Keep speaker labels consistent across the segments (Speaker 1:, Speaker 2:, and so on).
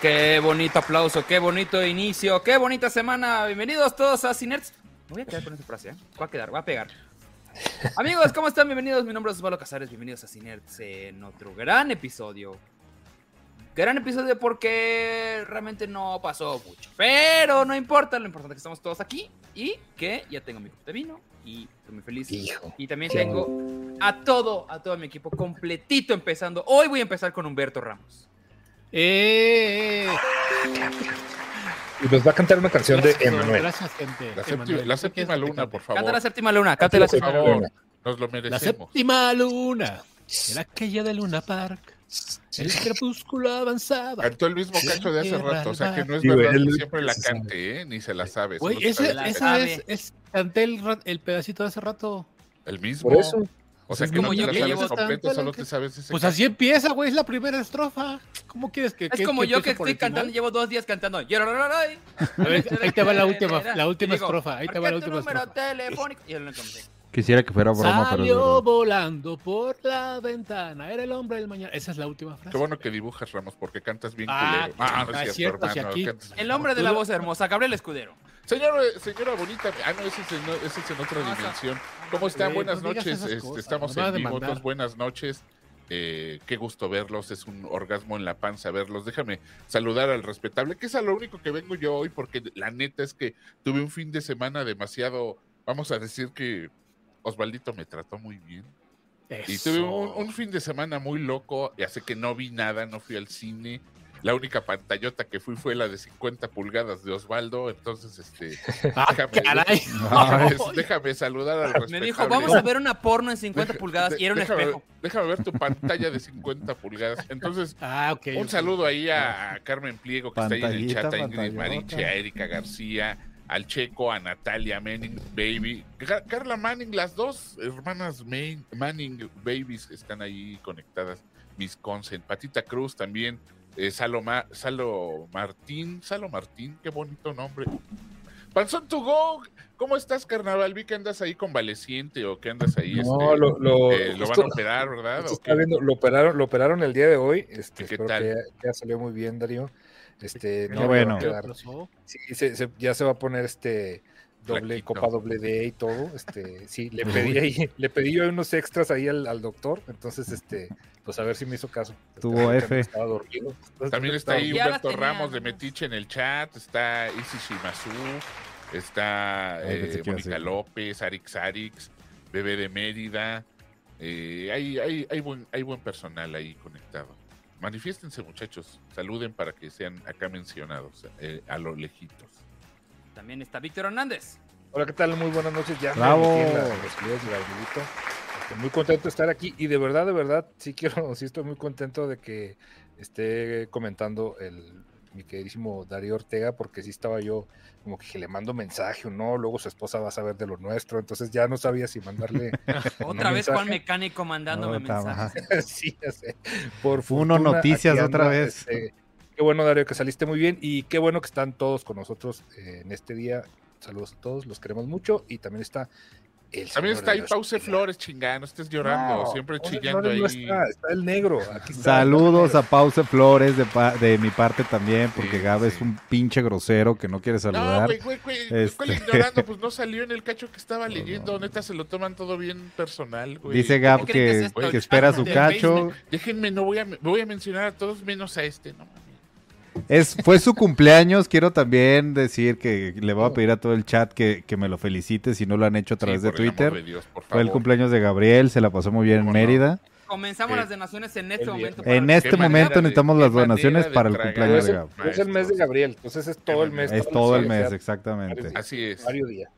Speaker 1: Qué bonito aplauso, qué bonito inicio, qué bonita semana. Bienvenidos todos a Cinerts. Me voy a quedar con esa frase, ¿eh? Voy a quedar, voy a pegar. Amigos, ¿cómo están? Bienvenidos. Mi nombre es Osvaldo Casares. Bienvenidos a Cinerts en otro gran episodio. Gran episodio porque realmente no pasó mucho. Pero no importa, lo importante es que estamos todos aquí y que ya tengo mi copa de vino y estoy muy feliz.
Speaker 2: Hijo.
Speaker 1: Y también
Speaker 2: Qué
Speaker 1: tengo a todo, a todo mi equipo completito empezando. Hoy voy a empezar con Humberto Ramos.
Speaker 3: ¡Eh!
Speaker 2: Y nos va a cantar una canción de
Speaker 3: Gracias,
Speaker 2: Emanuel.
Speaker 3: Gracias, gente.
Speaker 4: La
Speaker 3: Emanuel,
Speaker 4: séptima,
Speaker 3: creo
Speaker 4: la
Speaker 3: que
Speaker 4: séptima
Speaker 3: es lo que
Speaker 4: luna,
Speaker 3: canta.
Speaker 4: por
Speaker 1: Canta
Speaker 4: favor.
Speaker 1: la séptima luna, canta la
Speaker 2: Por
Speaker 1: séptima
Speaker 2: favor.
Speaker 1: luna.
Speaker 4: Nos lo
Speaker 3: La
Speaker 4: merecemos.
Speaker 3: séptima luna. Era aquella de Luna Park. El crepúsculo avanzaba.
Speaker 4: Cantó el mismo cacho de hace rato, o sea que no es
Speaker 2: Sí,
Speaker 4: verdad
Speaker 2: él-
Speaker 4: que siempre la
Speaker 2: se sabe.
Speaker 4: cante, ¿eh? ni se la sabe.
Speaker 3: Güey,
Speaker 4: solo
Speaker 3: ese,
Speaker 4: sabe la
Speaker 1: ese-
Speaker 4: canción.
Speaker 3: esa es,
Speaker 1: sabe.
Speaker 3: es. Canté el, ra- el pedacito de hace rato.
Speaker 4: el mismo.
Speaker 2: Por eso.
Speaker 4: o sea
Speaker 3: es
Speaker 4: que no
Speaker 3: como
Speaker 4: te
Speaker 3: yo
Speaker 4: la
Speaker 3: que
Speaker 4: sabes
Speaker 3: llevo
Speaker 4: completo,
Speaker 3: tanto
Speaker 4: solo
Speaker 3: que-
Speaker 4: te sabes ese.
Speaker 3: Pues
Speaker 4: cacho.
Speaker 3: así empieza, güey. Es la primera estrofa. ¿Cómo quieres que.?
Speaker 1: Es como yo que estoy cantando, llevo dos días cantando.
Speaker 3: ahí te va la última- la última estrofa, ahí te va la última
Speaker 1: número
Speaker 3: estrofa".
Speaker 1: telefónico. Y él no comenté.
Speaker 5: Quisiera que fuera broma, pero es
Speaker 3: Salió
Speaker 5: verdad.
Speaker 3: volando por la ventana. Era el hombre del mañana. Esa es la última frase.
Speaker 4: Qué bueno que dibujas, Ramos, porque cantas bien
Speaker 3: Ah,
Speaker 4: culero. Ah, no
Speaker 3: ah, cierto,
Speaker 4: es cierto,
Speaker 3: si
Speaker 4: hermano.
Speaker 3: aquí-
Speaker 4: cantas bien
Speaker 1: El hombre de la voz hermosa, Gabriel Escudero.
Speaker 4: culero. Señor, eh, señora bonita. Ah, no, ese es en, ese es en otra
Speaker 1: No, o sea,
Speaker 4: dimensión. ¿Cómo están?
Speaker 3: Güey,
Speaker 4: buenas
Speaker 3: Ah, Eh, no digas
Speaker 4: noches.
Speaker 3: esas
Speaker 4: este,
Speaker 3: cosas,
Speaker 4: estamos
Speaker 3: nos van
Speaker 4: en
Speaker 3: a
Speaker 4: vivo.
Speaker 3: demandar.
Speaker 4: todos buenas noches. Eh, qué gusto verlos. Es un orgasmo en la panza verlos. Déjame saludar al respetable, que es a lo único que vengo yo hoy, porque la neta es que tuve un fin de semana demasiado. Vamos a decir que Osvaldito me trató muy bien. Y tuve un, un fin de semana muy loco, y hace que no vi nada, no fui al cine. La única pantallota que fui fue la de 50 pulgadas de Osvaldo, entonces este
Speaker 3: Ah,
Speaker 4: Déjame-
Speaker 3: caray.
Speaker 4: déjame, déjame saludar al
Speaker 1: Me
Speaker 4: respetable.
Speaker 1: dijo, vamos a ver una porno en 50
Speaker 4: Deja-
Speaker 1: pulgadas
Speaker 4: de-
Speaker 1: y era un
Speaker 4: déjame-
Speaker 1: espejo.
Speaker 4: Déjame ver tu pantalla de 50 pulgadas. Entonces,
Speaker 3: Ah, ok.
Speaker 4: un
Speaker 3: ok.
Speaker 4: saludo ahí a, a Carmen Pliego, que está ahí en el
Speaker 5: Pantallita,
Speaker 4: chat, a Ingrid
Speaker 5: pantallota.
Speaker 4: Mariche, a Erika García, al Checo, a Natalia Manning, Baby, Gar- Carla Manning, las dos hermanas Main- Manning, Babies, que están ahí conectadas, Miss Consen, Patita Cruz también, eh, Salo, Ma- Salo Martín, Salo Martín, qué bonito nombre. Panzón to go, ¿cómo estás, carnaval? Vi que andas ahí convaleciente o que andas ahí.
Speaker 2: No,
Speaker 4: este,
Speaker 2: lo, lo,
Speaker 4: eh, lo van
Speaker 2: justo-
Speaker 4: a operar, ¿verdad?
Speaker 2: justo
Speaker 4: ¿O
Speaker 2: estaba
Speaker 4: qué?
Speaker 2: viendo, lo operaron, lo operaron el día de hoy. Este,
Speaker 4: ¿Y qué
Speaker 2: espero
Speaker 4: tal?
Speaker 2: que ya, que ya salió muy bien, Darío. Este, no,
Speaker 5: Qué
Speaker 2: le va a
Speaker 5: bueno.
Speaker 3: ¿Qué
Speaker 2: quedar-
Speaker 3: pasó?
Speaker 2: sí, se- se- ya se va a poner este doble
Speaker 4: Flaquito.
Speaker 2: copa doble D y todo. Este, sí, le pedí ahí, le pedí yo unos extras ahí al, al doctor. Entonces, este, pues a ver si me hizo caso. Este,
Speaker 5: Tuvo
Speaker 2: ahorita
Speaker 5: F.
Speaker 2: Estaba dormido. Entonces,
Speaker 4: También está ahí
Speaker 1: Ya las
Speaker 4: Humberto
Speaker 1: tenía,
Speaker 4: Ramos de
Speaker 1: ¿no?
Speaker 4: Metiche en el chat, está Isi Shimazu, está
Speaker 5: Ay,
Speaker 4: eh,
Speaker 5: pensé que iba a
Speaker 4: Mónica
Speaker 5: ser.
Speaker 4: López, Arix Arix, Bebé de Mérida. eh, hay, hay, hay, buen, hay buen personal ahí conectado. Manifiéstense, muchachos. Saluden para que sean acá mencionados, eh, a lo lejitos.
Speaker 1: También está Víctor Hernández.
Speaker 2: Hola, ¿qué tal? Muy buenas noches. Ya me
Speaker 5: Bravo.
Speaker 2: metí en la- los videos de Gabrielito. Este, muy contento de estar aquí y de verdad, de verdad, sí quiero, sí estoy muy contento de que esté comentando el mi queridísimo Darío Ortega, porque sí estaba yo como que le mando mensaje o no, luego su esposa va a saber de lo nuestro, entonces ya no sabía si mandarle
Speaker 1: Otra vez
Speaker 2: mensaje.
Speaker 1: Juan Mecánico mandándome
Speaker 5: Otra
Speaker 1: mensajes.
Speaker 2: sí, ya sé. Por
Speaker 5: Uno
Speaker 2: fortuna,
Speaker 5: noticias
Speaker 2: aquí
Speaker 5: otra vez.
Speaker 2: este, qué bueno, Darío, que saliste muy bien y qué bueno que están todos con nosotros eh, en este día. Saludos a todos, los queremos mucho. Y también está el
Speaker 4: También
Speaker 2: señor
Speaker 4: está ahí
Speaker 2: Darío
Speaker 4: Pause
Speaker 2: Espina.
Speaker 4: Flores, chingando, estés llorando,
Speaker 2: No,
Speaker 4: siempre
Speaker 2: Pause
Speaker 4: chillando
Speaker 2: Flores
Speaker 4: ahí.
Speaker 2: no está, está el negro. Aquí está.
Speaker 5: Saludos a Pause Flores de, pa- de mi parte también, porque
Speaker 4: Sí,
Speaker 5: Gabe
Speaker 4: sí.
Speaker 5: es un pinche grosero que no quiere
Speaker 4: No,
Speaker 5: saludar.
Speaker 4: güey, güey, güey, ¿cuál
Speaker 5: Este.
Speaker 4: ignorando? Pues no salió en el cacho que estaba
Speaker 5: No,
Speaker 4: leyendo.
Speaker 5: no.
Speaker 4: Neta, se lo toman todo bien personal, güey.
Speaker 5: Dice
Speaker 1: ¿Cómo creen
Speaker 5: Gab
Speaker 1: que es
Speaker 5: que,
Speaker 1: esto?
Speaker 5: que
Speaker 1: Güey,
Speaker 5: espera su
Speaker 4: del
Speaker 5: cacho.
Speaker 4: basement. Déjenme, no voy a, me- voy a mencionar a todos menos a este, ¿no? mames.
Speaker 5: Es, fue su cumpleaños. Quiero también decir que le voy a pedir a todo el chat que, que me lo felicite si no lo han hecho a través
Speaker 4: Sí,
Speaker 5: de
Speaker 4: por el amor
Speaker 5: Twitter.
Speaker 4: de Dios, por
Speaker 5: fue el
Speaker 4: favor.
Speaker 5: cumpleaños de Gabriel, se la pasó muy bien en
Speaker 4: ¿Cómo no?
Speaker 5: Mérida.
Speaker 1: Comenzamos
Speaker 4: Eh,
Speaker 1: las donaciones en este
Speaker 2: el
Speaker 1: momento.
Speaker 2: viernes.
Speaker 1: para
Speaker 5: En
Speaker 1: los
Speaker 5: este
Speaker 1: que van a
Speaker 5: momento
Speaker 4: de-
Speaker 5: necesitamos
Speaker 4: qué
Speaker 5: las
Speaker 4: manera
Speaker 5: donaciones
Speaker 4: de
Speaker 5: para el
Speaker 4: tragar.
Speaker 2: Pero
Speaker 5: cumpleaños
Speaker 2: Es
Speaker 5: de
Speaker 2: el,
Speaker 5: Gab.
Speaker 2: pero es el mes de Gabriel, entonces es todo el mes. toda
Speaker 5: Es
Speaker 2: la
Speaker 5: todo el
Speaker 2: solidaridad,
Speaker 5: mes, exactamente.
Speaker 4: Así es.
Speaker 2: Varios días.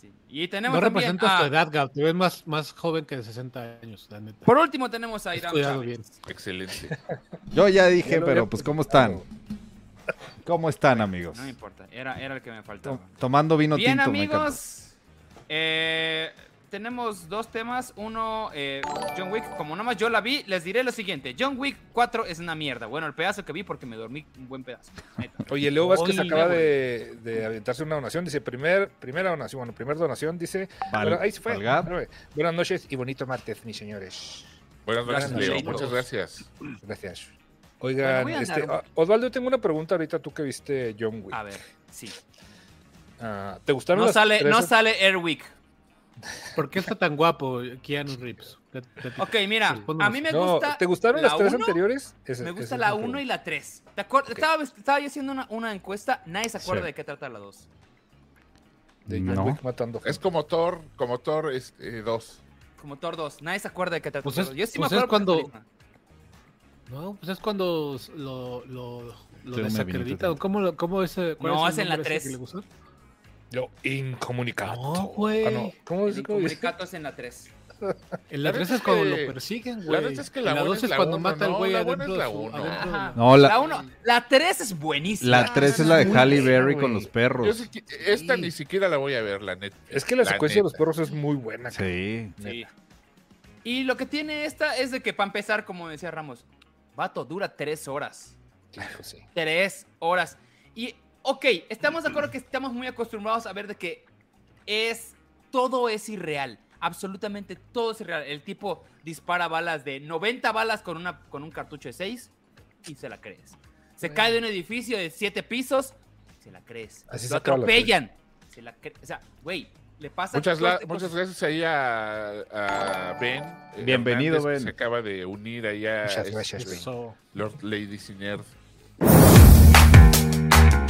Speaker 1: Sí. Y
Speaker 3: No
Speaker 1: tenemos también ah,
Speaker 3: representas
Speaker 1: a-
Speaker 3: tu edad, Gab. Te ves más, más joven que de 60 años, la neta.
Speaker 1: Por último tenemos a
Speaker 3: Has
Speaker 1: Irán
Speaker 3: cuidado
Speaker 1: Chávez.
Speaker 3: bien.
Speaker 4: Excelente.
Speaker 5: Yo ya
Speaker 2: Ya
Speaker 5: dije,
Speaker 2: lo
Speaker 5: pero
Speaker 2: había
Speaker 5: pues ¿cómo
Speaker 2: platicado.
Speaker 5: están? ¿Cómo están, amigos?
Speaker 1: No me importa, era, era el que me faltaba.
Speaker 5: To- Tomando vino
Speaker 1: Bien,
Speaker 5: tinto. me encanta.
Speaker 1: amigos. eh, tenemos dos temas. Uno, eh, John Wick. Como nada más yo la vi, les diré lo siguiente. John Wick 4 es una mierda. Bueno, el pedazo que vi porque me dormí un buen pedazo. neta.
Speaker 2: Oye, Leo Vázquez
Speaker 1: Oye,
Speaker 2: acaba
Speaker 1: güey.
Speaker 2: de, de aventarse una donación. Dice: primer, primera donación, bueno, primera donación. Dice:
Speaker 5: Val-
Speaker 2: bueno, ahí se fue.
Speaker 5: Valgab.
Speaker 2: espérame. Buenas noches y bonito martes, mis señores.
Speaker 4: Buenas noches,
Speaker 2: Gracias,
Speaker 4: Leo.
Speaker 2: Leito.
Speaker 4: Muchas gracias.
Speaker 2: Gracias. Oigan,
Speaker 1: Bueno, voy a
Speaker 2: este,
Speaker 1: andar un
Speaker 2: ah, Osvaldo, yo tengo una pregunta ahorita tú que viste John Wick.
Speaker 1: A ver, sí.
Speaker 2: Ah, ¿Te gustaron
Speaker 1: No
Speaker 2: las
Speaker 1: sale,
Speaker 2: tres-
Speaker 1: no sale Airwick.
Speaker 3: ¿Por qué está tan guapo Keanu Reeves? Plat-
Speaker 1: Ok, mira, a mí me
Speaker 2: No,
Speaker 1: gusta.
Speaker 2: ¿Te gustaron
Speaker 1: la
Speaker 2: las tres
Speaker 1: uno,
Speaker 2: anteriores? Ese-
Speaker 1: Me
Speaker 2: esa
Speaker 1: gusta
Speaker 2: es
Speaker 1: la
Speaker 2: mi
Speaker 1: 1 y
Speaker 2: pregunta.
Speaker 1: la 3. ¿Te acuerdas?
Speaker 2: Ok.
Speaker 1: Estaba, estaba yo haciendo una, una encuesta, nadie se acuerda
Speaker 2: Sí.
Speaker 1: de qué trata la 2.
Speaker 2: De John
Speaker 5: No.
Speaker 2: Wick matando.
Speaker 4: Es
Speaker 2: gente.
Speaker 4: como Thor, como Thor este, 2.
Speaker 1: Como Thor 2, nadie se acuerda de qué trata
Speaker 3: Pues
Speaker 1: la
Speaker 3: es-
Speaker 1: 2. Yo sí me
Speaker 3: pues es
Speaker 1: acuerdo
Speaker 3: cuando-
Speaker 1: por la película.
Speaker 3: No, pues es cuando s- lo, lo, lo
Speaker 5: Tengo una
Speaker 3: desacreditan.
Speaker 5: vinita.
Speaker 3: ¿Cómo, lo- cómo ese, cuál
Speaker 1: No,
Speaker 3: el
Speaker 1: es en la
Speaker 3: nombre ese
Speaker 1: tres.
Speaker 3: que le gustó?
Speaker 2: Lo incomunicado.
Speaker 3: No, güey.
Speaker 2: Ah, no. ¿Cómo
Speaker 1: El
Speaker 2: dice? ¿Cómo dice?
Speaker 1: incomunicato es en la 3.
Speaker 3: En la
Speaker 4: La
Speaker 3: 3
Speaker 4: neta
Speaker 3: es
Speaker 4: es
Speaker 3: cuando
Speaker 4: que-
Speaker 3: lo persiguen,
Speaker 4: la
Speaker 3: güey.
Speaker 4: neta es que la
Speaker 3: En
Speaker 4: buena
Speaker 3: dos
Speaker 4: es
Speaker 3: es
Speaker 4: la
Speaker 3: cuando
Speaker 4: uno,
Speaker 3: mata al
Speaker 4: ¿no?
Speaker 3: güey
Speaker 4: La buena
Speaker 3: adentro.
Speaker 4: es la
Speaker 3: de su-
Speaker 4: uno.
Speaker 3: adentro de-
Speaker 1: Ajá.
Speaker 5: No, la-
Speaker 1: la 1, la 3 es buenísima.
Speaker 5: La 3 es la de Halle Berry con los
Speaker 4: Yo
Speaker 5: perros.
Speaker 4: sí que- esta
Speaker 2: Sí.
Speaker 4: ni siquiera la voy a ver, la neta.
Speaker 2: Es que la, secuencia de los
Speaker 4: neta.
Speaker 2: perros es muy buena. cabrón.
Speaker 5: Sí.
Speaker 1: Sí. Y lo que tiene esta es de que, para empezar, como decía Ramos, vato, dura 3 horas.
Speaker 2: Claro, sí.
Speaker 1: Tres horas. Y, ok, estamos de acuerdo que estamos muy acostumbrados a ver de que es. Todo es irreal. Absolutamente todo es irreal. El tipo dispara balas de 90 balas con, una, con un cartucho de 6 y se la crees. Se cae de un edificio de 7 pisos, se la crees.
Speaker 2: Así se
Speaker 1: Lo
Speaker 2: acaba la película.
Speaker 1: atropellan. Se la cre- O sea, güey, le pasa.
Speaker 4: Muchas,
Speaker 1: todo
Speaker 4: la-
Speaker 1: este-
Speaker 2: pues.
Speaker 4: muchas gracias ahí a, a Ben. eh,
Speaker 5: Bienvenido,
Speaker 4: Hernández, que
Speaker 5: Ben.
Speaker 4: Se acaba de unir ahí a
Speaker 2: Muchas
Speaker 4: este,
Speaker 2: gracias, Ben.
Speaker 3: Eso.
Speaker 4: Lord Lady Sinerd.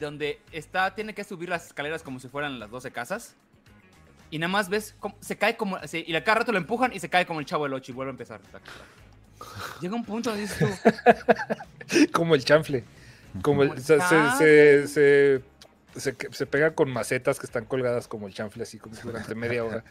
Speaker 1: donde está, tiene que subir las escaleras como si fueran las 12 casas. Y nada más ves, cómo- se cae como. se- y a cada rato lo empujan y se cae como el chavo del 8 y vuelve a empezar. Tac, tac. Llega un punto donde dices tú,
Speaker 2: Como el chanfle. Como el-
Speaker 1: Como el
Speaker 2: se,
Speaker 1: chanfle.
Speaker 2: se, se, se, se, que- se pega con macetas que están colgadas como el chanfle, así como durante media hora.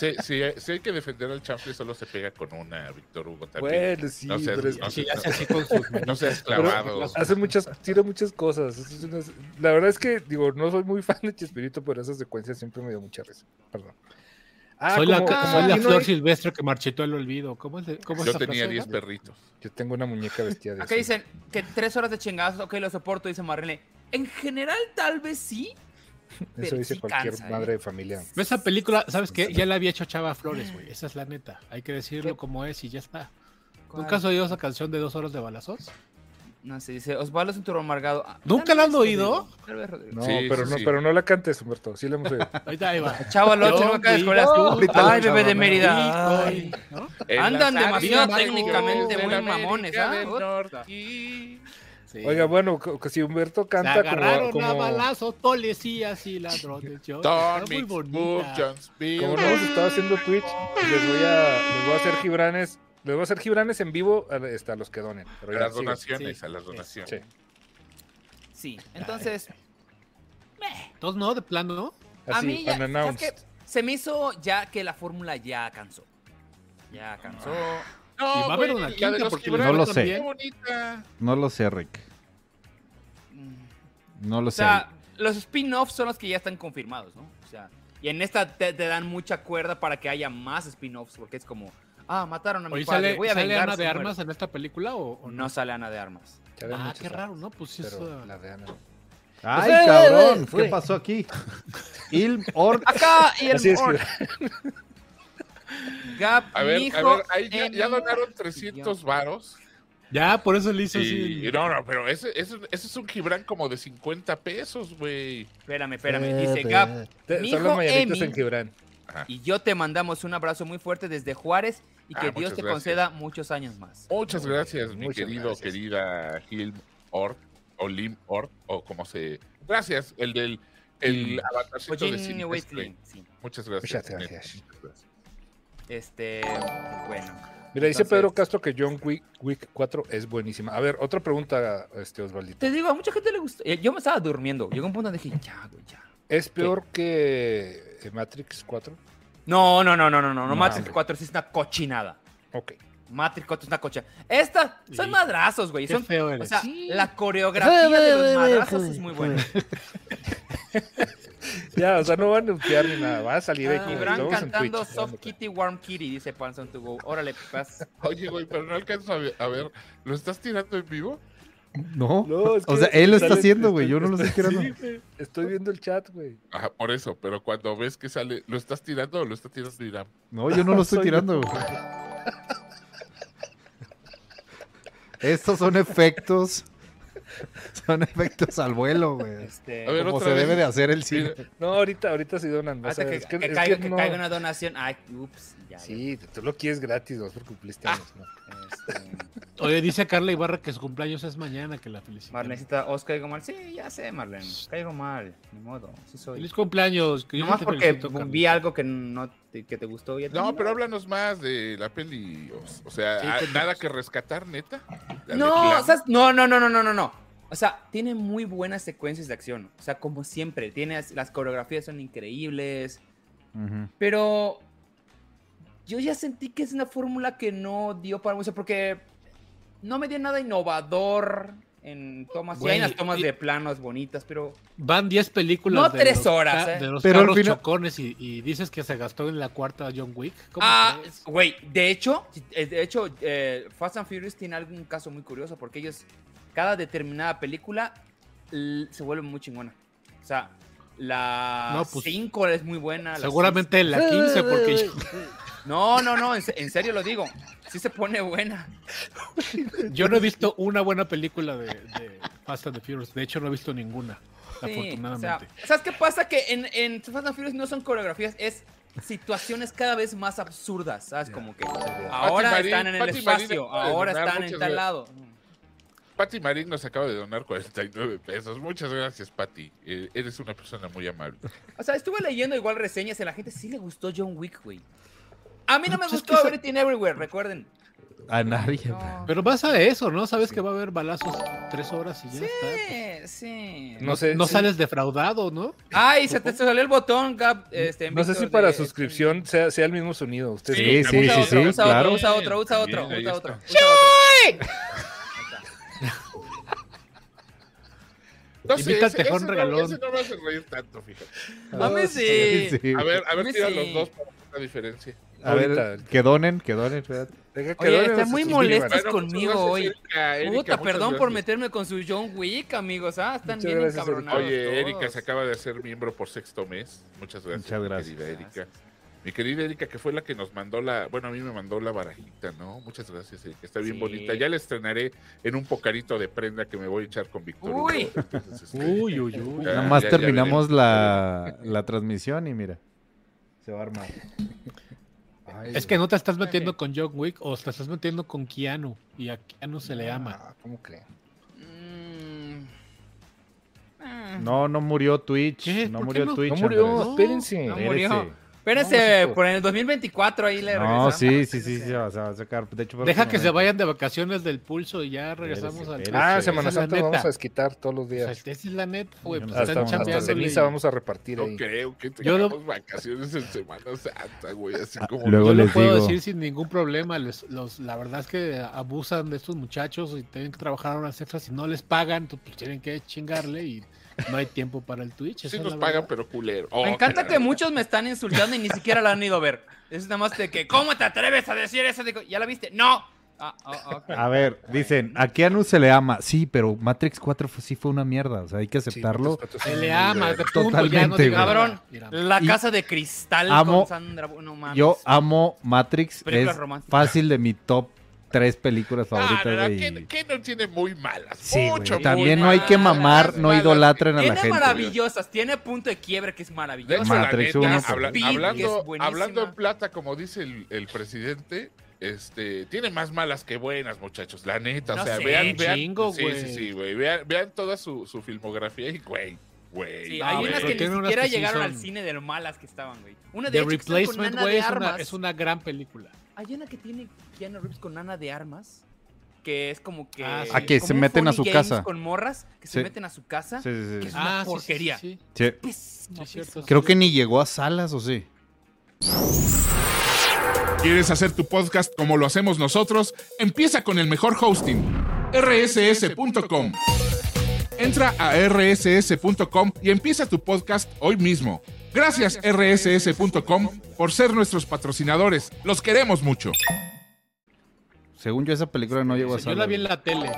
Speaker 4: Sí, sí, eh, sí hay que defender al champion, solo se pega con una, Víctor Hugo también.
Speaker 2: Bueno, sí,
Speaker 4: No seas-
Speaker 2: pero es-
Speaker 4: no
Speaker 3: Sí,
Speaker 4: seas-
Speaker 3: hace así con sus
Speaker 4: no seas
Speaker 2: pero
Speaker 4: clavado.
Speaker 2: hace muchas, tira muchas cosas. Es una- la verdad es que, digo, no soy muy fan de Chespirito, pero esa secuencia siempre me dio mucha risa. Perdón. Ah,
Speaker 3: soy la,
Speaker 2: como-
Speaker 3: ca-
Speaker 2: como
Speaker 3: soy la
Speaker 2: aquí no
Speaker 3: flor
Speaker 2: hay-
Speaker 3: silvestre que marchitó el olvido. ¿Cómo es, de- cómo es
Speaker 4: Yo
Speaker 3: esa
Speaker 4: tenía
Speaker 3: frase,
Speaker 4: 10
Speaker 3: no?
Speaker 4: perritos.
Speaker 2: Yo tengo una muñeca vestida de
Speaker 1: Acá
Speaker 2: azul.
Speaker 1: dicen que tres horas de chingazos, ok, lo soporto, dice Marlene. En general, tal vez sí.
Speaker 2: Eso
Speaker 1: pero
Speaker 2: dice
Speaker 1: sí
Speaker 2: cualquier
Speaker 1: cansa, ¿eh?
Speaker 2: madre de familia.
Speaker 3: Pero Esa película, ¿sabes qué? Ya la había hecho Chava Flores, güey. Esa es la neta. Hay que decirlo como es y ya está. ¿Nunca has oído esa canción de dos horas de balazos?
Speaker 1: No sé, dice Osvaldo es un turro amargado. Ah,
Speaker 3: ¿Nunca
Speaker 1: tal
Speaker 3: la
Speaker 1: vez,
Speaker 3: han oído?
Speaker 1: Rodrigo, tal vez, Rodrigo.
Speaker 2: No,
Speaker 4: Sí,
Speaker 2: pero
Speaker 4: sí,
Speaker 2: no,
Speaker 4: sí.
Speaker 2: pero no la cantes, Humberto. Sí la hemos oído.
Speaker 3: Ahorita ahí va.
Speaker 1: Chavo el 8
Speaker 3: Yo
Speaker 1: no acaba de
Speaker 3: digo,
Speaker 1: escuelas.
Speaker 5: ahorita
Speaker 1: Ay,
Speaker 5: lo
Speaker 1: bebé de
Speaker 5: chavo,
Speaker 1: Mérida.
Speaker 3: Ay,
Speaker 1: Ay.
Speaker 3: ¿no?
Speaker 4: En
Speaker 1: Andan
Speaker 4: las
Speaker 1: demasiado
Speaker 4: áreas
Speaker 1: técnicamente
Speaker 4: de
Speaker 1: muy
Speaker 4: la América
Speaker 1: mamones, ¿ah?
Speaker 4: del
Speaker 1: Puta.
Speaker 4: Norte.
Speaker 3: Sí.
Speaker 2: Oiga, bueno, co- que si Humberto
Speaker 3: Se
Speaker 2: canta como,
Speaker 3: agarraron a
Speaker 2: como,
Speaker 3: balazos policías y ladrones. Yo,
Speaker 4: Don
Speaker 3: está muy
Speaker 4: Mix,
Speaker 3: bonita.
Speaker 4: Book, Jones, Bill.
Speaker 2: como no hemos estado haciendo Twitch, pues les voy a, les voy a hacer gibranes, les voy a hacer gibranes en vivo a, este, a los que donen. Pero
Speaker 4: A
Speaker 2: ya,
Speaker 4: las
Speaker 2: sigue.
Speaker 4: donaciones,
Speaker 3: Sí.
Speaker 4: a las donaciones.
Speaker 2: Sí.
Speaker 1: Sí, entonces.
Speaker 3: Entonces, no, de plano, ¿no?
Speaker 1: a mí
Speaker 2: Así,
Speaker 1: ya, ¿sabes
Speaker 2: unannounced.
Speaker 1: qué? se me hizo ya que la fórmula ya cansó. Ya cansó.
Speaker 4: No,
Speaker 3: Y va a haber
Speaker 4: güey,
Speaker 3: una
Speaker 4: la de
Speaker 3: quinta
Speaker 4: los
Speaker 3: porque
Speaker 4: Gibraltar
Speaker 5: no lo sé.
Speaker 4: también, qué bonita.
Speaker 5: No lo sé, Rick.
Speaker 1: Mm,
Speaker 5: No lo
Speaker 1: O
Speaker 5: sé.
Speaker 1: sea, los spin-offs son los que ya están confirmados, ¿no? O sea, y en esta te, te dan mucha cuerda para que haya más spin-offs, porque es como, ah, mataron a mi
Speaker 3: Oye,
Speaker 1: padre,
Speaker 3: ¿sale,
Speaker 1: voy a
Speaker 3: ¿sale
Speaker 1: vengar
Speaker 3: Ana
Speaker 1: su
Speaker 3: de
Speaker 1: muerte.
Speaker 3: Armas en esta película o, o no?
Speaker 1: No sale Ana de Armas.
Speaker 2: Ya ven
Speaker 3: Ah,
Speaker 2: muchas
Speaker 3: qué
Speaker 2: horas,
Speaker 3: raro, ¿no? Pues sí,
Speaker 2: Pero
Speaker 3: eso...
Speaker 2: la de Ana. Pues,
Speaker 5: Ay,
Speaker 2: eh,
Speaker 5: cabrón,
Speaker 2: eh,
Speaker 5: ¿qué
Speaker 2: fue.
Speaker 5: pasó aquí? Ilm Or
Speaker 1: Acá y
Speaker 2: Así
Speaker 1: el
Speaker 2: es,
Speaker 1: Mor- Gap,
Speaker 4: A ver,
Speaker 1: mijo,
Speaker 4: a ver, ahí ya,
Speaker 1: en
Speaker 4: ya donaron
Speaker 1: Mor-
Speaker 4: 300 varos.
Speaker 3: Ya, por eso le hizo así.
Speaker 4: Y, no, no, pero ese, ese- ese es un Gibran como de 50 pesos, güey.
Speaker 1: Espérame, espérame.
Speaker 2: Eh,
Speaker 1: Dice Gap,
Speaker 2: Te-
Speaker 1: Mi
Speaker 2: Son
Speaker 1: hijo
Speaker 2: las mañanitas
Speaker 1: Emi.
Speaker 2: en Gibran.
Speaker 1: y yo te mandamos un abrazo muy fuerte desde Juárez y que
Speaker 4: Ah,
Speaker 1: Dios
Speaker 4: muchas
Speaker 1: te
Speaker 4: gracias.
Speaker 1: conceda muchos años más.
Speaker 4: Muchas
Speaker 2: Muy
Speaker 4: gracias,
Speaker 2: bien,
Speaker 4: mi
Speaker 2: muchas
Speaker 4: querido,
Speaker 2: gracias.
Speaker 4: querida Gil Ort, o Lim Ort, o como se. Gracias, el del el avatarcito de
Speaker 1: Oye,
Speaker 4: Cine
Speaker 1: Wesley, Pues sí.
Speaker 4: Muchas gracias.
Speaker 2: Muchas
Speaker 4: neta,
Speaker 2: gracias.
Speaker 4: muchas gracias.
Speaker 1: Este, bueno.
Speaker 2: Mira, dice
Speaker 1: Entonces-
Speaker 2: Pedro Castro que John Wick, Wick 4 es buenísima. A ver, otra pregunta, este Osvaldito.
Speaker 1: Te digo, a mucha gente le gustó. Eh, Yo me estaba durmiendo. Llegó un punto donde dije, ya, güey, ya.
Speaker 2: ¿Es peor que eh, Matrix 4?
Speaker 1: No, no, no, no, no, no.
Speaker 2: No,
Speaker 1: no Matrix
Speaker 2: hombre.
Speaker 1: 4 sí es una cochinada.
Speaker 2: Ok.
Speaker 1: Matrix contra una cocha. Estas son
Speaker 3: Sí.
Speaker 1: madrazos, güey.
Speaker 3: Qué
Speaker 1: Son,
Speaker 3: feo
Speaker 1: o
Speaker 3: eres.
Speaker 1: sea,
Speaker 6: Sí.
Speaker 1: la coreografía de los madrazos es muy buena.
Speaker 2: Ya, o sea, no van a nuclear ni nada, va a salir
Speaker 1: Y
Speaker 2: aquí.
Speaker 1: Bran
Speaker 2: estamos en
Speaker 1: Ah, cantando
Speaker 2: Twitch,
Speaker 1: Soft
Speaker 2: dándote.
Speaker 1: Kitty, Warm Kitty, dice Panson to Go. Órale, pues, paz.
Speaker 4: Oye, güey, pero no alcanzo a ver, a ver, ¿lo estás tirando en vivo?
Speaker 5: No.
Speaker 2: No, es
Speaker 5: O
Speaker 2: que
Speaker 5: sea, él lo está
Speaker 2: sale-
Speaker 5: haciendo, güey,
Speaker 2: estoy-
Speaker 5: yo no lo estoy tirando.
Speaker 2: Sí, güey, estoy viendo el chat, güey.
Speaker 4: Ajá, por eso, pero cuando ves que sale, ¿lo estás tirando o lo está tirando Irán?
Speaker 5: No, yo no lo estoy
Speaker 2: Soy
Speaker 5: tirando. güey. Estos son efectos. Son efectos al vuelo, güey.
Speaker 1: Este,
Speaker 4: A ver,
Speaker 5: Como
Speaker 4: otra
Speaker 5: se
Speaker 4: vez.
Speaker 5: debe de hacer el cine.
Speaker 4: Mira,
Speaker 2: No, ahorita, ahorita sí donan. o
Speaker 1: hasta
Speaker 2: sea,
Speaker 1: que,
Speaker 2: es que-
Speaker 1: que
Speaker 2: es que
Speaker 1: caiga, que
Speaker 2: no-
Speaker 1: caiga una donación. Ay, ups. Ya,
Speaker 2: Sí, tú lo quieres gratis, no por cumpliste años, ¿no?
Speaker 1: ya, este,
Speaker 3: Oye, dice Carla Ibarra que su cumpleaños es mañana, que la felicite.
Speaker 1: Marlencita, os caigo mal. Sí, ya sé, Marlene. Caigo mal. Ni modo. Sí soy.
Speaker 3: Feliz cumpleaños. Que yo
Speaker 1: Nomás
Speaker 3: te
Speaker 1: porque
Speaker 3: felicito, Carla.
Speaker 1: vi algo que no te, que te gustó. ya te-
Speaker 4: No, pero háblanos más de la peli. O, o sea,
Speaker 1: Sí,
Speaker 4: ah,
Speaker 1: te-
Speaker 4: nada que rescatar, neta. La de
Speaker 1: No,
Speaker 4: Clan.
Speaker 1: o sea, no, no, no, no, no, no, no. O sea, tiene muy buenas secuencias de acción. O sea, como siempre, tiene las coreografías son increíbles.
Speaker 5: Ujú.
Speaker 1: Pero yo ya sentí que es una fórmula que no dio para mucho porque no me dio nada innovador en tomas. Sí, hay
Speaker 3: Güey,
Speaker 1: unas tomas
Speaker 3: y-
Speaker 1: de planos bonitas, pero
Speaker 3: Van 10 películas.
Speaker 1: No
Speaker 3: de
Speaker 1: tres
Speaker 3: los
Speaker 1: horas,
Speaker 3: ca-
Speaker 1: eh.
Speaker 3: De los
Speaker 5: Pero al
Speaker 3: carros
Speaker 5: final-
Speaker 3: chocones y, y dices que se gastó en la cuarta John Wick. ¿Cómo
Speaker 1: Ah,
Speaker 3: crees?
Speaker 1: güey, de hecho, eh, de hecho, eh, Fast and Furious tiene algún caso muy curioso porque ellos, cada determinada película l- se vuelve muy chingona. O sea, la
Speaker 3: No, pues,
Speaker 1: 5 es muy buena. la
Speaker 3: Seguramente en la 15, porque yo-
Speaker 1: seis- No, no, no, en, se- en serio lo digo. Sí se pone buena.
Speaker 3: yo no he visto una buena película de, de Fast and the Furious. De hecho, no he visto ninguna,
Speaker 1: Sí, o sea,
Speaker 3: afortunadamente.
Speaker 1: ¿Sabes qué pasa? Que en, en Fast and Furious no son coreografías, es situaciones cada vez más absurdas, ¿sabes? Como que ahora
Speaker 4: Marín-
Speaker 1: están en el
Speaker 4: Pati Marín
Speaker 1: espacio,
Speaker 4: acaba de
Speaker 1: ahora
Speaker 4: donar
Speaker 1: están en
Speaker 4: muchas
Speaker 1: tal
Speaker 4: veces.
Speaker 1: lado.
Speaker 4: Pati Marín nos acaba de donar 49 pesos. Muchas gracias, Pati. Eh, eres una persona muy amable.
Speaker 1: O sea, estuve leyendo igual reseñas y a la gente sí le gustó John Wick, güey. A mí no me
Speaker 3: Pues es
Speaker 1: gustó
Speaker 3: que esa-
Speaker 1: Everything Everywhere, recuerden.
Speaker 5: A nadie.
Speaker 1: No.
Speaker 3: Pero vas a eso, ¿no? Sabes que va a haber balazos tres horas y ya está.
Speaker 1: Sí, sí.
Speaker 2: No sé.
Speaker 3: No
Speaker 2: sí.
Speaker 3: sales defraudado, ¿no?
Speaker 1: Ay, se te salió el botón, Gab. Este,
Speaker 2: No sé si
Speaker 1: Víctor,
Speaker 2: para
Speaker 1: de-
Speaker 2: suscripción sea, sea el mismo sonido. Ustedes
Speaker 5: Sí,
Speaker 2: lo-
Speaker 5: sí, sí,
Speaker 1: Usa
Speaker 5: sí,
Speaker 1: otro, usa
Speaker 5: claro.
Speaker 1: otro, usa otro, usa
Speaker 4: Bien,
Speaker 1: otro,
Speaker 4: ahí
Speaker 1: usa otro.
Speaker 4: está.
Speaker 1: usa otro.
Speaker 4: No
Speaker 3: Invita al
Speaker 4: ese-
Speaker 3: Tejón
Speaker 4: ese no-
Speaker 3: regalón.
Speaker 4: ese no me hace reír tanto, fíjate.
Speaker 1: A mí sí.
Speaker 5: Sí.
Speaker 4: A ver, a ver,
Speaker 1: Messi.
Speaker 4: tira los dos para ver la diferencia.
Speaker 5: A ver,
Speaker 2: Ahorita.
Speaker 5: que donen, que donen. espérate.
Speaker 2: Deja que
Speaker 1: Oye,
Speaker 2: donen
Speaker 1: están
Speaker 2: los
Speaker 1: muy
Speaker 2: suscriban.
Speaker 1: molestos
Speaker 4: Bueno, muchas
Speaker 1: conmigo
Speaker 4: gracias,
Speaker 1: hoy.
Speaker 4: Erika, Erika,
Speaker 1: Puta,
Speaker 4: muchas
Speaker 1: perdón por
Speaker 4: gracias.
Speaker 1: meterme con su John Wick, amigos. Ah, están
Speaker 2: Muchas
Speaker 1: bien
Speaker 2: gracias, Erika.
Speaker 1: encabronados.
Speaker 4: Oye, Erika
Speaker 1: todos.
Speaker 4: se acaba de hacer miembro por sexto mes. Muchas gracias.
Speaker 5: Muchas
Speaker 4: mi
Speaker 5: gracias.
Speaker 4: querida Erika. Mi querida Erika, que fue la que nos mandó la, bueno, a mí me mandó la barajita, ¿no? Muchas gracias, Erika, está bien
Speaker 1: Sí.
Speaker 4: bonita. Ya la estrenaré en un pocarito de prenda que me voy a echar con Víctor. Hugo.
Speaker 1: Uy.
Speaker 4: Entonces, este,
Speaker 3: Uy, uy, uy.
Speaker 4: Ya,
Speaker 5: Nada más
Speaker 4: ya, ya
Speaker 5: terminamos la, la transmisión y mira. Se va a armar.
Speaker 2: Ay,
Speaker 3: Es que no te estás metiendo con John Wick o te estás metiendo con Keanu. Y a Keanu se le ama.
Speaker 2: Ah, ¿Cómo creen?
Speaker 1: Mm. Ah.
Speaker 5: No, no murió Twitch.
Speaker 3: ¿Qué?
Speaker 5: pues, No
Speaker 3: ¿Por qué
Speaker 5: murió
Speaker 3: no?
Speaker 5: Twitch.
Speaker 2: No murió,
Speaker 5: Andrés.
Speaker 2: espérense.
Speaker 1: no
Speaker 5: Espérese.
Speaker 1: murió.
Speaker 2: No,
Speaker 1: Espérense,
Speaker 2: chico.
Speaker 1: por el 2024 ahí le
Speaker 5: No,
Speaker 1: regresamos.
Speaker 5: sí, sí, sí, sí, se va, se va a sacar. De hecho,
Speaker 3: Deja que se
Speaker 5: próximamente.
Speaker 3: vayan de vacaciones del pulso y ya regresamos al.
Speaker 5: espérese.
Speaker 2: Ah,
Speaker 5: Esa
Speaker 2: Semana
Speaker 3: es la
Speaker 2: Santa nos vamos
Speaker 3: neta.
Speaker 2: a desquitar todos los
Speaker 3: O sea,
Speaker 2: días.
Speaker 3: esa es la neta, güey. Pues
Speaker 5: Hasta-
Speaker 3: están
Speaker 2: Hasta, hasta
Speaker 3: chambeándole.
Speaker 2: ceniza vamos a repartir
Speaker 4: No
Speaker 2: ahí.
Speaker 4: creo que
Speaker 3: Yo lo-
Speaker 4: tengamos vacaciones en Semana Santa, güey, así como...
Speaker 5: luego-
Speaker 3: Yo lo
Speaker 5: les
Speaker 3: puedo
Speaker 5: digo.
Speaker 3: decir sin ningún problema. les- los, la verdad es que abusan de estos muchachos y tienen que trabajar horas extras. Si no les pagan, tú, pues, tienen que chingarle y no hay tiempo para el Twitch. esa
Speaker 4: Sí
Speaker 3: es
Speaker 4: nos
Speaker 3: la
Speaker 4: pagan,
Speaker 3: verdad.
Speaker 4: pero culero.
Speaker 1: Me
Speaker 4: Oh,
Speaker 1: encanta
Speaker 4: la-
Speaker 1: que muchos me están insultando y ni siquiera la han ido a ver. Es nada más de que, ¿cómo te atreves a decir eso? Digo, ¿ya la viste? ¡No! Ah, ah, ok.
Speaker 5: A ver, dicen, a Keanu se le ama. Sí, pero Matrix 4 fue- sí fue una mierda. O sea, hay que
Speaker 2: Sí,
Speaker 5: aceptarlo.
Speaker 2: nosotros-
Speaker 3: Se le ama, de punto, ya no
Speaker 5: Totalmente,
Speaker 3: digas nada.
Speaker 5: güey.
Speaker 1: Cabrón.
Speaker 3: Mira,
Speaker 1: La
Speaker 5: Y-
Speaker 1: casa de cristal
Speaker 5: Amo-
Speaker 1: con Sandra. No mames.
Speaker 5: Yo amo Matrix.
Speaker 1: Películas
Speaker 5: Es
Speaker 1: románticas.
Speaker 5: fácil de mi top tres películas
Speaker 4: Ah,
Speaker 5: favoritas.
Speaker 4: no, no,
Speaker 5: güey.
Speaker 4: que, que no tiene muy malas.
Speaker 5: Sí, güey.
Speaker 4: Mucho, muy
Speaker 5: También no hay que
Speaker 1: malas,
Speaker 5: mamar, no
Speaker 4: malas.
Speaker 5: idolatren a la
Speaker 1: Tiene
Speaker 5: gente.
Speaker 1: maravillosas. Tiene punto de quiebre que es
Speaker 4: De
Speaker 1: maravilloso.
Speaker 4: hecho,
Speaker 5: Ma-
Speaker 1: La-
Speaker 5: Matrix
Speaker 4: la neta,
Speaker 5: uno,
Speaker 4: habla-
Speaker 1: Speed, que
Speaker 4: hablando,
Speaker 1: es buenísima.
Speaker 4: hablando en plata, como dice el, el presidente, este, tiene más malas que buenas, muchachos. La neta,
Speaker 1: No
Speaker 4: o sea,
Speaker 1: sé,
Speaker 4: vean, vean.
Speaker 3: chingo,
Speaker 4: sí,
Speaker 3: güey.
Speaker 4: sí, sí, güey. Vean, vean toda su, su filmografía y, güey, güey.
Speaker 1: Sí,
Speaker 4: no,
Speaker 1: hay
Speaker 4: güey.
Speaker 1: unas que
Speaker 3: pero
Speaker 1: ni
Speaker 3: tiene
Speaker 1: siquiera
Speaker 3: unas que sí
Speaker 1: llegaron al
Speaker 3: son-
Speaker 1: cine de lo malas que estaban, güey. Una de
Speaker 3: The
Speaker 1: hecho, que sale con
Speaker 3: Replacement,
Speaker 1: Ana
Speaker 3: güey,
Speaker 1: de
Speaker 3: es una,
Speaker 1: Armas.
Speaker 3: es una gran película.
Speaker 1: Hay una que tiene Keanu Reeves con Ana de Armas, que es como que...
Speaker 3: Ah, sí.
Speaker 5: Ah, que
Speaker 1: como
Speaker 5: se
Speaker 1: un
Speaker 5: meten a
Speaker 1: Funny
Speaker 5: su
Speaker 1: Games
Speaker 5: casa.
Speaker 1: Con morras, que se
Speaker 5: Sí.
Speaker 1: meten a su casa.
Speaker 5: Sí, sí,
Speaker 1: que
Speaker 5: sí.
Speaker 1: es una
Speaker 3: Ah, sí, sí,
Speaker 1: porquería.
Speaker 3: sí, sí.
Speaker 5: Sí.
Speaker 1: Pésimo,
Speaker 3: Sí, es cierto.
Speaker 1: pésimo.
Speaker 5: Creo que ni llegó a salas, ¿o sí?
Speaker 4: ¿Quieres hacer tu podcast como lo hacemos nosotros? Empieza con el mejor hosting, rss.com. Entra a rss.com y empieza tu podcast hoy mismo. Gracias rss.com por ser nuestros patrocinadores. Los queremos mucho.
Speaker 5: Según yo, esa película no llegó a
Speaker 3: Yo
Speaker 5: salir.
Speaker 3: la vi en la tele.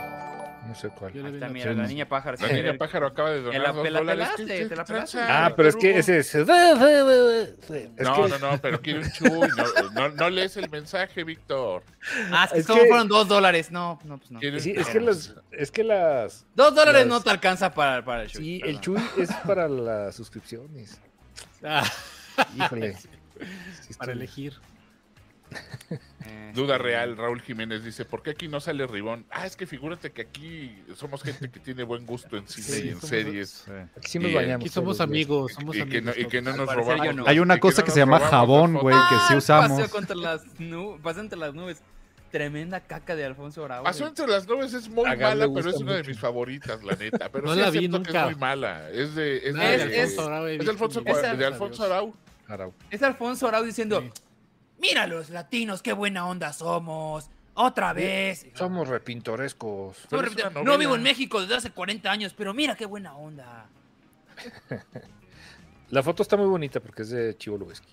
Speaker 2: No sé cuál.
Speaker 3: Yo la vi en
Speaker 1: Está,
Speaker 3: la
Speaker 1: mira, la niña pájaro.
Speaker 4: La
Speaker 1: sí,
Speaker 4: niña
Speaker 1: mira.
Speaker 4: pájaro acaba de donar
Speaker 1: Eh, la-
Speaker 4: dos
Speaker 1: te la
Speaker 4: dólares.
Speaker 1: pelaste,
Speaker 4: ¿Qué- qué-
Speaker 1: te la
Speaker 4: qué
Speaker 1: pelaste.
Speaker 4: tranza?
Speaker 2: Ah, pero es que ese es. es
Speaker 4: No,
Speaker 2: que-
Speaker 4: no, no, pero quiere un chuy. No, no, no lees el mensaje, Víctor.
Speaker 1: Ah, es que
Speaker 2: Es
Speaker 1: como
Speaker 2: que-
Speaker 1: fueron dos dólares. No, no, pues no.
Speaker 4: Quiere un
Speaker 2: Sí, es
Speaker 4: chuy.
Speaker 2: que las. Es que las.
Speaker 1: Dos dólares
Speaker 2: Las-
Speaker 1: no te alcanza para, para el show.
Speaker 2: Sí, el Chuy es para las suscripciones.
Speaker 3: Ah,
Speaker 2: Híjole. Sí, estoy-
Speaker 3: para elegir.
Speaker 1: Eh.
Speaker 4: Duda
Speaker 1: Este,
Speaker 4: real, Raúl Jiménez dice, ¿por qué aquí no sale Ribón? Ah, es que figúrate que aquí somos gente que tiene buen gusto en cine
Speaker 3: Sí,
Speaker 4: y en
Speaker 3: somos-
Speaker 4: series.
Speaker 5: Sí.
Speaker 2: Aquí sí nos
Speaker 4: Y
Speaker 2: bañamos.
Speaker 3: Aquí somos
Speaker 2: todos los días.
Speaker 3: amigos, somos
Speaker 4: y, que no,
Speaker 3: amigos.
Speaker 4: y que no
Speaker 1: Al
Speaker 4: nos
Speaker 1: parecer yo
Speaker 4: robamos.
Speaker 1: no.
Speaker 4: y
Speaker 5: Hay una
Speaker 4: que
Speaker 5: cosa
Speaker 4: no
Speaker 5: que
Speaker 4: nos
Speaker 5: se llama
Speaker 4: robamos
Speaker 5: jabón,
Speaker 4: las
Speaker 5: güey,
Speaker 3: Ah,
Speaker 4: fotos.
Speaker 5: que sí usamos.
Speaker 1: Ah, Paseo contra las nubes. Paseo entre las nubes. Tremenda caca de Alfonso
Speaker 3: ah,
Speaker 1: Bravo.
Speaker 4: Pasó entre las nubes, es muy
Speaker 2: A Gab le
Speaker 4: mala, pero
Speaker 2: gusta
Speaker 4: es una de
Speaker 2: mucho.
Speaker 4: mis favoritas, la neta. Pero
Speaker 3: No
Speaker 4: sí
Speaker 3: la vi
Speaker 4: acepto que
Speaker 3: nunca.
Speaker 4: es muy mala. Es de, es
Speaker 3: No,
Speaker 4: de,
Speaker 1: es-
Speaker 4: es,
Speaker 1: es-
Speaker 3: Arau he
Speaker 4: de
Speaker 3: visto
Speaker 4: Alfonso,
Speaker 3: mil
Speaker 1: Cuar-
Speaker 4: Cua-
Speaker 1: esa-
Speaker 4: de
Speaker 3: veces,
Speaker 4: Alfonso
Speaker 3: adiós.
Speaker 4: Arau.
Speaker 2: Arau.
Speaker 1: Es Alfonso Arau diciendo:
Speaker 3: Sí.
Speaker 1: Mira los latinos, qué buena onda somos. Otra vez.
Speaker 2: Somos repintorescos.
Speaker 1: Sobre-
Speaker 4: es una
Speaker 1: no
Speaker 4: novela.
Speaker 1: vivo en México desde hace 40 años, pero mira qué buena onda.
Speaker 2: La foto está muy bonita porque es de Chivo Lubeski.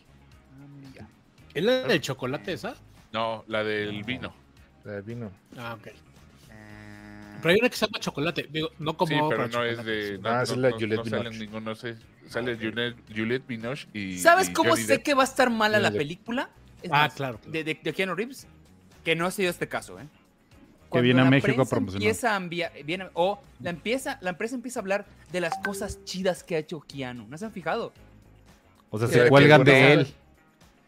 Speaker 3: ¿Es la del chocolate esa?
Speaker 4: No, la del vino.
Speaker 2: La del vino.
Speaker 3: Ah, ok. Pero hay una que se llama chocolate. Digo, no como
Speaker 4: sí,
Speaker 3: agua
Speaker 4: pero
Speaker 3: con
Speaker 4: no es
Speaker 3: chocolate,
Speaker 4: de.
Speaker 3: sí.
Speaker 4: No,
Speaker 2: Ah,
Speaker 4: no-
Speaker 2: es la
Speaker 4: no-
Speaker 2: Juliette
Speaker 4: no salen
Speaker 2: Binoche.
Speaker 4: ninguno. se- Sale Juliette, Juliette Binoche y.
Speaker 1: ¿Sabes
Speaker 4: y
Speaker 1: cómo
Speaker 4: Johnny
Speaker 1: sé
Speaker 4: Depp.
Speaker 1: que va a estar mala la
Speaker 2: Johnny Depp.
Speaker 1: película? Es
Speaker 3: Ah,
Speaker 1: más,
Speaker 3: claro, claro.
Speaker 1: De, de, de Keanu Reeves, que no ha sido este caso, ¿eh?
Speaker 5: viene a
Speaker 1: la
Speaker 5: México a
Speaker 1: prensa
Speaker 5: promocionar.
Speaker 1: Empieza a enviar, viene, o la, empieza, la empresa empieza a hablar de las cosas chidas que ha hecho Keanu. ¿No se han fijado?
Speaker 5: O sea,
Speaker 1: Sí,
Speaker 5: se cuelgan de él.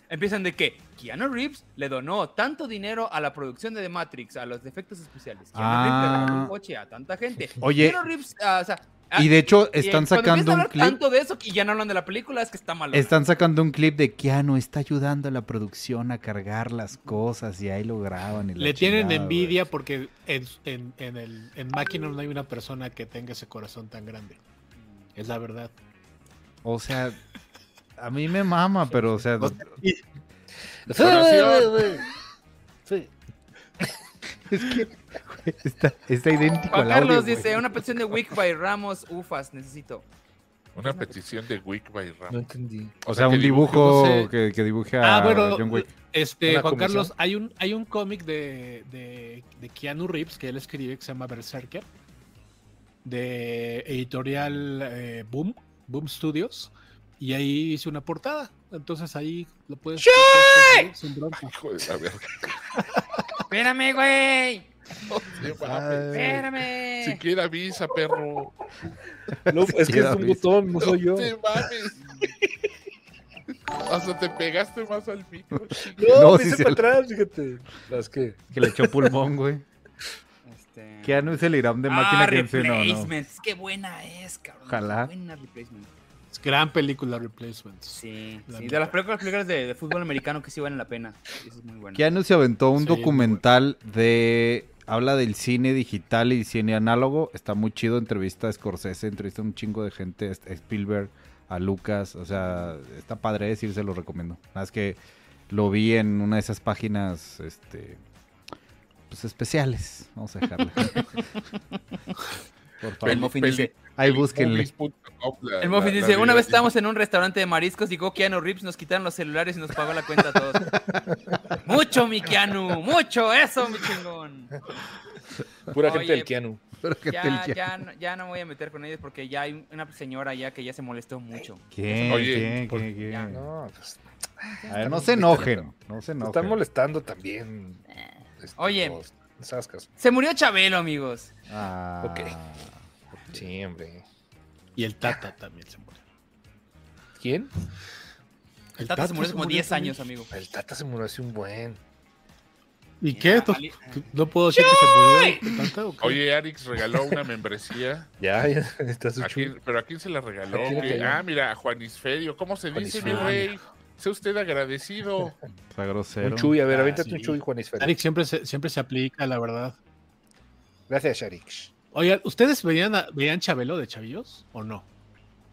Speaker 1: Empiezan de que Keanu Reeves le donó tanto dinero a la producción de The Matrix, a los defectos especiales. Keanu Reeves le
Speaker 5: Ah.
Speaker 1: regaló un coche a tanta gente.
Speaker 5: Oye.
Speaker 1: Keanu Reeves, ah, o sea, ah,
Speaker 5: Y de hecho,
Speaker 1: y
Speaker 5: están
Speaker 1: cuando
Speaker 5: sacando
Speaker 1: empiezan a
Speaker 5: un
Speaker 1: hablar
Speaker 5: clip.
Speaker 1: tanto de eso y ya no hablan de la película, es que está mal.
Speaker 5: Están sacando un clip de Keanu está ayudando a la producción a cargar las cosas y ahí lo graban. y la
Speaker 3: Le tienen
Speaker 5: chingada, güey.
Speaker 3: envidia porque en, en, en, el, en máquina no hay una persona que tenga ese corazón tan grande. Es la verdad.
Speaker 5: O sea, a mí me mama, pero o sea,
Speaker 3: No-
Speaker 4: Donación.
Speaker 2: Sí.
Speaker 5: está, está idéntico
Speaker 1: Juan
Speaker 5: al audio.
Speaker 1: Carlos
Speaker 5: güey.
Speaker 1: dice, una petición de Wick by Ramos, ufas, necesito.
Speaker 4: Una petición de Wick by Ram.
Speaker 2: No entendí.
Speaker 5: O sea, un
Speaker 4: que dibujo,
Speaker 5: dibujo
Speaker 3: no sé.
Speaker 5: que, que dibuje a
Speaker 3: Ah, bueno,
Speaker 5: John Wick.
Speaker 3: este,
Speaker 2: ¿Una
Speaker 3: Juan
Speaker 2: comisión?
Speaker 3: Carlos, hay un, hay un cómic de, de, de Keanu Reeves que él escribe que se llama Berserker, de editorial eh, Boom, Boom Studios, y ahí hice una portada. Entonces ahí lo puedes. lo puedes conseguir sin bronca.
Speaker 4: Hijo de la verga.
Speaker 1: Espérame, güey.
Speaker 4: No mames.
Speaker 1: Espérame.
Speaker 4: Siquiera avisa, perro.
Speaker 2: No, es que es
Speaker 5: queda
Speaker 2: un
Speaker 5: risa.
Speaker 2: botón, no soy yo.
Speaker 4: te mames. O sea, te pegaste más al pico.
Speaker 5: No,
Speaker 2: No,
Speaker 5: sí
Speaker 2: dice
Speaker 5: se-
Speaker 2: para atrás, fíjate. Las que.
Speaker 5: Que le echó pulmón, güey.
Speaker 1: Este...
Speaker 5: Keanu es el Irán de máquina
Speaker 1: ah,
Speaker 5: que dice, no, no.
Speaker 1: replacements. Qué buena es, cabrón.
Speaker 5: Ojalá.
Speaker 1: Qué buena replacement.
Speaker 3: Es gran película Replacements.
Speaker 1: Sí,
Speaker 3: La
Speaker 1: sí.
Speaker 3: neta.
Speaker 1: De las películas películas de, de fútbol americano que sí valen la pena. Eso es muy bueno.
Speaker 5: Keanu se aventó un
Speaker 3: Sí,
Speaker 5: documental de... Habla del cine digital y cine análogo. Está muy chido. Entrevista a Scorsese, entrevista a un chingo de gente. A Spielberg, a Lucas. O sea, está padre decir, se lo recomiendo. Nada más que lo vi en una de esas páginas, este... Pues especiales. Vamos a dejarla. Por favor.
Speaker 1: El Mofin dice,
Speaker 5: Ahí búsquenle.
Speaker 1: el Mofin dice una vez estábamos en un restaurante de mariscos, llegó Keanu Reeves, nos quitaron los celulares y nos pagó la cuenta a todos. mucho, mi Keanu, mucho, eso, mi chingón.
Speaker 2: Pura
Speaker 1: Oye,
Speaker 2: gente del Keanu.
Speaker 5: Pero que te
Speaker 1: Ya,
Speaker 5: el-
Speaker 1: ya, no- ya no me voy a meter con ellos porque ya hay una señora ya que ya se molestó mucho.
Speaker 5: ¿Quién?
Speaker 4: Oye,
Speaker 5: ¿Quién?
Speaker 4: por-
Speaker 5: ¿Quién? ¿Quién?
Speaker 2: No, pues,
Speaker 5: A ver, no se enojen. No se
Speaker 2: te
Speaker 5: enojen.
Speaker 2: están molestando también. este,
Speaker 1: Eh, Oye.
Speaker 2: los- los ascas.
Speaker 1: Se murió Chabelo, amigos.
Speaker 5: Ah,
Speaker 2: Ok. Sí, hombre.
Speaker 3: Y el Tata también se murió.
Speaker 2: ¿Quién?
Speaker 1: El Tata se murió hace como 10
Speaker 3: también.
Speaker 1: años, amigo.
Speaker 2: El Tata se murió hace un buen.
Speaker 3: ¿Y qué? ¿Tú-
Speaker 1: Ali-
Speaker 3: tú- ¿No puedo decir que se murió el Tata o qué?
Speaker 4: Oye, Arix regaló una membresía.
Speaker 2: Ya, ya está su
Speaker 4: ¿A
Speaker 2: chulo.
Speaker 4: quién- ¿Pero a quién se la regaló?
Speaker 2: ¿A quién le
Speaker 4: ¿Qué?
Speaker 2: cayó?
Speaker 4: Ah, mira, a Juan Isferio. ¿Cómo se
Speaker 2: Juan
Speaker 4: dice, mi
Speaker 3: Isferio.
Speaker 4: rey? Sea usted agradecido.
Speaker 5: está grosero.
Speaker 2: Un chuy, a ver,
Speaker 3: Ah,
Speaker 2: avéntate
Speaker 3: sí.
Speaker 2: un chuy, Juan Isfera.
Speaker 3: Tarek siempre se, siempre se aplica, la verdad.
Speaker 2: Gracias, Sharix.
Speaker 3: Oigan, ¿ustedes veían, a- veían Chabelo de Chavillos o no?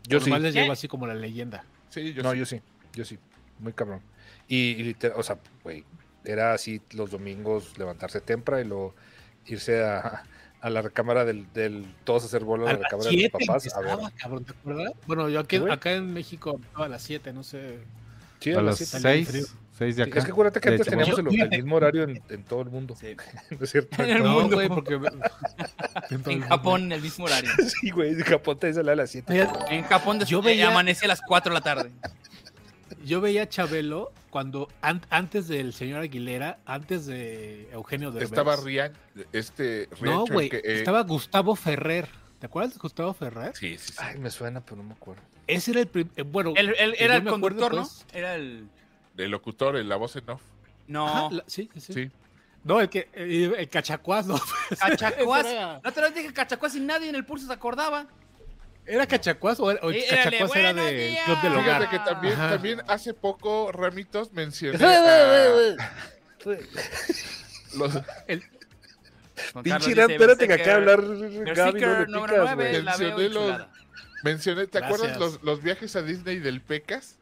Speaker 2: Yo
Speaker 3: Nomás
Speaker 2: sí.
Speaker 3: les llegó así como la leyenda.
Speaker 4: Sí, yo
Speaker 2: No,
Speaker 4: sí.
Speaker 2: yo sí. Yo sí. Muy cabrón. Y, y liter- o sea, güey, era así los domingos levantarse temprano y luego irse a, a la recámara del, del todos hacer bola
Speaker 3: A
Speaker 2: a la
Speaker 3: las
Speaker 2: recámara de
Speaker 3: 7
Speaker 2: los papás. A ver,
Speaker 3: empezaba, cabrón, ¿te acuerdas? Bueno, yo aquí,
Speaker 2: Sí, güey.
Speaker 3: acá en México empezaba a las 7, no sé.
Speaker 2: sí,
Speaker 5: A
Speaker 2: las
Speaker 5: las
Speaker 2: siete.
Speaker 3: frío.
Speaker 5: 6, 6 de
Speaker 2: Sí,
Speaker 5: acá.
Speaker 2: Es que acuérdate que
Speaker 5: De
Speaker 2: antes
Speaker 5: hecho.
Speaker 2: teníamos el,
Speaker 3: Yo-
Speaker 2: el mismo horario en, en todo el mundo.
Speaker 1: Sí.
Speaker 2: ¿No es cierto?
Speaker 1: En el
Speaker 3: No,
Speaker 1: mundo.
Speaker 3: güey, porque...
Speaker 1: En Japón, en el mismo horario.
Speaker 2: Sí, güey, de Japón te dice la de las 7.
Speaker 3: Oye,
Speaker 1: En Japón
Speaker 3: Yo
Speaker 1: yo
Speaker 3: veía-
Speaker 1: amanece a las 4 de la tarde.
Speaker 3: Yo veía a Chabelo cuando an- antes del señor Aguilera, antes de Eugenio Derbez.
Speaker 4: Estaba Rian, este
Speaker 3: No,
Speaker 4: Riacho, el
Speaker 3: güey,
Speaker 4: que, eh,
Speaker 3: estaba Gustavo Ferrer. ¿Te acuerdas de Gustavo Ferrer?
Speaker 4: Sí, sí, sí.
Speaker 2: Ay, me suena, pero no me acuerdo.
Speaker 3: Ese era el prim- eh, bueno,
Speaker 1: Él, él
Speaker 3: que
Speaker 1: era
Speaker 3: yo
Speaker 1: el
Speaker 3: me acuerdo,
Speaker 1: conductor, ¿no?
Speaker 3: pues,
Speaker 1: Era el.
Speaker 4: El locutor, el- la voz en off.
Speaker 1: No.
Speaker 3: ajá, la- sí, sí, sí.
Speaker 4: Sí.
Speaker 3: No, el que eh, el cachacuás, no.
Speaker 1: Cachacuás.
Speaker 3: Ese era-
Speaker 1: La otra vez dije cachacuás y nadie en el pulso se acordaba.
Speaker 3: ¿Era cachacuás o, era- o
Speaker 1: Eh, érale,
Speaker 3: cachacuás era
Speaker 1: buenos
Speaker 3: de
Speaker 1: días.
Speaker 3: Club del
Speaker 1: Fíjate
Speaker 3: Hogar?
Speaker 4: Fíjate que también,
Speaker 3: Ajá.
Speaker 4: también hace poco Ramitos mencioné a los,
Speaker 1: Juan Carlos
Speaker 2: Pinche
Speaker 1: dice,
Speaker 2: Irán, espérate que
Speaker 1: Berserker,
Speaker 2: acaba de hablar Gaby, no
Speaker 1: Berserker
Speaker 2: le
Speaker 1: número
Speaker 2: picas,
Speaker 1: 9,
Speaker 2: güey.
Speaker 1: la veo
Speaker 4: Mencioné los-
Speaker 1: chulada.
Speaker 4: mencioné, ¿te acuerdas
Speaker 3: Gracias.
Speaker 4: los, los viajes a Disney del Pecas?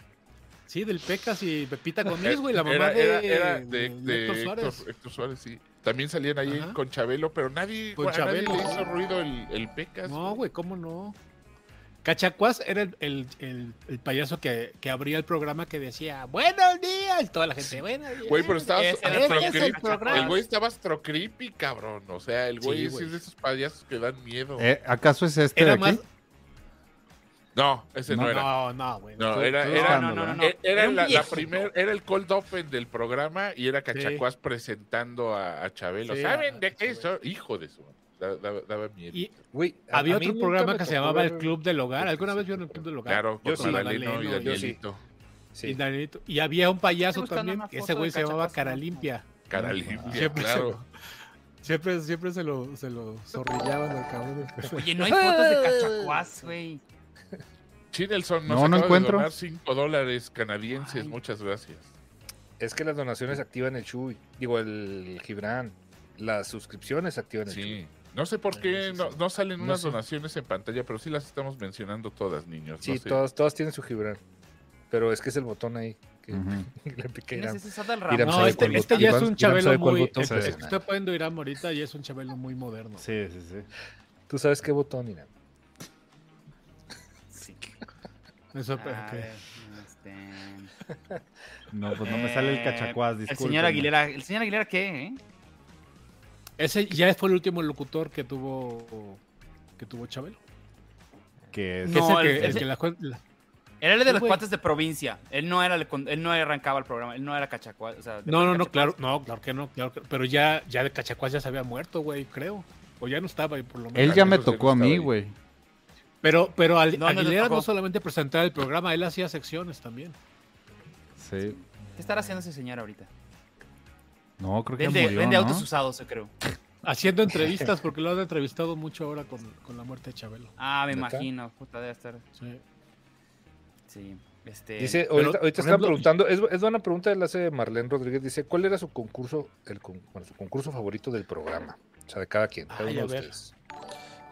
Speaker 3: Sí, del Pecas y Pepita Gómez, güey, la mamá
Speaker 4: Eh, Era-
Speaker 3: de,
Speaker 4: era- era de- de
Speaker 3: Héctor
Speaker 4: Héctor
Speaker 3: Suárez.
Speaker 4: Héctor Suárez, sí. También salían ahí
Speaker 3: Ajá.
Speaker 4: con Chabelo, pero nadie,
Speaker 3: Con
Speaker 4: a nadie
Speaker 3: Chabelo.
Speaker 4: le hizo ruido el, el Pecas.
Speaker 3: No, güey, ¿cómo no? Cachacuás era el, el- el- el payaso que, que abría el programa que decía ¡Buenos días! y toda la gente, ¡Buenos días!
Speaker 4: Güey, pero estabas
Speaker 3: Ese
Speaker 1: era
Speaker 3: es
Speaker 4: astro
Speaker 1: el
Speaker 3: el
Speaker 4: creepy.
Speaker 3: programa.
Speaker 4: El güey estaba astro creepy, cabrón. O sea, el güey
Speaker 3: Sí,
Speaker 4: es
Speaker 3: güey.
Speaker 4: de esos payasos que dan miedo.
Speaker 5: Eh, ¿Acaso es este de
Speaker 3: Era
Speaker 5: aquí?
Speaker 3: más...
Speaker 4: No, ese no,
Speaker 5: No,
Speaker 4: era.
Speaker 3: No, no, güey.
Speaker 4: No,
Speaker 5: Estoy-
Speaker 4: era,
Speaker 5: estoy
Speaker 4: era,
Speaker 5: buscando,
Speaker 1: no, no, no,
Speaker 4: e- era
Speaker 1: Era un
Speaker 4: la, la
Speaker 1: viejito.
Speaker 4: primer, era el cold open del programa y era Cachacuás presentando a, a Chabelo.
Speaker 3: Sí,
Speaker 4: ¿Saben
Speaker 3: a-
Speaker 4: de qué
Speaker 3: a
Speaker 4: hizo? Hijo de su da- da- daba miedo.
Speaker 3: Y
Speaker 2: Güey, a-
Speaker 3: había
Speaker 2: a mí
Speaker 3: otro
Speaker 2: nunca
Speaker 3: programa
Speaker 2: me
Speaker 3: que se
Speaker 2: tocó
Speaker 3: llamaba El
Speaker 2: ver-
Speaker 3: Club del Hogar. ¿Alguna
Speaker 2: Sí,
Speaker 3: vez
Speaker 2: sí,
Speaker 3: vieron El
Speaker 2: sí.
Speaker 3: Club del Hogar?
Speaker 4: Claro,
Speaker 2: Yo
Speaker 4: con
Speaker 2: sí,
Speaker 4: Madaleno y
Speaker 3: Madaleno, yo sí.
Speaker 4: Danielito.
Speaker 2: Sí.
Speaker 3: Y, Danielito- y había un
Speaker 1: Estoy
Speaker 3: payaso
Speaker 1: buscando
Speaker 3: también,
Speaker 1: una
Speaker 3: que ese
Speaker 1: foto
Speaker 3: güey
Speaker 1: de
Speaker 3: se llamaba
Speaker 1: Cachacuás, no,
Speaker 3: Cara
Speaker 1: no.
Speaker 3: Limpia.
Speaker 4: Cara limpia,
Speaker 3: Siempre se
Speaker 4: claro.
Speaker 3: Siempre, siempre se lo, se lo zorrillaban al cabrón.
Speaker 1: Oye, no hay fotos de cachacuás, güey.
Speaker 4: Chinelson nos
Speaker 5: No, no
Speaker 4: acaba de
Speaker 5: encuentro.
Speaker 4: donar 5 dólares canadienses.
Speaker 1: Ay.
Speaker 4: Muchas gracias.
Speaker 2: Es que las donaciones activan el Chuy, digo, el Gibran. Las suscripciones activan el Chuy.
Speaker 4: Sí. No sé por
Speaker 2: Sí,
Speaker 4: qué
Speaker 2: sí,
Speaker 4: no,
Speaker 2: sí.
Speaker 4: no salen
Speaker 2: No
Speaker 4: unas
Speaker 2: sé.
Speaker 4: donaciones en pantalla, pero sí las estamos mencionando todas, niños.
Speaker 2: Sí,
Speaker 4: no sé.
Speaker 2: todas, todas tienen su Gibran. Pero es que es el botón ahí que
Speaker 5: Ujú.
Speaker 2: le piqué.
Speaker 1: ¿Quién
Speaker 2: Irán.
Speaker 1: es ese Sadal
Speaker 2: Irán
Speaker 1: Ramos?
Speaker 2: sabe
Speaker 3: No, este,
Speaker 2: cuál
Speaker 3: este
Speaker 2: botón.
Speaker 3: ya es
Speaker 2: Irán-
Speaker 3: un
Speaker 2: Irán sabe
Speaker 3: Chabelo
Speaker 2: cuál
Speaker 3: muy. El,
Speaker 2: botón
Speaker 3: el que
Speaker 2: presionar.
Speaker 3: está poniendo Irán ahorita ya es un Chabelo muy moderno.
Speaker 5: Sí, sí, sí.
Speaker 2: Tú sabes qué botón, Irán.
Speaker 1: Sí.
Speaker 3: Eso,
Speaker 1: Ah,
Speaker 3: eh,
Speaker 1: A
Speaker 3: ok.
Speaker 1: ver, este...
Speaker 5: No, pues no me sale el
Speaker 1: Eh,
Speaker 5: cachacuás,
Speaker 1: El
Speaker 5: disculpe.
Speaker 1: señor Aguilera, ¿el señor Aguilera qué? eh?
Speaker 3: Ese ya fue el último locutor que tuvo que tuvo Chabelo.
Speaker 5: Que es
Speaker 3: Que es
Speaker 1: No,
Speaker 3: el que,
Speaker 1: el-
Speaker 3: el
Speaker 1: ese-
Speaker 3: que la jue- la-
Speaker 1: Era el de
Speaker 3: Sí,
Speaker 1: los
Speaker 3: güey.
Speaker 1: cuates de provincia. Él no era el con- él no arrancaba el programa, él no era cachacuás, o sea, de-
Speaker 3: No, no, no,
Speaker 1: cachacuás.
Speaker 3: claro, no, claro que no, claro que- pero ya, ya de Cachacuás ya se había muerto, güey, creo. O ya no estaba ahí por lo menos.
Speaker 5: Él ya me
Speaker 4: Carlitos,
Speaker 5: tocó a
Speaker 4: él estaba
Speaker 5: mí,
Speaker 4: ahí.
Speaker 5: güey.
Speaker 3: Pero, pero al-
Speaker 1: No, no le
Speaker 3: Aguilera
Speaker 1: tocó.
Speaker 3: no solamente presentaba el programa, él hacía secciones también.
Speaker 5: Sí.
Speaker 1: ¿Qué estará haciendo ese señor ahorita?
Speaker 5: No, creo que ya
Speaker 1: Vende,
Speaker 5: murió,
Speaker 1: vende
Speaker 5: ¿no?
Speaker 1: autos usados, yo creo.
Speaker 3: Haciendo entrevistas, porque lo han entrevistado mucho ahora con, con la muerte de Chabelo.
Speaker 1: Ah, me
Speaker 2: ¿Neta?
Speaker 1: imagino, puta debe estar.
Speaker 3: Sí.
Speaker 1: Sí. Este
Speaker 2: Dice,
Speaker 3: Eh, Pero,
Speaker 2: ahorita, ahorita
Speaker 3: por
Speaker 2: están
Speaker 3: ejemplo-
Speaker 2: preguntando, es, es buena pregunta la hace Marlene Rodríguez, dice, ¿cuál era su concurso, el con- bueno, su concurso favorito del programa? O sea, de cada quien, cada
Speaker 3: Ay,
Speaker 2: uno
Speaker 3: a
Speaker 2: de
Speaker 3: ver.
Speaker 2: ustedes.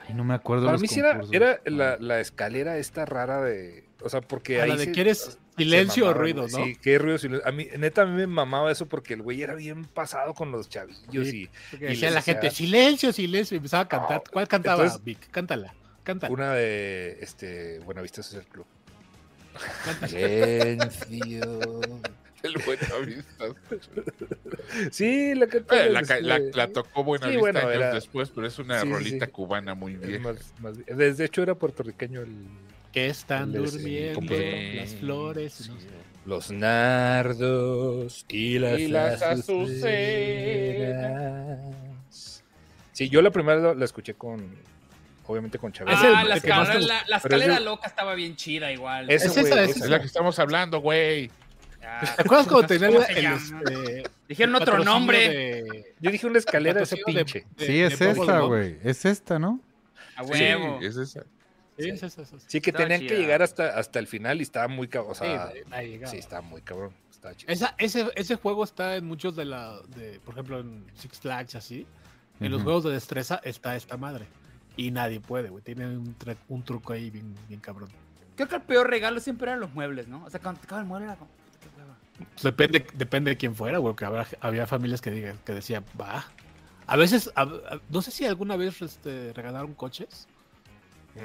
Speaker 5: Ay, no me acuerdo
Speaker 2: Para
Speaker 5: los
Speaker 2: mí sí era,
Speaker 5: concursos.
Speaker 2: era la, la escalera esta rara de, o sea, porque
Speaker 3: A
Speaker 2: ahí
Speaker 3: la de
Speaker 2: se-
Speaker 3: quieres
Speaker 2: se
Speaker 3: silencio o
Speaker 2: mamaban,
Speaker 3: ruido, ¿no?
Speaker 2: güey. Sí, qué ruido, silencio. A mí, neta, a mí me mamaba eso porque el güey era bien pasado con los chavillos
Speaker 3: Sí.
Speaker 2: y
Speaker 3: Porque
Speaker 2: Y
Speaker 3: decía
Speaker 2: les
Speaker 3: la
Speaker 2: hacía-
Speaker 3: gente, silencio, silencio, y empezaba a cantar. ¿Cuál cantaba,
Speaker 2: entonces-
Speaker 3: Vic? Cántala, cántala.
Speaker 2: una de, este, Buenavista Social Club.
Speaker 3: cántala.
Speaker 2: Silencio.
Speaker 4: El Buenavistas.
Speaker 2: sí, la que... este,
Speaker 4: Eh, la, ca- la- la tocó Buena
Speaker 2: Sí,
Speaker 4: Vista
Speaker 2: bueno,
Speaker 4: años
Speaker 2: era-
Speaker 4: después, pero es una
Speaker 2: Sí, sí,
Speaker 4: rolita
Speaker 2: sí.
Speaker 4: cubana muy
Speaker 2: Es
Speaker 4: vieja.
Speaker 2: más- más- desde hecho era puertorriqueño el
Speaker 3: Que están
Speaker 2: Les- el
Speaker 3: durmiendo
Speaker 2: compositor.
Speaker 3: las flores. y no sé.
Speaker 2: los nardos y las,
Speaker 4: Y las
Speaker 2: azucenas. Sí, yo la primera la, la escuché con obviamente con Chabelo.
Speaker 3: Es el-
Speaker 1: Ah,
Speaker 2: ¿no?
Speaker 1: la,
Speaker 2: Que
Speaker 3: que más
Speaker 1: escalera,
Speaker 2: más-
Speaker 3: te-
Speaker 1: la- la
Speaker 2: pero
Speaker 1: escalera
Speaker 2: ese-
Speaker 1: loca estaba bien chida igual.
Speaker 2: Esa,
Speaker 3: Es
Speaker 2: güey,
Speaker 3: esa, es
Speaker 2: esa.
Speaker 4: Es la que estamos hablando, güey.
Speaker 1: Ah,
Speaker 3: ¿Te acuerdas cuando tenía
Speaker 1: ¿cómo
Speaker 3: la-
Speaker 1: se
Speaker 3: el,
Speaker 1: llama?
Speaker 3: este,
Speaker 1: Dijeron otro
Speaker 3: patrocinio
Speaker 1: nombre.
Speaker 3: de-
Speaker 2: Yo dije una escalera ese
Speaker 3: patrocinio de-
Speaker 2: pinche.
Speaker 3: de-
Speaker 5: Sí,
Speaker 3: de
Speaker 5: es
Speaker 3: Bubble
Speaker 5: esta,
Speaker 3: Gum?
Speaker 5: güey. Es esta, ¿no?
Speaker 1: A
Speaker 4: Sí,
Speaker 1: huevo.
Speaker 4: es esa.
Speaker 3: Sí, es esa, es esa.
Speaker 2: Sí, que
Speaker 1: Estaba
Speaker 2: tenían que
Speaker 1: chida.
Speaker 2: llegar hasta, hasta el final y estaba muy cabrón. O sea,
Speaker 3: Sí, ahí llegaba.
Speaker 2: sí, estaba muy cabrón. Estaba chido.
Speaker 3: Esa- ese, ese juego está en muchos de la, de, por ejemplo, en Six Flags, así. En los
Speaker 5: Ujú.
Speaker 3: juegos de destreza está esta madre. Y nadie puede, güey. Tiene un, tra- un truco ahí bien, bien cabrón.
Speaker 1: Creo que el peor regalo siempre eran los muebles, ¿no? O sea, cuando te tocaba el mueble era como, puta, qué hueva.
Speaker 3: Pues depende, depende de quién fuera, güey, que habrá- había familias que, digan, que decían, va. A veces, a- a- no sé si alguna vez este, regalaron coches.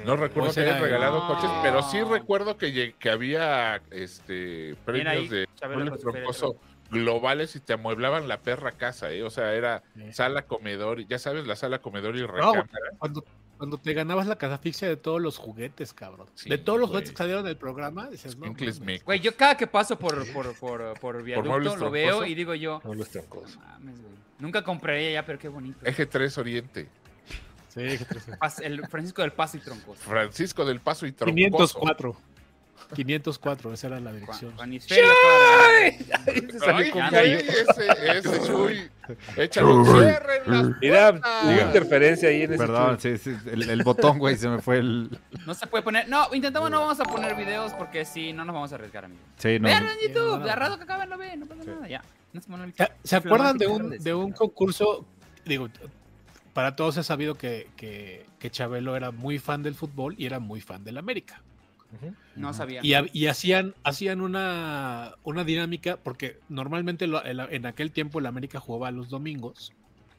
Speaker 4: No recuerdo
Speaker 3: Pues
Speaker 4: que hayan
Speaker 3: era-
Speaker 4: regalado
Speaker 1: No.
Speaker 4: coches, pero sí recuerdo que, lleg- que había este
Speaker 1: Bien
Speaker 4: premios
Speaker 1: ahí,
Speaker 4: de
Speaker 1: Chabelo
Speaker 4: Mueble
Speaker 1: con su féretro.
Speaker 4: Troncoso globales y te amueblaban la perra casa, ¿eh? O sea, era
Speaker 3: Sí.
Speaker 4: sala, comedor, y- ya sabes, la sala, comedor y
Speaker 3: güey.
Speaker 4: recámara.
Speaker 3: Cuando, cuando te ganabas la catafixia de todos los juguetes, cabrón.
Speaker 4: Sí,
Speaker 3: de todos los
Speaker 4: güey.
Speaker 3: juguetes que salieron del programa, dices, no.
Speaker 4: Squinkles
Speaker 3: mames.
Speaker 4: mecos.
Speaker 1: Güey, yo cada que paso por, por, por, por viaducto
Speaker 4: Muebles
Speaker 1: lo veo
Speaker 4: Troncoso.
Speaker 1: y digo yo,
Speaker 2: No los troncos.
Speaker 1: mames, güey. Nunca compraría ya, pero qué bonito.
Speaker 4: Eje 3 Oriente.
Speaker 3: Sí, qué triste.
Speaker 1: Pas- El Francisco del Paso y Troncos.
Speaker 4: Francisco del Paso y Troncoso.
Speaker 3: 504. 504, esa era la dirección.
Speaker 1: Juan Isfel, acaba de-
Speaker 4: Ay,
Speaker 1: con
Speaker 4: güey,
Speaker 1: gallo.
Speaker 4: ese, ese, chuy. Échalo. Cierren las
Speaker 2: Mira,
Speaker 4: puertas.
Speaker 2: hubo interferencia ahí en ese.
Speaker 5: Perdón, sí, sí, el, el botón, güey, se me fue el...
Speaker 1: No se puede poner. No, intentamos no vamos a poner videos porque sí, no nos vamos a arriesgar, amigos.
Speaker 5: Sí, no.
Speaker 1: Vean en
Speaker 3: no,
Speaker 1: YouTube,
Speaker 3: no.
Speaker 1: de rato que acaban lo ven, no pasa nada, ya. No se pongan el-
Speaker 3: ¿Se- ¿Se acuerdan de
Speaker 1: Flamantes
Speaker 3: un,
Speaker 1: verdes.
Speaker 3: de un concurso? Digo, para todos es sabido que, que, que Chabelo era muy fan del fútbol y era muy fan del América.
Speaker 2: Ujú.
Speaker 1: No sabía.
Speaker 3: Y, ha- y hacían, hacían una, una dinámica, porque normalmente lo- el- en aquel tiempo el América jugaba los domingos,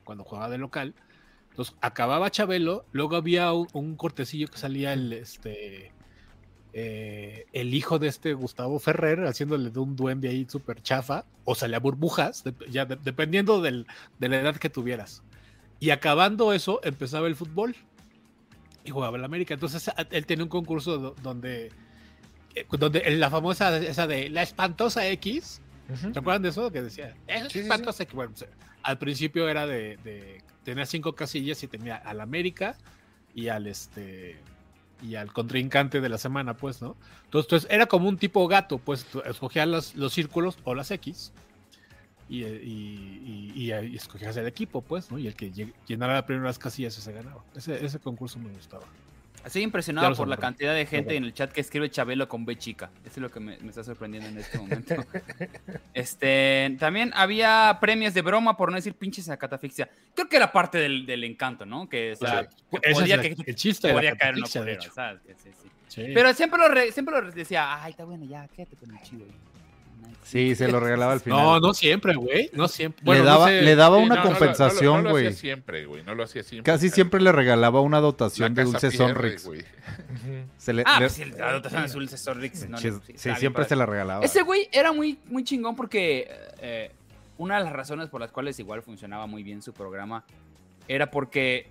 Speaker 3: cuando jugaba de local. Entonces acababa Chabelo, luego había un, un cortecillo que salía el, este, eh, el hijo de este Gustavo Ferrer haciéndole de un duende ahí súper chafa, o salía burbujas, dep- ya de- dependiendo del- de la edad que tuvieras. Y acabando eso, empezaba el fútbol y jugaba el América. Entonces a- él tenía un concurso do- donde eh, donde en la famosa esa de la espantosa X,
Speaker 2: Ujú.
Speaker 3: ¿se acuerdan de eso que decía? Es
Speaker 2: Sí, sí,
Speaker 3: espantosa X. Bueno, pues, al principio era de, de- tenía cinco casillas y tenía al América y al este y al contrincante de la semana, pues, ¿no? Entonces, entonces, era como un tipo gato, pues tú escogías los, los círculos o las X y, eh, y- y- y ahí escogías el equipo, pues, ¿no? Y el que lleg- llenara las primeras casillas ese ganaba. Ese, ese concurso me gustaba.
Speaker 1: Estoy
Speaker 3: Ya
Speaker 1: impresionado
Speaker 3: lo
Speaker 1: por la
Speaker 3: sabré.
Speaker 1: cantidad de gente en el chat que escribe Chabelo con B chica. Eso es lo que me, me está sorprendiendo en este momento. este, también había premios de broma por no decir pinches a catafixia. Creo que era parte del, del encanto, ¿no? Que, o sea, que
Speaker 3: Ese es
Speaker 1: podía,
Speaker 3: el,
Speaker 1: que-
Speaker 3: el chiste de la
Speaker 1: podía caer una
Speaker 3: catafixia, de
Speaker 1: culera,
Speaker 3: hecho.
Speaker 1: ¿sabes? Que sí, sí.
Speaker 3: Sí.
Speaker 1: Pero siempre lo, re- siempre lo re- decía, ay, está bueno, ya, quédate con el chido.
Speaker 5: Sí, se lo regalaba al final.
Speaker 3: No, no siempre, güey. No siempre.
Speaker 5: Le daba- le daba
Speaker 4: no,
Speaker 5: una
Speaker 3: no,
Speaker 4: no lo- no lo-
Speaker 5: compensación,
Speaker 4: no lo hacía
Speaker 5: güey.
Speaker 4: siempre, güey. No lo hacía siempre.
Speaker 5: Casi siempre le regalaba una
Speaker 4: La
Speaker 5: dotación de
Speaker 4: Casa
Speaker 5: dulces
Speaker 4: Pierre,
Speaker 5: Sonrix.
Speaker 4: güey.
Speaker 2: Ujú.
Speaker 5: Se le-
Speaker 1: Ah,
Speaker 5: le-
Speaker 1: pues sí, la dotación azul de Sorrix. No,
Speaker 5: sí,
Speaker 1: no,
Speaker 5: sí,
Speaker 1: está bien
Speaker 5: siempre
Speaker 1: padre.
Speaker 5: se la
Speaker 2: Ah,
Speaker 5: regalaba.
Speaker 1: Ese güey era muy, muy chingón porque eh, una de las razones por las cuales igual funcionaba muy bien su programa era porque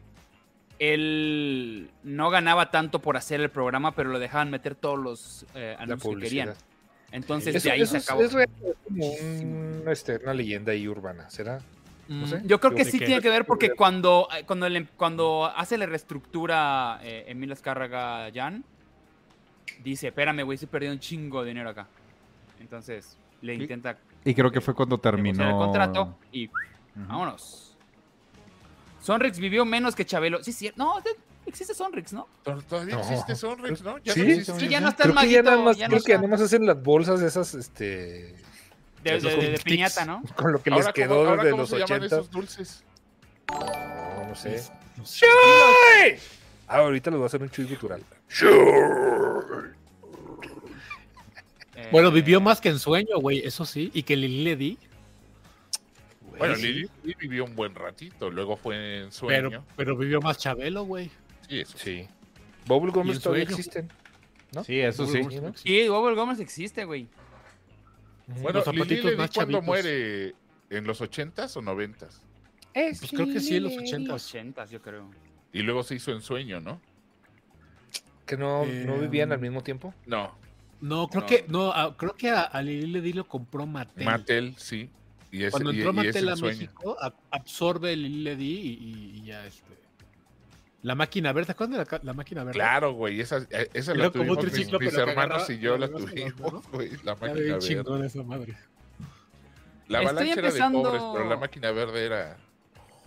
Speaker 1: él no ganaba tanto por hacer el programa, pero lo dejaban meter todos los eh,
Speaker 2: La
Speaker 1: anuncios que querían.
Speaker 2: publicidad.
Speaker 1: Entonces
Speaker 2: Eso,
Speaker 1: de ahí
Speaker 2: eso
Speaker 1: se
Speaker 2: es,
Speaker 1: acabó.
Speaker 2: es real, es como un, este, una leyenda ahí urbana, ¿será?
Speaker 1: Mm,
Speaker 2: sé.
Speaker 1: Yo creo que
Speaker 3: Yo
Speaker 1: sí
Speaker 3: sé que-
Speaker 1: tiene que ver porque cuando, eh, cuando, le- cuando hace la reestructura eh, Emil Azcárraga a Jan, dice, espérame, güey, se perdió un chingo de dinero acá. Entonces le
Speaker 5: Sí.
Speaker 1: intenta
Speaker 5: Y creo que fue cuando terminó.
Speaker 1: negociar el contrato y
Speaker 5: Ujú.
Speaker 1: Vámonos. Sonrix vivió menos que Chabelo. Sí, sí. No, de- existe Sonrix, ¿no?
Speaker 4: Tor- Todavía
Speaker 2: No.
Speaker 4: existe Sonrix, ¿no? Ya
Speaker 2: Sí,
Speaker 4: no existe.
Speaker 1: Sí, ya no está el
Speaker 2: Creo que ya
Speaker 1: maguito.
Speaker 2: nada más,
Speaker 1: ya no
Speaker 2: creo que
Speaker 1: está.
Speaker 2: nada más hacen las bolsas esas, este,
Speaker 1: de, de-
Speaker 2: esos
Speaker 1: de- de
Speaker 2: tic-tics.
Speaker 1: piñata, ¿no?
Speaker 2: con lo que les
Speaker 4: Ahora, ¿cómo-
Speaker 2: quedó
Speaker 4: ahora
Speaker 2: de
Speaker 4: cómo
Speaker 2: los
Speaker 4: se llaman
Speaker 2: 80.
Speaker 4: esos dulces?
Speaker 2: No, no sé.
Speaker 3: sé.
Speaker 2: Ah, ahorita les voy a hacer un chuy cultural.
Speaker 1: Eh,
Speaker 3: Bueno, vivió más que en sueño, güey, eso sí. Y que Lili le di.
Speaker 4: Bueno, Lili Lili vivió un buen ratito, luego fue en sueño.
Speaker 3: Pero, pero vivió más Chabelo, güey.
Speaker 4: sí, eso.
Speaker 2: Sí. Bubblegum
Speaker 3: ¿Y en
Speaker 2: Gomez todavía
Speaker 3: sueño?
Speaker 2: existen. ¿no?
Speaker 5: Sí, eso sí.
Speaker 2: Sí, ¿no?
Speaker 1: Sí, Bubble Gómez existe, güey.
Speaker 4: Bueno,
Speaker 3: Los zapatitos
Speaker 4: Lili
Speaker 3: más
Speaker 4: cuando
Speaker 3: chavitos.
Speaker 4: muere en los 80s o 90s.
Speaker 3: Pues creo que sí, en los ochentas.
Speaker 1: 80, yo creo.
Speaker 4: Y luego se hizo en sueño, ¿no?
Speaker 2: Que no, no
Speaker 3: Eh,
Speaker 2: vivían al mismo tiempo.
Speaker 4: No,
Speaker 3: No, creo
Speaker 1: No.
Speaker 3: que, no, a- creo que a, a Lili le di lo compró Mattel.
Speaker 4: Mattel, sí. Y es,
Speaker 3: Cuando
Speaker 4: y-
Speaker 3: entró
Speaker 4: y es
Speaker 3: Mattel
Speaker 4: en
Speaker 3: a
Speaker 4: sueño.
Speaker 3: México, a- absorbe Lili le di y, y- y ya este. La máquina verde, ¿te acuerdas de la, ca- la máquina verde?
Speaker 4: Claro, güey, esa, eh, esa
Speaker 3: Era
Speaker 4: la
Speaker 3: como un
Speaker 4: tuvimos mis,
Speaker 3: triciclo,
Speaker 4: mis
Speaker 3: pero que
Speaker 4: hermanos
Speaker 3: agarraba-
Speaker 4: y yo la
Speaker 3: agarraba las manos,
Speaker 4: tuvimos, güey, la
Speaker 3: Era
Speaker 4: máquina
Speaker 3: bien
Speaker 4: verde.
Speaker 3: chingona esa madre.
Speaker 4: La
Speaker 1: Estoy
Speaker 4: avalancha era de
Speaker 1: empezando-
Speaker 4: pobres, pero la máquina verde era...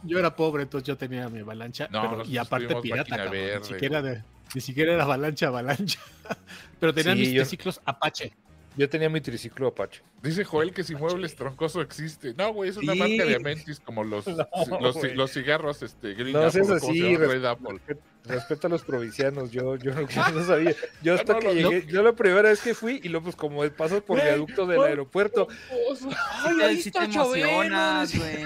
Speaker 3: Yo era pobre, entonces yo tenía mi avalancha.
Speaker 4: No,
Speaker 3: pero-
Speaker 4: nosotros
Speaker 3: y aparte
Speaker 4: tuvimos
Speaker 3: pirata,
Speaker 4: máquina
Speaker 3: cabrón,
Speaker 4: verde,
Speaker 3: ni, siquiera de- ni siquiera era avalancha, avalancha. Pero tenía
Speaker 2: Sí,
Speaker 3: mis
Speaker 2: yo-
Speaker 3: triciclos Apache.
Speaker 2: Yo tenía mi triciclo Apache.
Speaker 4: Dice Joel que si muebles troncoso existe. No, güey, es una
Speaker 1: Sí.
Speaker 4: marca de Amentis como los,
Speaker 2: No,
Speaker 4: los,
Speaker 2: güey.
Speaker 4: los cigarros este, Green
Speaker 2: No
Speaker 4: Apple,
Speaker 2: seas
Speaker 4: o como
Speaker 2: así,
Speaker 4: se llama,
Speaker 2: res-
Speaker 4: Red Apple.
Speaker 2: Respeta a los provincianos, yo, yo, no, yo no sabía. Yo hasta
Speaker 4: No,
Speaker 2: que
Speaker 4: no, no.
Speaker 2: llegué, yo la primera vez que fui, y luego pues como paso por
Speaker 4: Güey,
Speaker 2: viaducto del
Speaker 4: no.
Speaker 2: aeropuerto,
Speaker 1: Ay, si te emocionas, güey.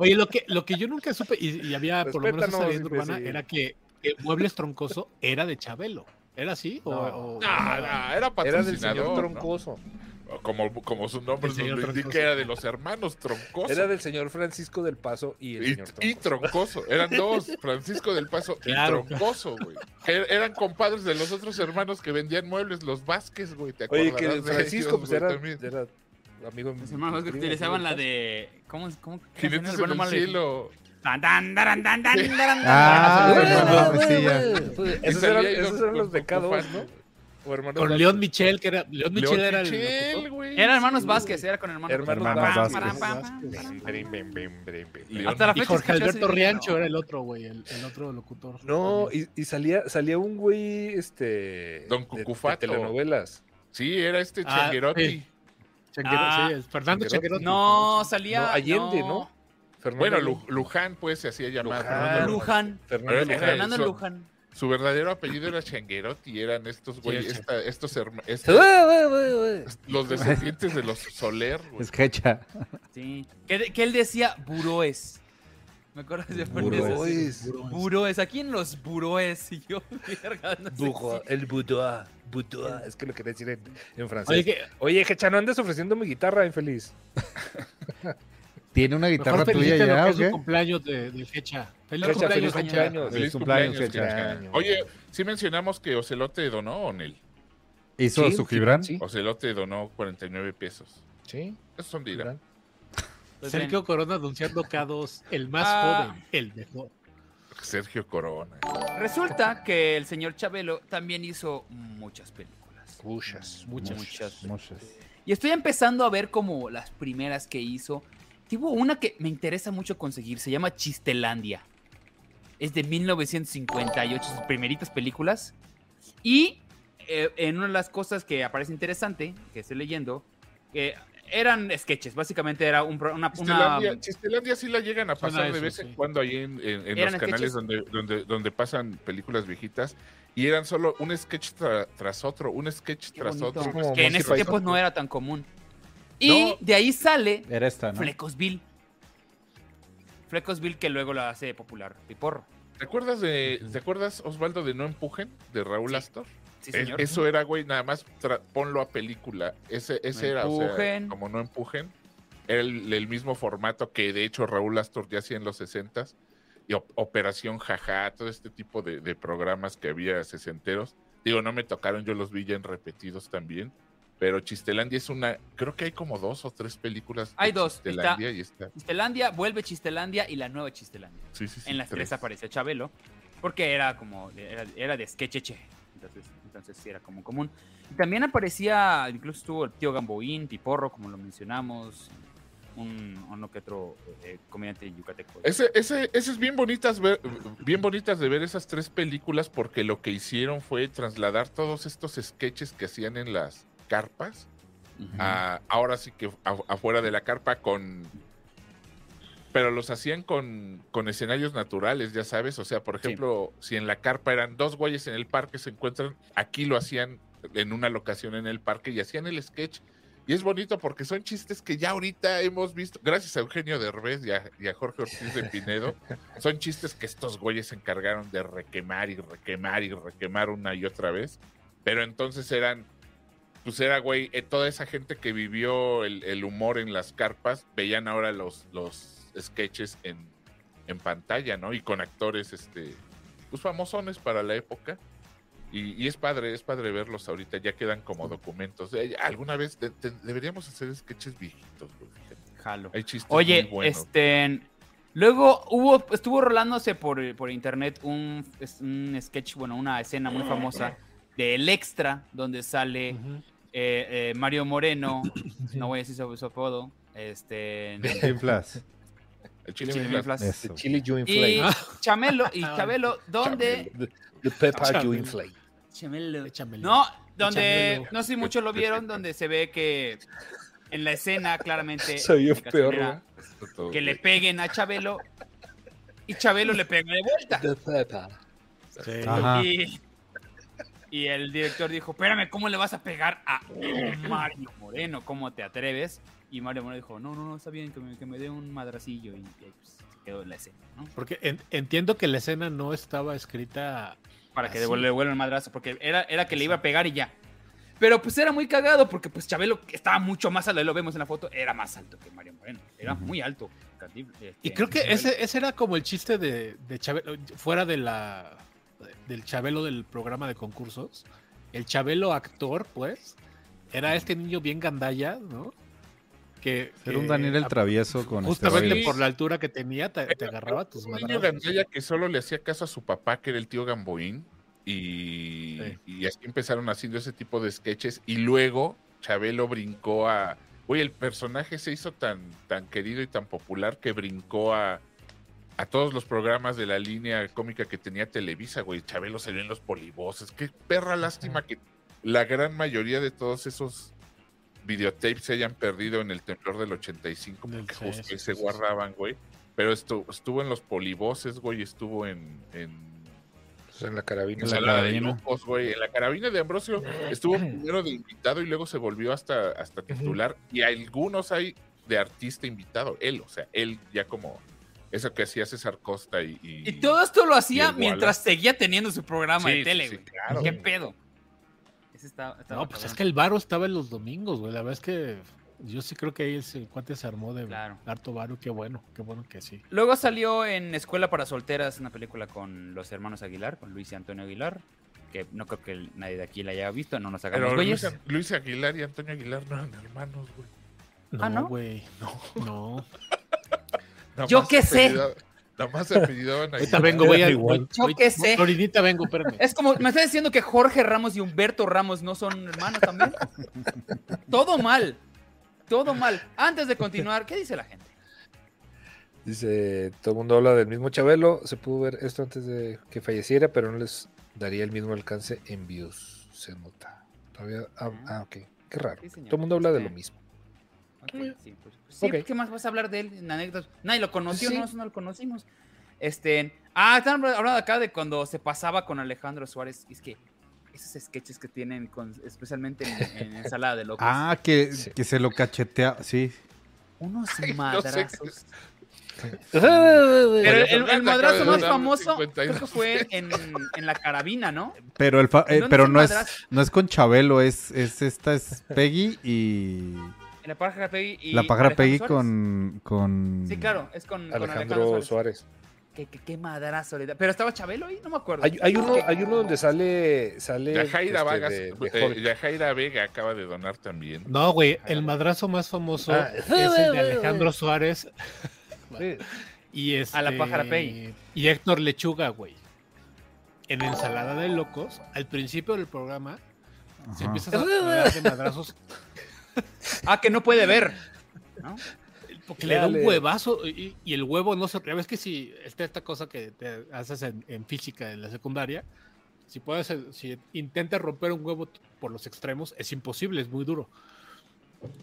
Speaker 3: Oye, lo que, lo que yo nunca supe, y, y había por lo menos esa
Speaker 2: Respétanos,
Speaker 3: leyenda urbana,
Speaker 2: imbécil.
Speaker 3: era que, que Muebles Troncoso era de Chabelo. ¿Era así? O,
Speaker 2: No.
Speaker 3: o-
Speaker 4: No, no, era
Speaker 2: era del señor
Speaker 4: patrocinador. ¿no?
Speaker 2: Troncoso.
Speaker 4: Como, como su
Speaker 3: El
Speaker 4: nombre nos
Speaker 3: señor
Speaker 4: lo
Speaker 3: Troncoso.
Speaker 4: indica, era de los hermanos Troncoso.
Speaker 2: Era del señor Francisco del Paso y el
Speaker 4: y,
Speaker 2: señor
Speaker 4: y
Speaker 2: Troncoso.
Speaker 4: Troncoso. Eran dos, Francisco del Paso
Speaker 3: Claro.
Speaker 4: y Troncoso, güey. Que er- eran compadres de los otros hermanos que vendían muebles, los Vázquez, güey. ¿Te
Speaker 2: Oye,
Speaker 4: acuerdas?
Speaker 2: que el Francisco pues era, era amigo
Speaker 1: Los hermanos que utilizaban la de. ¿Cómo? ¿Cómo?
Speaker 4: Jinetes en el cielo.
Speaker 1: Tan, tan, taran, tan, tan, taran,
Speaker 5: Ah,
Speaker 1: taran.
Speaker 5: bueno,
Speaker 1: Ah,
Speaker 5: pues sí, ya.
Speaker 4: Y
Speaker 2: Esos
Speaker 4: salía
Speaker 2: eran,
Speaker 4: ahí
Speaker 2: esos eran
Speaker 4: con- con
Speaker 2: los
Speaker 4: Cuco
Speaker 2: becados,
Speaker 4: Fan,
Speaker 2: ¿no? O hermanos
Speaker 3: Con León Michel, que era. León Michel
Speaker 4: León
Speaker 3: era el
Speaker 4: Michel,
Speaker 3: locutor.
Speaker 4: güey.
Speaker 1: Era hermanos Vázquez, era con hermanos,
Speaker 2: Hermanos
Speaker 5: Vázquez.
Speaker 1: Pam, pam,
Speaker 3: Hermanos
Speaker 1: pam, pam, pam.
Speaker 2: Brim, brim, brim, brim, brim.
Speaker 4: León
Speaker 1: Hasta la
Speaker 3: Y
Speaker 1: fecha escucho ese
Speaker 3: Jorge Alberto
Speaker 1: video.
Speaker 3: Riancho era el otro, güey, el, el otro locutor.
Speaker 2: No,
Speaker 3: También.
Speaker 2: y, y salía, salía un güey, este...
Speaker 4: Don
Speaker 2: de- de
Speaker 4: Cucufato.
Speaker 2: telenovelas.
Speaker 4: Sí, era este
Speaker 3: Ah,
Speaker 4: Changuerotti.
Speaker 3: sí. Chequero-
Speaker 1: Ah.
Speaker 3: sí, es Fernando
Speaker 2: Chequero-
Speaker 3: Chequerotti.
Speaker 1: No, salía.
Speaker 2: No, Allende, ¿no? Fernando
Speaker 4: Bueno,
Speaker 2: Lu-
Speaker 4: Lu- Luján, pues, se hacía llamar.
Speaker 2: Luján.
Speaker 1: Ah,
Speaker 4: Fernando Luján.
Speaker 1: Luján.
Speaker 2: Fernando
Speaker 4: Era-
Speaker 2: Luján.
Speaker 1: Fernando
Speaker 4: eso.
Speaker 1: Luján.
Speaker 4: Su verdadero apellido era Changuerotti, eran estos güey,
Speaker 3: Sí, sí.
Speaker 4: esta- estos herma-
Speaker 2: Ué,
Speaker 4: estos-
Speaker 2: ué, ué, ué.
Speaker 4: los descendientes de los Soler,
Speaker 1: pues.
Speaker 4: güey.
Speaker 5: Es hecha.
Speaker 1: Sí. Que, de- que él decía buroes. ¿Me acuerdas de poner eso?
Speaker 2: Buroes.
Speaker 1: Buroes. Aquí en los buroes. Y yo, verga, no sé
Speaker 2: Bujo, el boudoir, boudoir. Es que lo quería decir en, en francés.
Speaker 3: Oye,
Speaker 2: Oye,
Speaker 3: que
Speaker 2: Hecha, no andes ofreciendo mi guitarra, infeliz.
Speaker 5: ¿Tiene una guitarra
Speaker 3: mejor
Speaker 5: tuya
Speaker 3: felicítalo, que
Speaker 5: ya o
Speaker 3: es su
Speaker 5: qué?
Speaker 3: cumpleaños de, de fecha. Feliz
Speaker 2: Hecha,
Speaker 3: cumpleaños,
Speaker 2: feliz
Speaker 1: Hecha.
Speaker 2: cumpleaños.
Speaker 4: Feliz
Speaker 5: Feliz
Speaker 4: cumpleaños,
Speaker 5: cumpleaños,
Speaker 4: Chencha.
Speaker 2: Chencha.
Speaker 4: Oye, sí mencionamos que Ocelote donó, Onel.
Speaker 5: ¿Hizo
Speaker 2: Sí,
Speaker 5: su Gibran?
Speaker 2: Sí,
Speaker 4: Ocelote donó 49 pesos.
Speaker 2: sí.
Speaker 4: Esos son de Irán.
Speaker 2: Gibran.
Speaker 1: Pues
Speaker 3: Sergio Corona anunciando K2, el más
Speaker 1: Ah.
Speaker 3: joven, el mejor.
Speaker 4: Sergio Corona.
Speaker 1: Resulta que el señor Chabelo también hizo muchas películas.
Speaker 2: Muchas,
Speaker 1: muchas.
Speaker 5: Muchas.
Speaker 1: Y estoy empezando a ver como las primeras que hizo. Tipo una que me interesa mucho conseguir, se llama Chistelandia. Es de 1958, sus primeritas películas. Y eh, en una de las cosas que aparece interesante, que estoy leyendo, que eran sketches, básicamente era un, pro- una... una
Speaker 4: Chistelandia, Chistelandia sí la llegan a
Speaker 3: Suena
Speaker 4: pasar de
Speaker 3: eso,
Speaker 4: vez
Speaker 3: sí.
Speaker 4: en cuando ahí en, en- en los
Speaker 1: Eran
Speaker 4: canales
Speaker 1: sketches.
Speaker 4: donde, donde, donde pasan películas viejitas y eran solo un sketch tra- tras otro, un sketch
Speaker 1: Qué
Speaker 4: tras
Speaker 1: bonito.
Speaker 4: otro.
Speaker 2: Como
Speaker 1: que en
Speaker 2: Monty
Speaker 1: esos tiempos
Speaker 2: Python.
Speaker 1: no era tan común. Y de ahí sale
Speaker 5: Era esta, ¿no?
Speaker 1: Flecosville. Flecosville que luego la hace popular Piporro.
Speaker 4: ¿Te acuerdas de, ¿te acuerdas Osvaldo de No Empujen de Raúl Astor?
Speaker 1: Sí,
Speaker 4: Es-
Speaker 1: señor.
Speaker 4: eso era, güey, nada más tra- ponlo a película. Ese, ese
Speaker 1: No
Speaker 4: era, o sea,
Speaker 1: empujen.
Speaker 4: como no empujen. Era el, el mismo formato que de hecho Raúl Astor ya hacía en los 60s. Y Op- Operación Jaja, todo este tipo de, de programas que había sesenteros. Digo, no me tocaron, yo los vi ya en repetidos también. Pero Chistelandia es una, creo que hay como dos o tres películas. de
Speaker 1: Hay dos, está-
Speaker 4: Chistelandia y está.
Speaker 1: Chistelandia, vuelve Chistelandia y la nueva Chistelandia.
Speaker 4: Sí, sí, sí,
Speaker 1: en las tres
Speaker 4: tres.
Speaker 1: apareció Chabelo, porque era como, era, era de sketcheche, entonces, entonces sí era como común. Y también aparecía, incluso estuvo el tío Gamboín, Piporro, como lo mencionamos, un, uno que otro eh, comediante yucateco.
Speaker 4: Ese, ese, ese es bien bonitas, ver- bien bonitas de ver esas tres películas porque lo que hicieron fue trasladar todos estos sketches que hacían en las carpas
Speaker 1: Ujú.
Speaker 4: a- ahora sí que a- afuera de la carpa con... Pero los hacían con, con escenarios naturales, ya sabes. O sea, por ejemplo, si en la carpa eran dos güeyes en el parque se encuentran, aquí lo hacían en una locación en el parque y hacían el sketch. Y es bonito porque son chistes que ya ahorita hemos visto, gracias a Eugenio Derbez y a, y a Jorge Ortiz de Pinedo, son chistes que estos güeyes se encargaron de requemar y requemar y requemar una y otra vez. Pero entonces eran, pues era, güey, eh, toda esa gente que vivió el, el humor en las carpas, veían ahora los, los sketches en, en pantalla, ¿no? Y con actores, este, pues famosones para la época. Y, y es padre, es padre verlos ahorita, ya quedan como documentos. Eh, alguna vez de- te- deberíamos hacer sketches viejitos, güey, fíjate.
Speaker 1: Jalo.
Speaker 4: Hay chistes
Speaker 1: Oye,
Speaker 4: muy buenos.
Speaker 1: este. Luego hubo, estuvo rolándose por, por internet un, es- un sketch, bueno, una escena muy famosa del extra, donde sale
Speaker 3: Ujú.
Speaker 1: eh, eh, Mario Moreno, no voy a decir su, su apodo, este.
Speaker 5: Inflas.
Speaker 4: El chile Inflas.
Speaker 1: Chilinflas.
Speaker 5: Eso.
Speaker 2: Chile you
Speaker 1: Y
Speaker 2: inflate.
Speaker 3: Ah,
Speaker 1: Chamelo, y Chabelo, ¿dónde?
Speaker 2: The pepper you
Speaker 3: Chale.
Speaker 2: inflate.
Speaker 1: Chamelo.
Speaker 3: Échamelo.
Speaker 1: No, Donde,
Speaker 3: Chamuelo.
Speaker 1: no sé si muchos lo vieron, donde se ve que en la escena claramente
Speaker 2: Se vio
Speaker 1: la
Speaker 2: peor,
Speaker 1: casonera,
Speaker 2: ¿no?
Speaker 4: Todo,
Speaker 1: que le
Speaker 4: güey.
Speaker 1: peguen a Chabelo y Chabelo le pega de vuelta.
Speaker 3: Ah.
Speaker 5: Ajá.
Speaker 1: Y, y el director dijo, espérame, ¿cómo le vas a pegar a Mario Moreno? ¿Cómo te atreves? Y Mario Moreno dijo, no, no, no, está bien, que me, que me dé un madracillo. Y, y, pues, se quedó en la escena, ¿no?
Speaker 3: Porque en- entiendo que la escena no estaba escrita.
Speaker 1: Para que
Speaker 3: Así.
Speaker 1: devuelva, devuelva el madrazo, porque era, era que le iba a pegar y ya. Pero pues era muy cagado, porque pues Chabelo estaba mucho más alto, ahí lo vemos en la foto, era más alto que Mario Moreno. Era muy alto. Cantinflas,
Speaker 3: Y
Speaker 1: este,
Speaker 3: creo que
Speaker 1: Chabelo.
Speaker 3: ese, ese era como el chiste de, de Chabelo, fuera de la, del Chabelo del programa de concursos. El Chabelo actor, pues, era este niño bien gandalla, ¿no? Que,
Speaker 5: Era un
Speaker 3: que
Speaker 5: Daniel el
Speaker 3: a-
Speaker 5: Travieso con este
Speaker 3: Justamente
Speaker 5: esteroides.
Speaker 3: por la altura que tenía, te, te agarraba tus
Speaker 4: Un niño
Speaker 3: madrazos.
Speaker 4: gandalla que solo le hacía caso a su papá, que era el tío Gamboín, y,
Speaker 3: Sí.
Speaker 4: y así empezaron haciendo ese tipo de sketches, y luego Chabelo brincó a... Oye, el personaje se hizo tan, tan querido y tan popular que brincó a, a todos los programas de la línea cómica que tenía Televisa, güey. Chabelo salió en los polivoces. Qué perra lástima que la gran mayoría de todos esos videotapes se hayan perdido en el temblor del 85,
Speaker 3: Del-
Speaker 4: porque
Speaker 3: sí,
Speaker 4: justo
Speaker 3: sí,
Speaker 4: ahí se
Speaker 3: sí, sí.
Speaker 4: guardaban, güey. Pero estu- estuvo en los polivoces, güey, estuvo en, en
Speaker 2: Pues en la carabina.
Speaker 5: En la
Speaker 4: Salada de
Speaker 5: carabina.
Speaker 4: Locos, güey. En la carabina de Ambrosio estuvo primero de invitado y luego se volvió hasta, hasta titular. Y algunos hay de artista invitado, él, o sea, él ya como eso que hacía César Costa y.
Speaker 1: Y todo esto lo
Speaker 4: y
Speaker 1: hacía
Speaker 4: el
Speaker 1: mientras seguía teniendo su programa
Speaker 4: Sí,
Speaker 1: de
Speaker 4: sí,
Speaker 1: tele,
Speaker 4: sí,
Speaker 1: güey.
Speaker 4: claro.
Speaker 1: ¿Qué pedo? Ese está, estaba
Speaker 3: No, pues es
Speaker 1: cabrón.
Speaker 3: que el varo estaba en los domingos, güey. La verdad es que yo sí creo que ahí ese cuate se armó de
Speaker 1: Claro.
Speaker 3: harto varo. Qué bueno, qué bueno que sí.
Speaker 1: Luego salió en Escuela para Solteras una película con los hermanos Aguilar, con Luis y Antonio Aguilar, que no creo que nadie de aquí la haya visto, no nos hagamos
Speaker 4: Pero Luis,
Speaker 1: güeyes.
Speaker 4: Luis Aguilar y Antonio Aguilar no eran hermanos, güey.
Speaker 3: No,
Speaker 1: Ah, ¿no?
Speaker 3: güey. No, no.
Speaker 4: Nada
Speaker 1: Yo
Speaker 4: más
Speaker 1: qué
Speaker 4: se
Speaker 1: sé.
Speaker 4: apellida- Nada más se apellidaban ahí.
Speaker 3: Ahorita vengo, voy a.
Speaker 2: Igual.
Speaker 3: voy-
Speaker 1: Yo
Speaker 3: voy-
Speaker 1: qué sé.
Speaker 3: Ahorita vengo, espérame.
Speaker 1: Es como, me está diciendo que Jorge Ramos y Humberto Ramos no son hermanos también. Todo mal. Todo mal. Antes de continuar, ¿qué dice la gente?
Speaker 2: Dice, todo el mundo habla del mismo Chabelo. Se pudo ver esto antes de que falleciera, pero no les daría el mismo alcance en views. Se nota. Todavía, ah, ah, ok. Qué raro.
Speaker 1: Sí, señor.
Speaker 2: todo el mundo habla de
Speaker 1: Sí.
Speaker 2: lo mismo.
Speaker 1: Ok, sí, pues, pues, sí,
Speaker 2: Ok.
Speaker 1: ¿qué más vas a hablar de él en anécdotas? Nadie lo conoció,
Speaker 2: Sí.
Speaker 1: no, no lo conocimos. Este, ah, están hablando acá de cuando se pasaba con Alejandro Suárez. Es que esos sketches que tienen, con- especialmente en, en Ensalada de Locos,
Speaker 5: Ah, que,
Speaker 2: Sí.
Speaker 5: que se lo cachetea. Sí.
Speaker 1: unos
Speaker 4: Ay, no sé.
Speaker 1: madrazos.
Speaker 2: Pero
Speaker 1: Pero
Speaker 4: María
Speaker 1: el- el,
Speaker 4: Fernanda acaba
Speaker 1: madrazo
Speaker 4: de
Speaker 1: más
Speaker 4: dar
Speaker 1: famoso
Speaker 4: 52
Speaker 1: creo que fue en, en la carabina, ¿no?
Speaker 5: Pero, el fa-
Speaker 1: ¿En
Speaker 5: eh,
Speaker 1: dónde
Speaker 5: pero
Speaker 1: se
Speaker 5: no, es,
Speaker 1: madrazo?
Speaker 5: no es con Chabelo, es, es esta es Peggy y.
Speaker 1: En la pájara Peggy y
Speaker 5: la pájara
Speaker 1: Alejandro
Speaker 5: Peggy
Speaker 1: Suárez.
Speaker 5: con, con.
Speaker 1: Sí, claro, es con con
Speaker 2: Alejandro,
Speaker 1: Alejandro Suárez.
Speaker 2: Suárez.
Speaker 1: ¿Qué, qué, qué madrazo le da. Pero estaba Chabelo ahí, no me acuerdo.
Speaker 2: Hay, hay uno, hay uno donde sale. sale
Speaker 4: Yajaira
Speaker 2: este,
Speaker 4: Vagas,
Speaker 2: de- de
Speaker 4: eh,
Speaker 2: Hulk.
Speaker 4: Yajaira Vega acaba de donar también.
Speaker 3: No, güey. El madrazo más famoso
Speaker 2: Ah.
Speaker 3: es el de Alejandro Suárez y es.
Speaker 1: A la pájara Pei.
Speaker 3: Y Héctor Lechuga, güey. En Ensalada de Locos, al principio del programa, se
Speaker 5: Ajá.
Speaker 1: pues.
Speaker 3: empieza a hablar de madrazos
Speaker 1: Ah, que no puede ver.
Speaker 3: Porque le da un
Speaker 2: Dale.
Speaker 3: huevazo y, y el huevo no se. Ya ves que si está esta cosa que te haces en, en física en la secundaria, si puedes, eh, si intentas romper un huevo t- por los extremos, es imposible, es muy duro.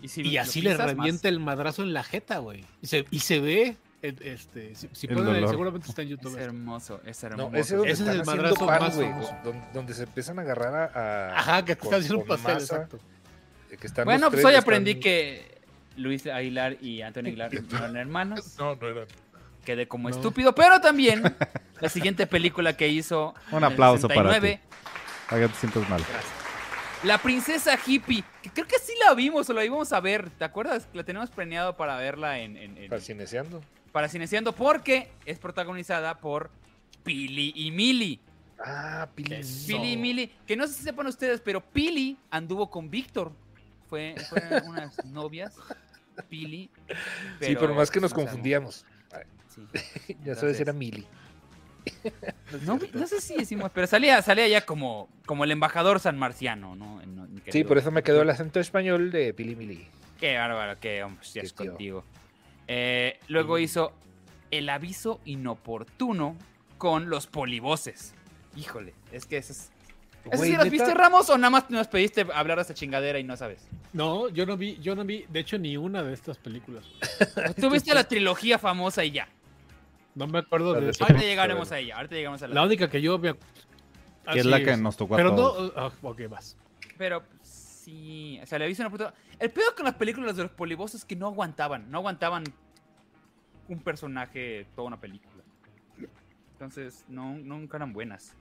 Speaker 1: si
Speaker 3: y
Speaker 1: lo
Speaker 3: así le
Speaker 1: piensas más,
Speaker 3: revienta el madrazo en la jeta, güey. Y se, y se ve. eh, Este, si, si
Speaker 5: El
Speaker 3: ponen ahí,
Speaker 5: dolor.
Speaker 3: seguramente está en
Speaker 1: Es
Speaker 3: YouTube. esto.
Speaker 1: hermoso, es hermoso.
Speaker 2: No, ese es donde
Speaker 3: Ese es
Speaker 2: están
Speaker 3: el
Speaker 2: haciendo
Speaker 3: madrazo
Speaker 2: pan,
Speaker 3: más
Speaker 2: güey,
Speaker 3: famoso.
Speaker 2: Donde, donde se empiezan a agarrar a. a-
Speaker 3: Ajá, que te
Speaker 2: con-
Speaker 3: está haciendo un
Speaker 2: con
Speaker 3: pastel,
Speaker 2: masa,
Speaker 3: exacto.
Speaker 2: eh, que están
Speaker 1: bueno,
Speaker 2: los
Speaker 1: pues
Speaker 2: tres,
Speaker 1: hoy
Speaker 2: están-
Speaker 1: aprendí que Luis Aguilar y Antonio Aguilar no eran hermanos.
Speaker 4: No, no eran.
Speaker 1: Quedé como
Speaker 3: No.
Speaker 1: estúpido, pero también la siguiente película que hizo.
Speaker 5: Un
Speaker 1: en el
Speaker 5: aplauso para ti.
Speaker 1: 69,
Speaker 5: Para que te sientas mal.
Speaker 1: La princesa hippie, que creo que sí la vimos o la íbamos a ver, ¿te acuerdas? La tenemos planeado para verla en, en- en-
Speaker 2: Fascineseando.
Speaker 1: para Cineciando porque es protagonizada por Pili y Mili.
Speaker 2: Ah, Pili.
Speaker 3: Eso.
Speaker 1: Pili y Mili, que no sé si sepan ustedes, pero Pili anduvo con Víctor. Fue, fueron unas novias, Pili.
Speaker 2: sí, pero más que nos
Speaker 1: no se
Speaker 2: confundíamos.
Speaker 1: armó. Sí.
Speaker 2: Ya sabes,
Speaker 1: Entonces,
Speaker 2: era Mili.
Speaker 1: No, no sé si decimos, pero salía, salía ya como, como el embajador san marciano, ¿no? No, mi
Speaker 2: Sí,
Speaker 1: querido-
Speaker 2: por eso me quedó el acento español de Pili Mili.
Speaker 1: Qué bárbaro, qué hombre, si
Speaker 2: Qué
Speaker 1: es
Speaker 2: tío.
Speaker 1: contigo. Eh, luego hizo El aviso inoportuno con los polivoces. Híjole, es que ese es. ¿Esas
Speaker 2: Güey,
Speaker 1: sí las
Speaker 2: neta,
Speaker 1: viste, Ramos, o nada más nos pediste hablar de esta chingadera y no sabes?
Speaker 3: No, yo no vi, yo no vi, de hecho, ni una de estas películas.
Speaker 1: Tú viste la trilogía famosa y ya.
Speaker 3: No me acuerdo
Speaker 2: La
Speaker 3: de
Speaker 2: de
Speaker 3: esa.
Speaker 1: Ahorita llegaremos a ella, ahorita llegamos a
Speaker 3: La
Speaker 1: la...
Speaker 3: única que yo veo.
Speaker 5: Que es la que nos tocó a
Speaker 3: Pero
Speaker 5: todos.
Speaker 3: no. ah, ok, vas.
Speaker 1: Pero sí, o sea, le aviso una puta... El pedo con las películas de los polivosos es que no aguantaban, no aguantaban un personaje toda una película. Entonces, no, nunca eran buenas.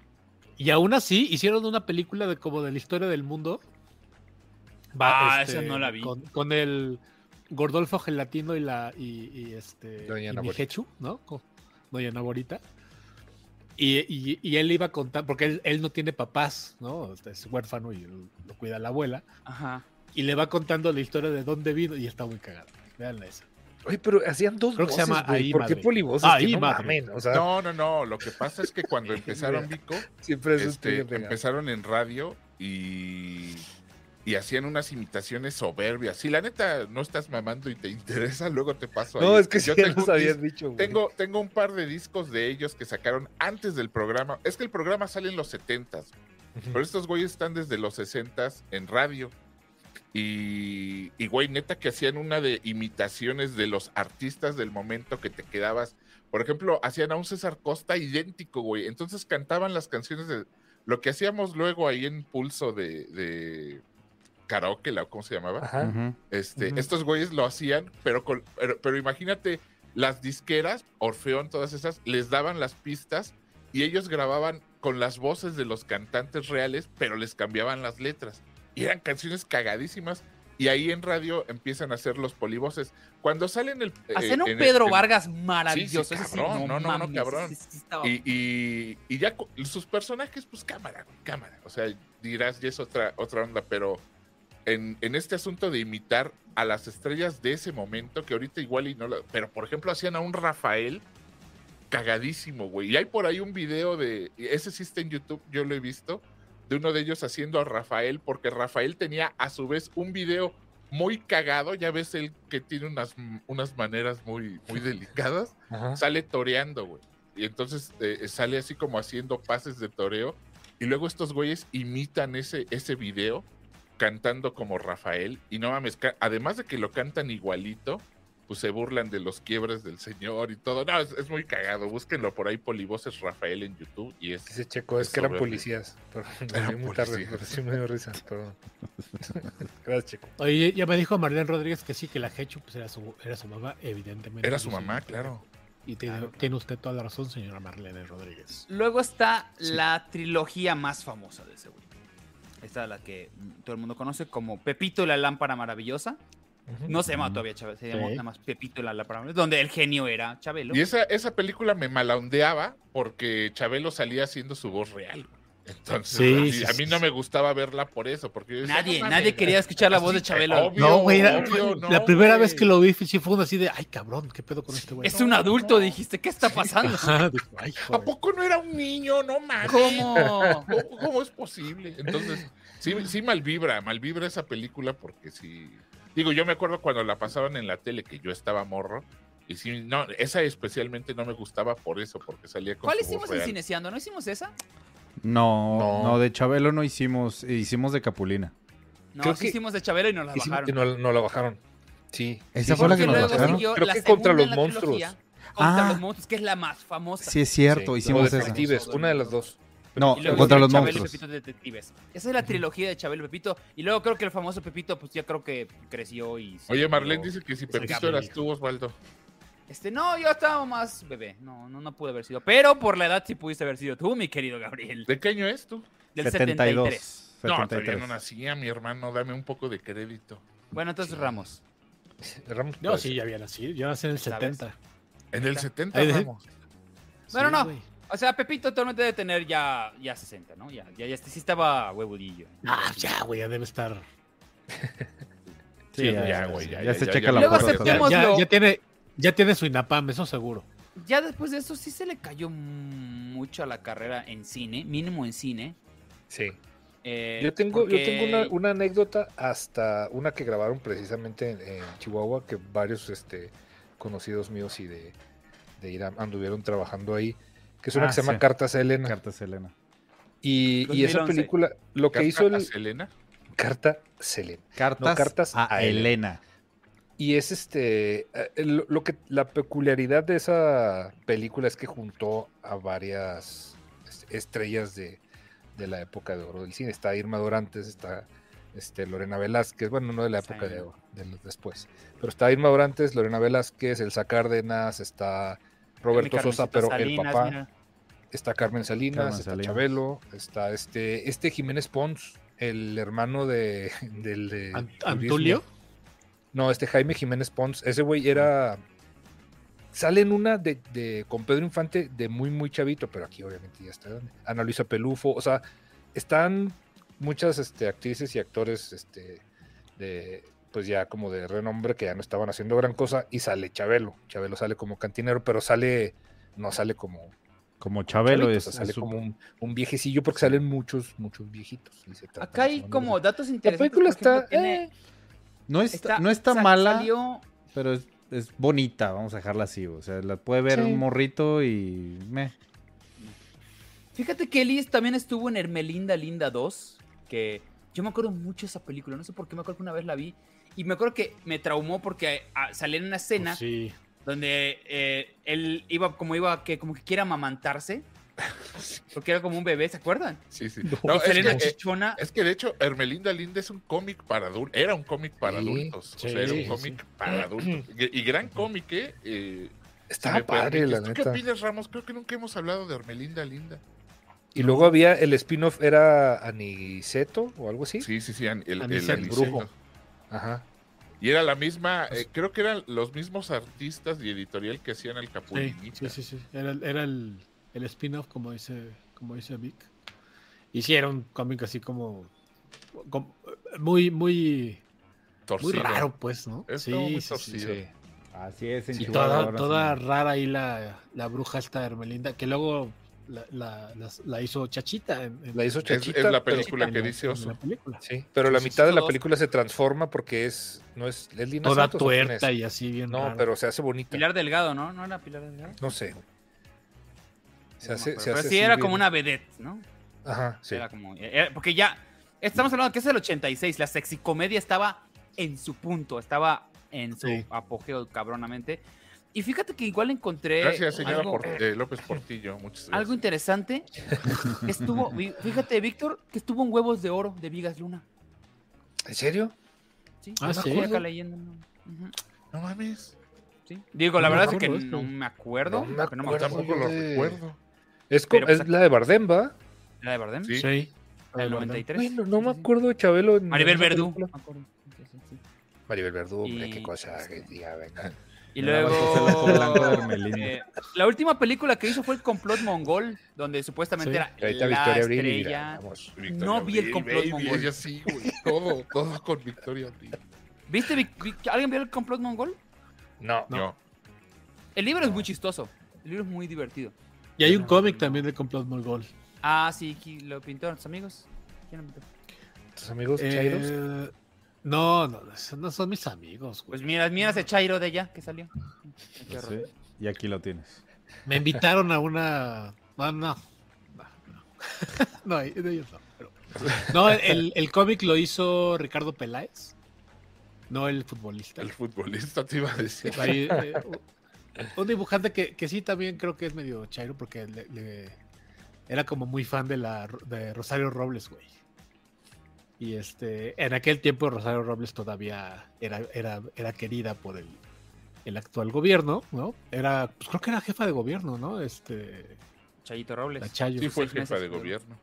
Speaker 3: Y aún así hicieron una película de como de la historia del mundo. este,
Speaker 1: Ah, esa no la vi.
Speaker 3: Con, con el Gordolfo Gelatino y la y, y este
Speaker 2: Doña
Speaker 3: y
Speaker 2: Ana
Speaker 3: mi
Speaker 2: Borita.
Speaker 3: Hechu, ¿no? Con Doña Naborita. Y, y- y él iba a contar, porque él, él no tiene papás, ¿no? Este, Es huérfano y lo lo cuida la abuela.
Speaker 1: Ajá.
Speaker 3: Y le va contando la historia de dónde vino y está muy cagada. Veanla esa.
Speaker 2: Oye, pero hacían dos
Speaker 3: Creo que se
Speaker 2: voces,
Speaker 3: llama
Speaker 2: güey.
Speaker 3: Ahí
Speaker 2: ¿Por qué
Speaker 3: Madre.
Speaker 2: polivoces? que
Speaker 3: Ahí
Speaker 2: no
Speaker 3: Madre.
Speaker 2: mamen, o sea,
Speaker 4: No, no, no. Lo que pasa es que cuando empezaron Vico,
Speaker 2: siempre es un
Speaker 4: este,
Speaker 2: tigre pegado.
Speaker 4: empezaron en radio y, y hacían unas imitaciones soberbias. Si la neta no estás mamando y te interesa, luego te paso
Speaker 2: No,
Speaker 4: ahí.
Speaker 2: es que sí,
Speaker 4: Yo
Speaker 2: ya
Speaker 4: tengo
Speaker 2: nos
Speaker 4: un
Speaker 2: habías
Speaker 4: dis-
Speaker 2: dicho, güey.
Speaker 4: Tengo, tengo un par de discos de ellos que sacaron antes del programa. Es que el programa sale en los 70s,
Speaker 2: Ujú.
Speaker 4: pero estos güeyes están desde los 60s en radio. Y, y güey, neta que hacían una de imitaciones de los artistas del momento que te quedabas. Por ejemplo, hacían a un César Costa idéntico, güey. Entonces cantaban las canciones de lo que hacíamos luego ahí en Pulso de, de Karaoke, la- ¿cómo se llamaba?
Speaker 2: Ajá.
Speaker 5: Ujú.
Speaker 4: Este,
Speaker 3: Ujú.
Speaker 4: Estos güeyes lo hacían, pero, con, pero, pero imagínate, las disqueras, Orfeón, todas esas, les daban las pistas y ellos grababan con las voces de los cantantes reales, pero les cambiaban las letras. Y eran canciones cagadísimas. Y ahí en radio empiezan a hacer los polivoces. Cuando salen el... eh,
Speaker 1: Hacen un
Speaker 4: en el-
Speaker 1: Pedro
Speaker 4: en-
Speaker 1: Vargas maravilloso.
Speaker 4: Sí, sí,
Speaker 1: ese sí,
Speaker 4: cabrón, no, no, no,
Speaker 1: mames,
Speaker 4: cabrón.
Speaker 1: sí, sí estaba-
Speaker 4: Y, y- y ya cu- sus personajes, pues cámara, güey, cámara. O sea, dirás, ya es otra, otra onda, pero en, en este asunto de imitar a las estrellas de ese momento, que ahorita igual y no lo. Pero por ejemplo, hacían a un Rafael cagadísimo, güey. Y hay por ahí un video de. y Ese sí está en YouTube, yo lo he visto, de uno de ellos haciendo a Rafael, porque Rafael tenía a su vez un video muy cagado, ya ves él que tiene unas, unas maneras muy, muy delicadas
Speaker 2: Ajá.
Speaker 4: sale toreando, güey. Y entonces eh, sale así como haciendo pases de toreo. Y luego estos güeyes imitan ese, ese video cantando como Rafael. Y no mames, ca- además de que lo cantan igualito, pues se burlan de los quiebres del señor y todo. No, es, es muy cagado. Búsquenlo por ahí, Polivoces Rafael en YouTube. Y es.
Speaker 2: Dice Checo, es que eran policías. Pero
Speaker 4: Eran
Speaker 2: dormí muy tarde,
Speaker 4: policías.
Speaker 2: pero sí me dio risa, perdón. Gracias, Checo.
Speaker 3: Oye, ya me dijo Marlene Rodríguez que sí, que la Hechu pues, era, su, era su mamá, evidentemente.
Speaker 4: Era su
Speaker 3: Yo soy
Speaker 4: mamá,
Speaker 3: un pendejo.
Speaker 4: claro.
Speaker 3: Y tiene, tiene usted toda la razón, señora Marlene Rodríguez.
Speaker 1: Luego está la trilogía más famosa de ese güey. Esta es la que mm, todo el mundo conoce como Pepito y la lámpara maravillosa.
Speaker 2: Ujú.
Speaker 1: No se llama
Speaker 5: Ujú.
Speaker 1: todavía Chabelo, se llama
Speaker 3: Sí.
Speaker 1: nada más Pepito y la lámpara maravillosa, donde el genio era Chabelo.
Speaker 4: Y esa, esa película me malaondeaba porque Chabelo salía haciendo su voz real. güey. Entonces,
Speaker 3: Sí,
Speaker 4: así,
Speaker 3: sí,
Speaker 4: a mí
Speaker 3: sí,
Speaker 4: no
Speaker 3: sí.
Speaker 4: me gustaba verla por eso. Porque yo decía,
Speaker 1: nadie,
Speaker 4: "No
Speaker 1: nadie
Speaker 4: mames,
Speaker 1: quería escuchar la voz
Speaker 4: Así,
Speaker 1: de Chabelo.
Speaker 4: obvio,
Speaker 3: no, güey, era-
Speaker 4: obvio, no,
Speaker 3: la primera vez
Speaker 4: güey.
Speaker 3: que lo vi sí fue uno así de, ay, cabrón, ¿qué pedo con este güey?
Speaker 1: es un adulto, dijiste, ¿qué está pasando?
Speaker 3: Ajá, dijo, ay, joder.
Speaker 4: ¿A poco no era un niño? No mames.
Speaker 1: ¿Cómo?
Speaker 4: ¿Cómo, cómo es posible? Entonces, sí, sí malvibra, malvibra esa película porque sí. Digo, yo me acuerdo cuando la pasaban en la tele que yo estaba morro. Y sí, no, esa especialmente no me gustaba por eso, porque salía con
Speaker 1: ¿Cuál
Speaker 4: su voz
Speaker 1: hicimos en
Speaker 4: real.
Speaker 1: Cineciando? ¿No hicimos esa?
Speaker 5: No,
Speaker 2: No.
Speaker 5: no, de Chabelo no hicimos, hicimos de Capulina.
Speaker 1: No,
Speaker 2: Creo
Speaker 1: sí
Speaker 2: que-
Speaker 1: hicimos de Chabelo y nos la
Speaker 2: Y sí,
Speaker 1: bajaron.
Speaker 2: que no, no la bajaron. Sí.
Speaker 5: Esa
Speaker 2: Sí,
Speaker 5: fue la
Speaker 2: sí,
Speaker 1: Porque
Speaker 5: que nos
Speaker 1: luego
Speaker 5: bajaron.
Speaker 1: siguió
Speaker 2: Creo
Speaker 1: la
Speaker 2: que
Speaker 1: segunda
Speaker 2: contra los
Speaker 1: en la
Speaker 2: monstruos.
Speaker 1: trilogía, Contra
Speaker 5: Ah.
Speaker 1: los monstruos, que es la más famosa.
Speaker 5: Sí, es cierto,
Speaker 2: Sí.
Speaker 5: hicimos
Speaker 2: O
Speaker 5: esa.
Speaker 2: detectives, una de las dos.
Speaker 5: No,
Speaker 1: Y luego
Speaker 5: contra
Speaker 1: fue
Speaker 5: los
Speaker 1: Chabelo
Speaker 5: monstruos.
Speaker 1: y Pepito Detectives. Esa es la trilogía de Chabelo y Pepito. Y luego creo que el famoso Pepito, pues ya creo que creció y. se
Speaker 4: Oye,
Speaker 1: volvió-
Speaker 4: Marlene dice que si
Speaker 1: Esa
Speaker 4: Pepito
Speaker 1: Gabriela.
Speaker 4: eras tú, Osvaldo.
Speaker 1: Este, no, yo estaba más bebé. No, no, no pude haber sido. Pero por la edad sí pudiste haber sido tú, mi querido Gabriel.
Speaker 4: ¿De qué año es tú?
Speaker 1: Del
Speaker 5: 72.
Speaker 1: 73.
Speaker 4: No, todavía
Speaker 5: 73.
Speaker 4: no nacía, mi hermano. Dame un poco de crédito.
Speaker 1: Bueno, entonces Ramos.
Speaker 2: Ramos,
Speaker 3: No,
Speaker 2: pues,
Speaker 3: sí, ya bien así. Yo nací en el
Speaker 1: ¿Sabes?
Speaker 3: 70.
Speaker 4: En el
Speaker 1: Ahí
Speaker 4: 70,
Speaker 3: de-
Speaker 4: vamos.
Speaker 1: Bueno,
Speaker 3: Sí,
Speaker 1: no.
Speaker 3: güey.
Speaker 1: O sea, Pepito actualmente debe tener ya, ya 60, ¿no? Ya, ya, ya sí estaba huevudillo.
Speaker 3: Ah, ya, güey, ya debe estar.
Speaker 5: Sí,
Speaker 3: Sí,
Speaker 5: ya,
Speaker 4: ya,
Speaker 5: ya,
Speaker 4: güey, ya,
Speaker 5: ya
Speaker 4: ya,
Speaker 5: se
Speaker 4: ya,
Speaker 5: checa
Speaker 4: ya.
Speaker 5: la
Speaker 1: Luego
Speaker 5: puerta.
Speaker 1: aceptemos-
Speaker 3: Ya, ya-
Speaker 1: Digámoslo.
Speaker 3: ya tiene, ya tiene su INAPAM, eso seguro.
Speaker 1: Ya después de eso sí se le cayó mucho a la carrera en cine, mínimo en cine.
Speaker 2: Sí.
Speaker 1: Eh,
Speaker 2: Yo tengo, yo tengo una,
Speaker 1: porque-
Speaker 2: una anécdota hasta una que grabaron precisamente en, en Chihuahua, que varios este, conocidos míos y de, de Irán anduvieron trabajando ahí, que es una
Speaker 5: Ah,
Speaker 2: que se llama
Speaker 5: sí.
Speaker 2: Cartas a Elena.
Speaker 5: Cartas Elena.
Speaker 2: Y, y esa
Speaker 1: 2011.
Speaker 2: película, lo que
Speaker 4: Carta
Speaker 2: hizo
Speaker 4: a
Speaker 2: el
Speaker 4: Selena.
Speaker 2: Carta Selena.
Speaker 5: Cartas,
Speaker 2: No, cartas
Speaker 5: a,
Speaker 2: a
Speaker 5: Elena.
Speaker 2: Y es este, eh, lo, lo que, la peculiaridad de esa película es que juntó a varias este, estrellas de, de la época de oro del cine. Está Irma Dorantes, está este, Lorena Velázquez, bueno, no de la época de oro, de los después. Pero está Irma Dorantes, Lorena Velázquez, Elsa Cárdenas, está Roberto Sosa, pero el papá, está Carmen Salinas,
Speaker 5: Carmen
Speaker 2: está
Speaker 5: Salinas.
Speaker 2: Chabelo, está este, este Jiménez Pons, el hermano de, del de...
Speaker 3: Ant-
Speaker 2: Turismo.
Speaker 3: Antulio.
Speaker 2: No, este Jaime Jiménez Pons, ese güey era. Sale en una de, de- con Pedro Infante de muy, muy chavito, pero aquí obviamente ya está. Ana Luisa Pelufo, o sea, están muchas este, actrices y actores este, de, pues ya como de renombre que ya no estaban haciendo gran cosa y sale Chabelo. Chabelo sale como cantinero, pero sale, no sale como
Speaker 5: Como Chabelo
Speaker 2: chavito, o
Speaker 5: es,
Speaker 2: sea,
Speaker 5: es
Speaker 2: sale
Speaker 5: su-
Speaker 2: como un, un viejecillo porque salen muchos, muchos viejitos. y se tratan
Speaker 1: Acá
Speaker 2: más o
Speaker 1: hay
Speaker 2: menos
Speaker 1: como
Speaker 2: de-
Speaker 1: datos
Speaker 2: La
Speaker 1: interesantes.
Speaker 2: película
Speaker 1: por ejemplo,
Speaker 2: está,
Speaker 1: tiene-
Speaker 2: eh,
Speaker 5: No está, no está
Speaker 1: sa-
Speaker 5: mala,
Speaker 1: Salió,
Speaker 5: pero es, es bonita, vamos a dejarla así. O sea, la puede ver
Speaker 2: Sí.
Speaker 5: un morrito y... meh.
Speaker 1: Fíjate que Liz también estuvo en Hermelinda Linda 2, que yo me acuerdo mucho de esa película, no sé por qué me acuerdo que una vez la vi y me acuerdo que me traumó porque ah, salía en una escena
Speaker 3: Pues sí.
Speaker 1: donde eh, él iba como iba que como que quiera amamantarse. Porque era como un bebé, ¿se acuerdan?
Speaker 4: Sí, sí.
Speaker 2: No,
Speaker 4: No,
Speaker 1: Y salía
Speaker 4: es,
Speaker 1: una
Speaker 4: que, eh,
Speaker 1: chichona.
Speaker 4: es que de hecho, Hermelinda Linda es un cómic para adultos. Era un cómic para
Speaker 2: Sí,
Speaker 4: adultos. o
Speaker 3: sí,
Speaker 4: sea, era un
Speaker 3: sí,
Speaker 4: cómic para adultos. Y, y gran cómic, ¿eh? eh si
Speaker 2: Estaba
Speaker 4: me
Speaker 2: padre,
Speaker 4: permites.
Speaker 2: la
Speaker 4: ¿Tú ¿Qué
Speaker 2: neta.
Speaker 4: opinas, Ramos? Creo que nunca hemos hablado de Hermelinda Linda.
Speaker 2: Y luego había el spin-off, era Aniceto o algo así.
Speaker 4: Sí, sí, sí. an- El, el,
Speaker 3: Aniceto.
Speaker 4: Aniceto.
Speaker 2: Brujo. Ajá.
Speaker 4: Y era la misma, eh, creo que eran los mismos artistas y editorial que hacían el
Speaker 3: Sí, sí,
Speaker 4: Capulinita.
Speaker 3: sí, sí. Era, el- era el, el spin-off, como dice, como dice Vic. Y sí, era un cómic así como, como, eh, muy, muy, muy
Speaker 4: Torcido.
Speaker 3: raro, pues, ¿no?
Speaker 4: Es
Speaker 3: Sí,
Speaker 4: como muy
Speaker 3: sí, sí,
Speaker 4: torcido.
Speaker 3: sí.
Speaker 5: Así es, en
Speaker 2: Sí,
Speaker 3: Y
Speaker 5: Chihuahua
Speaker 3: toda,
Speaker 5: ahora
Speaker 3: toda
Speaker 5: sí.
Speaker 3: rara ahí la, la bruja esta Hermelinda, que luego la, la- las- la hizo Chachita en, en-
Speaker 2: La hizo
Speaker 4: Es- es
Speaker 2: Chachita.
Speaker 4: la
Speaker 2: pero-
Speaker 4: película
Speaker 3: en
Speaker 4: que
Speaker 3: la-
Speaker 4: dice
Speaker 3: en
Speaker 4: Oso.
Speaker 3: la película.
Speaker 2: sí, pero la
Speaker 1: Sí,
Speaker 2: mitad de la
Speaker 1: todos.
Speaker 2: película se transforma porque es. No es. ¿Es Lina
Speaker 3: Toda
Speaker 2: Santos o quién
Speaker 3: tuerta
Speaker 2: es?
Speaker 3: y así bien
Speaker 2: No,
Speaker 3: raro.
Speaker 2: pero se hace bonita.
Speaker 1: Pilar Delgado, ¿no? ¿No era Pilar Delgado?
Speaker 2: No sé.
Speaker 1: No
Speaker 2: Se
Speaker 1: me
Speaker 2: hace.
Speaker 1: acuerdo,
Speaker 2: Se
Speaker 1: pero
Speaker 2: hace
Speaker 1: sí,
Speaker 2: así
Speaker 1: era
Speaker 2: bien-
Speaker 1: como una vedette, ¿no?
Speaker 2: Ajá, sí.
Speaker 1: Era como, era- porque ya, estamos hablando que es el 86, la sexicomedia estaba en su punto, estaba en su
Speaker 3: Sí.
Speaker 1: apogeo cabronamente. Y fíjate que igual encontré
Speaker 4: Gracias, señora
Speaker 1: algo,
Speaker 4: Por- eh, López Portillo. Muchas gracias.
Speaker 1: algo interesante. que estuvo, vi- fíjate, Víctor, que estuvo en Huevos de Oro de Vigas Luna.
Speaker 2: ¿En serio?
Speaker 1: Sí,
Speaker 3: Ah,
Speaker 1: me
Speaker 3: ¿sí?
Speaker 1: acuerdo acá leyendo, ¿no? Ujú,
Speaker 4: No mames.
Speaker 1: sí. Digo, la
Speaker 3: No me
Speaker 1: verdad es que
Speaker 3: acuerdo de
Speaker 1: no
Speaker 3: esto.
Speaker 1: me acuerdo.
Speaker 2: No me
Speaker 1: porque No me
Speaker 2: acuerdo.
Speaker 1: acuerdo.
Speaker 4: Tampoco lo
Speaker 2: yo de-
Speaker 4: recuerdo.
Speaker 2: Es, co-
Speaker 1: Pero, pues,
Speaker 2: es la de Bardem, ¿va?
Speaker 1: ¿Era de Bardem?
Speaker 4: Sí.
Speaker 3: Sí.
Speaker 1: ¿Del
Speaker 3: Bardem.
Speaker 1: 93?
Speaker 2: Bueno, no me
Speaker 1: Sí, sí.
Speaker 2: acuerdo de Chabelo. en
Speaker 1: Maribel
Speaker 2: esa
Speaker 1: Verdú.
Speaker 2: película.
Speaker 1: me acuerdo. Sí, sí, sí.
Speaker 2: Maribel Verdú, hombre,
Speaker 1: Y-
Speaker 2: qué cosa.
Speaker 1: sí.
Speaker 2: que diga, venga.
Speaker 1: Y
Speaker 5: Nada más por ser la
Speaker 1: luego.
Speaker 5: Blanca de Hermelinda.
Speaker 1: eh, la última película que hizo fue El Complot Mongol, donde supuestamente
Speaker 3: Sí.
Speaker 1: era
Speaker 2: Ahorita
Speaker 1: la
Speaker 2: Victoria Abril y mira,
Speaker 1: estrella.
Speaker 2: vamos.
Speaker 4: Victoria
Speaker 1: No vi el
Speaker 4: Abril,
Speaker 1: complot
Speaker 4: baby,
Speaker 1: mongol.
Speaker 4: ella sí, güey. Todo, todo con Victoria Abril.
Speaker 1: ¿Viste? Vic- Vic- ¿Alguien vio El Complot Mongol?
Speaker 2: No,
Speaker 4: No.
Speaker 1: El libro es muy chistoso. El libro es muy divertido.
Speaker 3: Y hay un cómic también de Complot Mongol.
Speaker 1: Ah, sí, qui- lo pintó a tus amigos. ¿Quién lo pintó?
Speaker 2: tus amigos Chairos.
Speaker 3: Eh, no, no, esos no son mis amigos. güey.
Speaker 1: Pues mira, mira ese Chairo de allá que salió. Qué horror.
Speaker 5: Sí, Y aquí lo tienes.
Speaker 3: Me invitaron a una. ah, No, no. No, no. No, de ellos no. pero- No, el, el cómic lo hizo Ricardo Peláez, no el futbolista.
Speaker 4: El futbolista te iba a decir.
Speaker 3: Ahí, eh, un dibujante que, que sí también creo que es medio chairo porque le- le- era como muy fan de, la, de Rosario Robles, güey. Y este, en aquel tiempo Rosario Robles todavía era, era, era querida por el, el actual gobierno, ¿no? Era, pues creo que era jefa de gobierno, ¿no? Este,
Speaker 1: Chayito Robles.
Speaker 3: la Chayo.
Speaker 4: Sí, fue
Speaker 1: seis meses,
Speaker 4: jefa de
Speaker 1: creo.
Speaker 4: gobierno.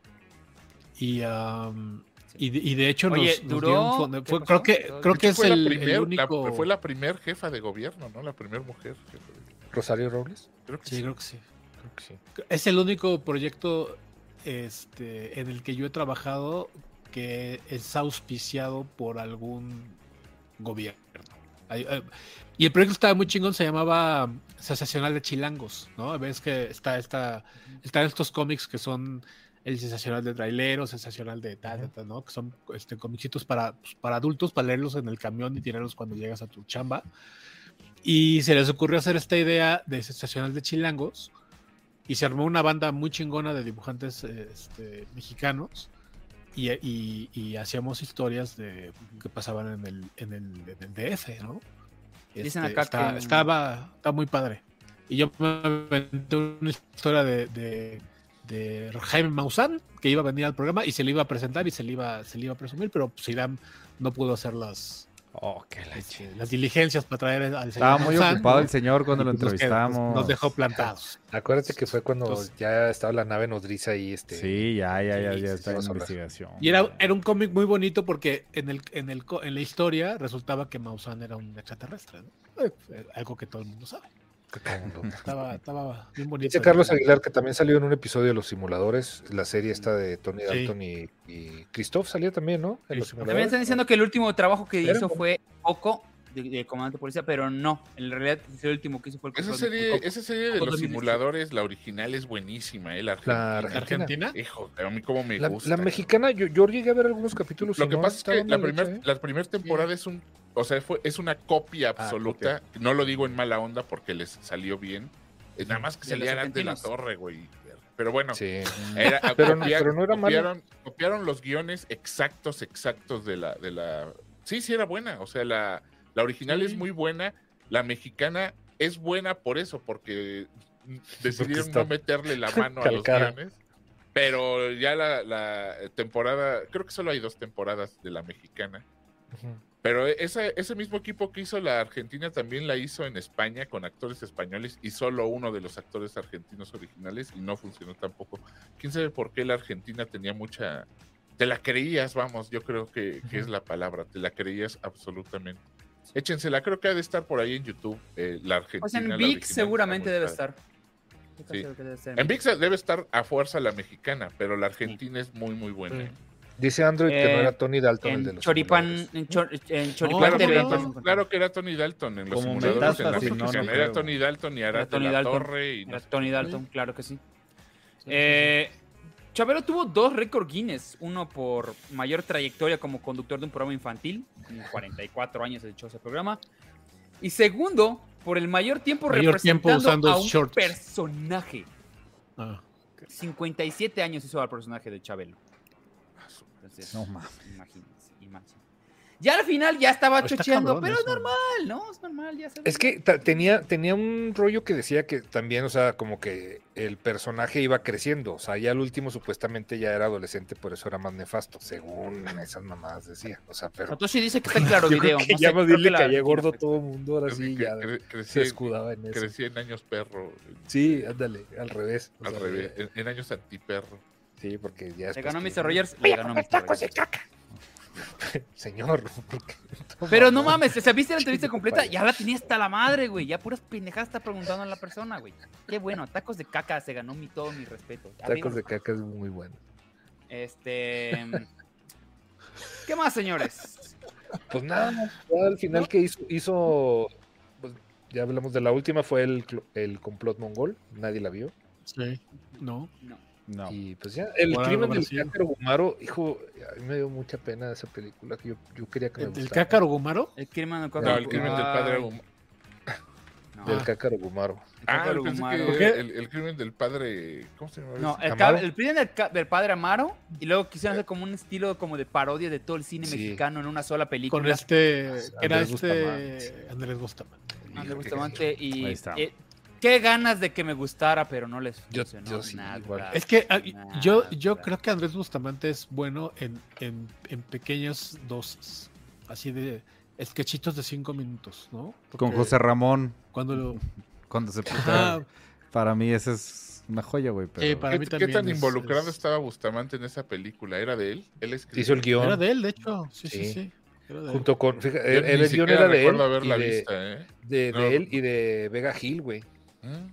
Speaker 3: Y, am,
Speaker 1: Sí.
Speaker 3: y, de- y de hecho
Speaker 1: Oye,
Speaker 3: nos, nos
Speaker 1: duró-
Speaker 3: dieron fondo-
Speaker 1: ¿qué
Speaker 3: fue-
Speaker 1: pasó?
Speaker 3: creo que,
Speaker 1: Dos-
Speaker 3: creo
Speaker 1: De
Speaker 3: que
Speaker 4: hecho,
Speaker 3: es
Speaker 4: fue la
Speaker 3: el, el
Speaker 4: primer- la-
Speaker 3: único.
Speaker 4: fue la primer jefa de gobierno, ¿no? La primer mujer. jefa de-
Speaker 2: Rosario Robles.
Speaker 4: Creo que
Speaker 3: Sí,
Speaker 4: sí.
Speaker 3: creo que sí.
Speaker 2: Creo que sí.
Speaker 3: Es el único proyecto este, en el que yo he trabajado que es auspiciado por algún gobierno. Ay, ay, Y el proyecto estaba muy chingón, se llamaba Sensacional de Chilangos, ¿no? Ves que está, está, están estos cómics que son el sensacional de trailero, sensacional de tal, tal, tal, ¿no? Que son este, comicitos para, pues, para adultos, para leerlos en el camión y tirarlos cuando llegas a tu chamba. Y se les ocurrió hacer esta idea de sensacional de chilangos, y se armó una banda muy chingona de dibujantes eh, este, mexicanos y, y- y hacíamos historias de que pasaban en el, en el, en el DF, ¿no?
Speaker 1: Dicen
Speaker 3: Este,
Speaker 1: acá
Speaker 3: está-
Speaker 1: que-
Speaker 3: estaba, está muy padre. Y yo me inventé una historia de, de, de Jaime Maussan, que iba a venir al programa y se le iba a presentar y se le iba, se le iba a presumir, pero pues, Irán no pudo hacer las,
Speaker 5: Oh, qué la
Speaker 3: este, las diligencias para traer al señor
Speaker 5: Estaba muy
Speaker 3: Maussan,
Speaker 5: ocupado
Speaker 3: ¿no?
Speaker 5: el señor cuando lo
Speaker 3: Pues Nos quedó-
Speaker 5: entrevistamos.
Speaker 3: Nos dejó plantados.
Speaker 2: Acuérdate que fue cuando
Speaker 3: Entonces-
Speaker 2: ya estaba la nave nodriza ahí, este.
Speaker 5: Sí, ya, ya, ya,
Speaker 2: Sí,
Speaker 5: ya
Speaker 2: sí,
Speaker 5: está en
Speaker 2: vamos a hablar.
Speaker 5: investigación.
Speaker 3: Y era, era un cómic muy bonito porque en, el, en, el, co- en la historia resultaba que Maussan era un extraterrestre, ¿no? Eh, Algo que todo el mundo sabe.
Speaker 2: Cagando.
Speaker 3: Estaba, estaba bien bonito.
Speaker 2: Dice Carlos Aguilar que también salió en un episodio de Los Simuladores, la serie esta de Tony
Speaker 3: Sí.
Speaker 2: Dalton y, y Christoph salía también, ¿no? En Los
Speaker 1: También
Speaker 3: Sí.
Speaker 2: Simuladores.
Speaker 1: están diciendo que el último trabajo que
Speaker 2: Esperen,
Speaker 1: hizo
Speaker 2: por-
Speaker 1: fue Coco, de, de comandante de policía, pero no. En realidad, el último que hizo fue el
Speaker 4: Esa
Speaker 1: Coco-
Speaker 4: serie,
Speaker 1: Coco.
Speaker 4: esa serie de
Speaker 1: Coco
Speaker 4: los
Speaker 1: 2018.
Speaker 4: simuladores, la original es buenísima, ¿eh? La
Speaker 2: La
Speaker 4: argentina.
Speaker 2: Argentina.
Speaker 3: Argentina.
Speaker 4: Hijo, a mí como me
Speaker 2: La,
Speaker 4: gusta.
Speaker 2: la
Speaker 4: cabrón.
Speaker 2: mexicana, yo, yo llegué a ver algunos capítulos.
Speaker 4: Lo
Speaker 2: y
Speaker 4: que
Speaker 2: no
Speaker 4: pasa es que
Speaker 2: estaba
Speaker 4: la
Speaker 2: mal hecha,
Speaker 4: primera
Speaker 2: ¿eh? Ah,
Speaker 4: la primera temporada es un, o sea, fue, es una copia absoluta. No lo digo en mala onda porque les salió bien. Eh, Nada más que
Speaker 1: De los
Speaker 4: salía de la
Speaker 1: argentinos.
Speaker 4: torre, güey. Pero bueno,
Speaker 2: Sí.
Speaker 4: era-
Speaker 2: Pero no-
Speaker 4: copia-
Speaker 2: pero no era mala.
Speaker 4: copiaron, copiaron los guiones exactos, exactos de la, de la. Sí, sí era buena. O sea, la, la original
Speaker 3: Sí.
Speaker 4: es muy buena. La mexicana es buena por eso, porque decidieron
Speaker 2: está
Speaker 4: no meterle la mano a los
Speaker 2: calcada.
Speaker 4: guiones. Pero ya la, la temporada, creo que solo hay dos temporadas de la mexicana.
Speaker 2: Ujú.
Speaker 4: Pero esa- ese mismo equipo que hizo la Argentina también la hizo en España con actores españoles y solo uno de los actores argentinos originales y no funcionó tampoco. ¿Quién sabe por qué la Argentina tenía mucha... Te la creías, vamos, yo creo que, que es la palabra, te la creías absolutamente. Échensela, creo que ha de estar por ahí en YouTube, eh, la Argentina.
Speaker 1: Pues en
Speaker 4: la
Speaker 1: VIX
Speaker 4: original, está
Speaker 1: seguramente
Speaker 4: muy
Speaker 1: debe
Speaker 4: padre.
Speaker 1: estar. Yo casi
Speaker 4: Sí.
Speaker 1: creo que debe estar
Speaker 4: En VIX debe estar a fuerza la mexicana, pero la argentina es muy, muy buena.
Speaker 3: Sí.
Speaker 4: ¿eh?
Speaker 2: Dice Android que
Speaker 1: Eh,
Speaker 2: no era Tony Dalton el de
Speaker 1: En
Speaker 2: los
Speaker 1: Choripán,
Speaker 2: Simuladores.
Speaker 1: en, Chor- en Choripán
Speaker 4: Claro, que
Speaker 1: TV.
Speaker 4: era
Speaker 3: no,
Speaker 1: puedes
Speaker 4: Tony,
Speaker 1: encontrar.
Speaker 4: claro que era Tony Dalton en los
Speaker 5: Como
Speaker 4: simuladores. en la
Speaker 5: metástasis, no, no
Speaker 4: mexicana.
Speaker 5: creo.
Speaker 4: era Tony Dalton y Arata
Speaker 1: Tony
Speaker 4: de la
Speaker 1: Dalton.
Speaker 4: Torre. Y no
Speaker 1: Era
Speaker 4: sé
Speaker 1: Tony
Speaker 4: qué.
Speaker 1: Dalton, claro que sí. Eh, Chabelo tuvo dos récord Guinness, uno por mayor trayectoria como conductor de un programa infantil, con 44 años de ese programa, y segundo por el mayor tiempo
Speaker 3: Mayor tiempo
Speaker 1: representando
Speaker 3: usando
Speaker 1: a un
Speaker 3: shorts.
Speaker 1: personaje.
Speaker 3: Ah,
Speaker 1: 57 años hizo al personaje de Chabelo.
Speaker 3: Ah,
Speaker 1: Entonces,
Speaker 5: No mames.
Speaker 1: imagínense, imagínense. Ya al final ya estaba
Speaker 3: está
Speaker 1: chocheando,
Speaker 3: cabrón
Speaker 1: pero es
Speaker 3: eso.
Speaker 1: normal, ¿no? Es normal, ya sabes.
Speaker 2: Es que ta- tenía, tenía un rollo que decía que también, o sea, como que el personaje iba creciendo. O sea, ya al último supuestamente ya era adolescente, por eso era más nefasto, según esas mamadas decía. O sea, pero.
Speaker 1: Satoshi dice que está en claro
Speaker 2: Yo
Speaker 1: video.
Speaker 2: creo que
Speaker 1: no
Speaker 2: ya
Speaker 1: sé,
Speaker 2: más
Speaker 1: creo
Speaker 2: bien le
Speaker 1: la-
Speaker 2: caía gordo a todo el mundo, ahora
Speaker 4: Así
Speaker 2: sí,
Speaker 4: que
Speaker 2: ya
Speaker 4: cre- crecí,
Speaker 2: se escudaba en eso.
Speaker 4: crecí en años perro,
Speaker 2: Sí, ándale, al revés. o
Speaker 4: al
Speaker 2: sea,
Speaker 4: revés, en, en años antiperro.
Speaker 2: Sí, porque ya
Speaker 1: Le
Speaker 2: después
Speaker 1: ganó
Speaker 2: que-
Speaker 1: Mr. Rogers, le ganó Mr. Rogers.
Speaker 2: Señor, ¿por qué?
Speaker 1: Pero no mames, o sea, viste la entrevista completa,
Speaker 2: vaya.
Speaker 1: ya la tenía hasta la madre, güey. Ya puras pendejadas está preguntando a la persona, güey. Qué bueno, tacos de caca, se ganó mi todo mi respeto.
Speaker 2: Tacos
Speaker 1: Amigos,
Speaker 2: de caca es muy bueno.
Speaker 1: Este. ¿Qué más, señores?
Speaker 2: Pues nada, ya al final que hizo, hizo pues, ya hablamos de la última, fue el, cl- el complot mongol, nadie la vio.
Speaker 3: sí. No.
Speaker 1: No.
Speaker 5: No.
Speaker 2: Y pues ya, el
Speaker 3: Por
Speaker 2: crimen
Speaker 3: algo
Speaker 2: del
Speaker 3: parecido.
Speaker 2: cácaro Gumaro, hijo, a mí me dio mucha pena esa película, que yo, yo quería que me
Speaker 3: ¿El, el
Speaker 2: gustara.
Speaker 3: cácaro Gumaro?
Speaker 1: El crimen del
Speaker 4: No, el crimen del padre Agumaro.
Speaker 1: No,
Speaker 2: Del
Speaker 3: Ah.
Speaker 2: cácaro Gumaro.
Speaker 4: Ah,
Speaker 1: Cácaro
Speaker 4: pensé
Speaker 1: Agumaro.
Speaker 4: que
Speaker 3: ¿Por qué?
Speaker 4: el, el crimen del padre. ¿Cómo se llama?
Speaker 1: No,
Speaker 4: ese?
Speaker 1: el,
Speaker 2: ¿Amaro?
Speaker 1: ca- el crimen del, ca- del padre Amaro y luego quisieron hacer como un estilo como de parodia de todo el cine
Speaker 2: Sí.
Speaker 1: mexicano en una sola película.
Speaker 3: Con este. Era
Speaker 2: Andrés
Speaker 3: este.
Speaker 2: Bustamante.
Speaker 3: Andrés Bustamante.
Speaker 1: Andrés
Speaker 2: Hijo, qué
Speaker 1: Bustamante y
Speaker 5: Ahí está.
Speaker 1: eh, qué ganas de que me gustara, pero no les
Speaker 2: Yo-
Speaker 1: funcionó
Speaker 2: yo sí,
Speaker 1: nada,
Speaker 2: igual.
Speaker 3: Es que ah,
Speaker 1: nada.
Speaker 3: yo, yo creo que Andrés Bustamante es bueno en, en, en pequeñas dosis, así de sketchitos de cinco minutos, ¿no?
Speaker 5: Con
Speaker 3: Porque
Speaker 5: José Ramón,
Speaker 3: Cuando lo...
Speaker 5: cuando se puso.
Speaker 3: Ajá,
Speaker 5: Para mí esa es una joya, güey. Pero...
Speaker 3: Sí, para
Speaker 4: ¿Qué,
Speaker 3: mí
Speaker 4: qué
Speaker 3: también
Speaker 4: tan
Speaker 3: es-
Speaker 4: involucrado
Speaker 3: es-
Speaker 4: estaba Bustamante en esa película? ¿Era de él? Él escribió.
Speaker 2: Hizo el guión
Speaker 3: Era de él, de hecho. Sí, sí,
Speaker 2: Sí.
Speaker 3: sí. Era de él.
Speaker 2: junto con, fíjate,
Speaker 4: Yo
Speaker 2: el,
Speaker 4: ni
Speaker 2: el guión
Speaker 4: siquiera
Speaker 2: era de él,
Speaker 4: recuerdo haberla
Speaker 2: y de,
Speaker 4: vista, ¿eh?
Speaker 2: de- de
Speaker 4: No.
Speaker 2: él y de Vega Hill, güey.
Speaker 4: ¿Mm?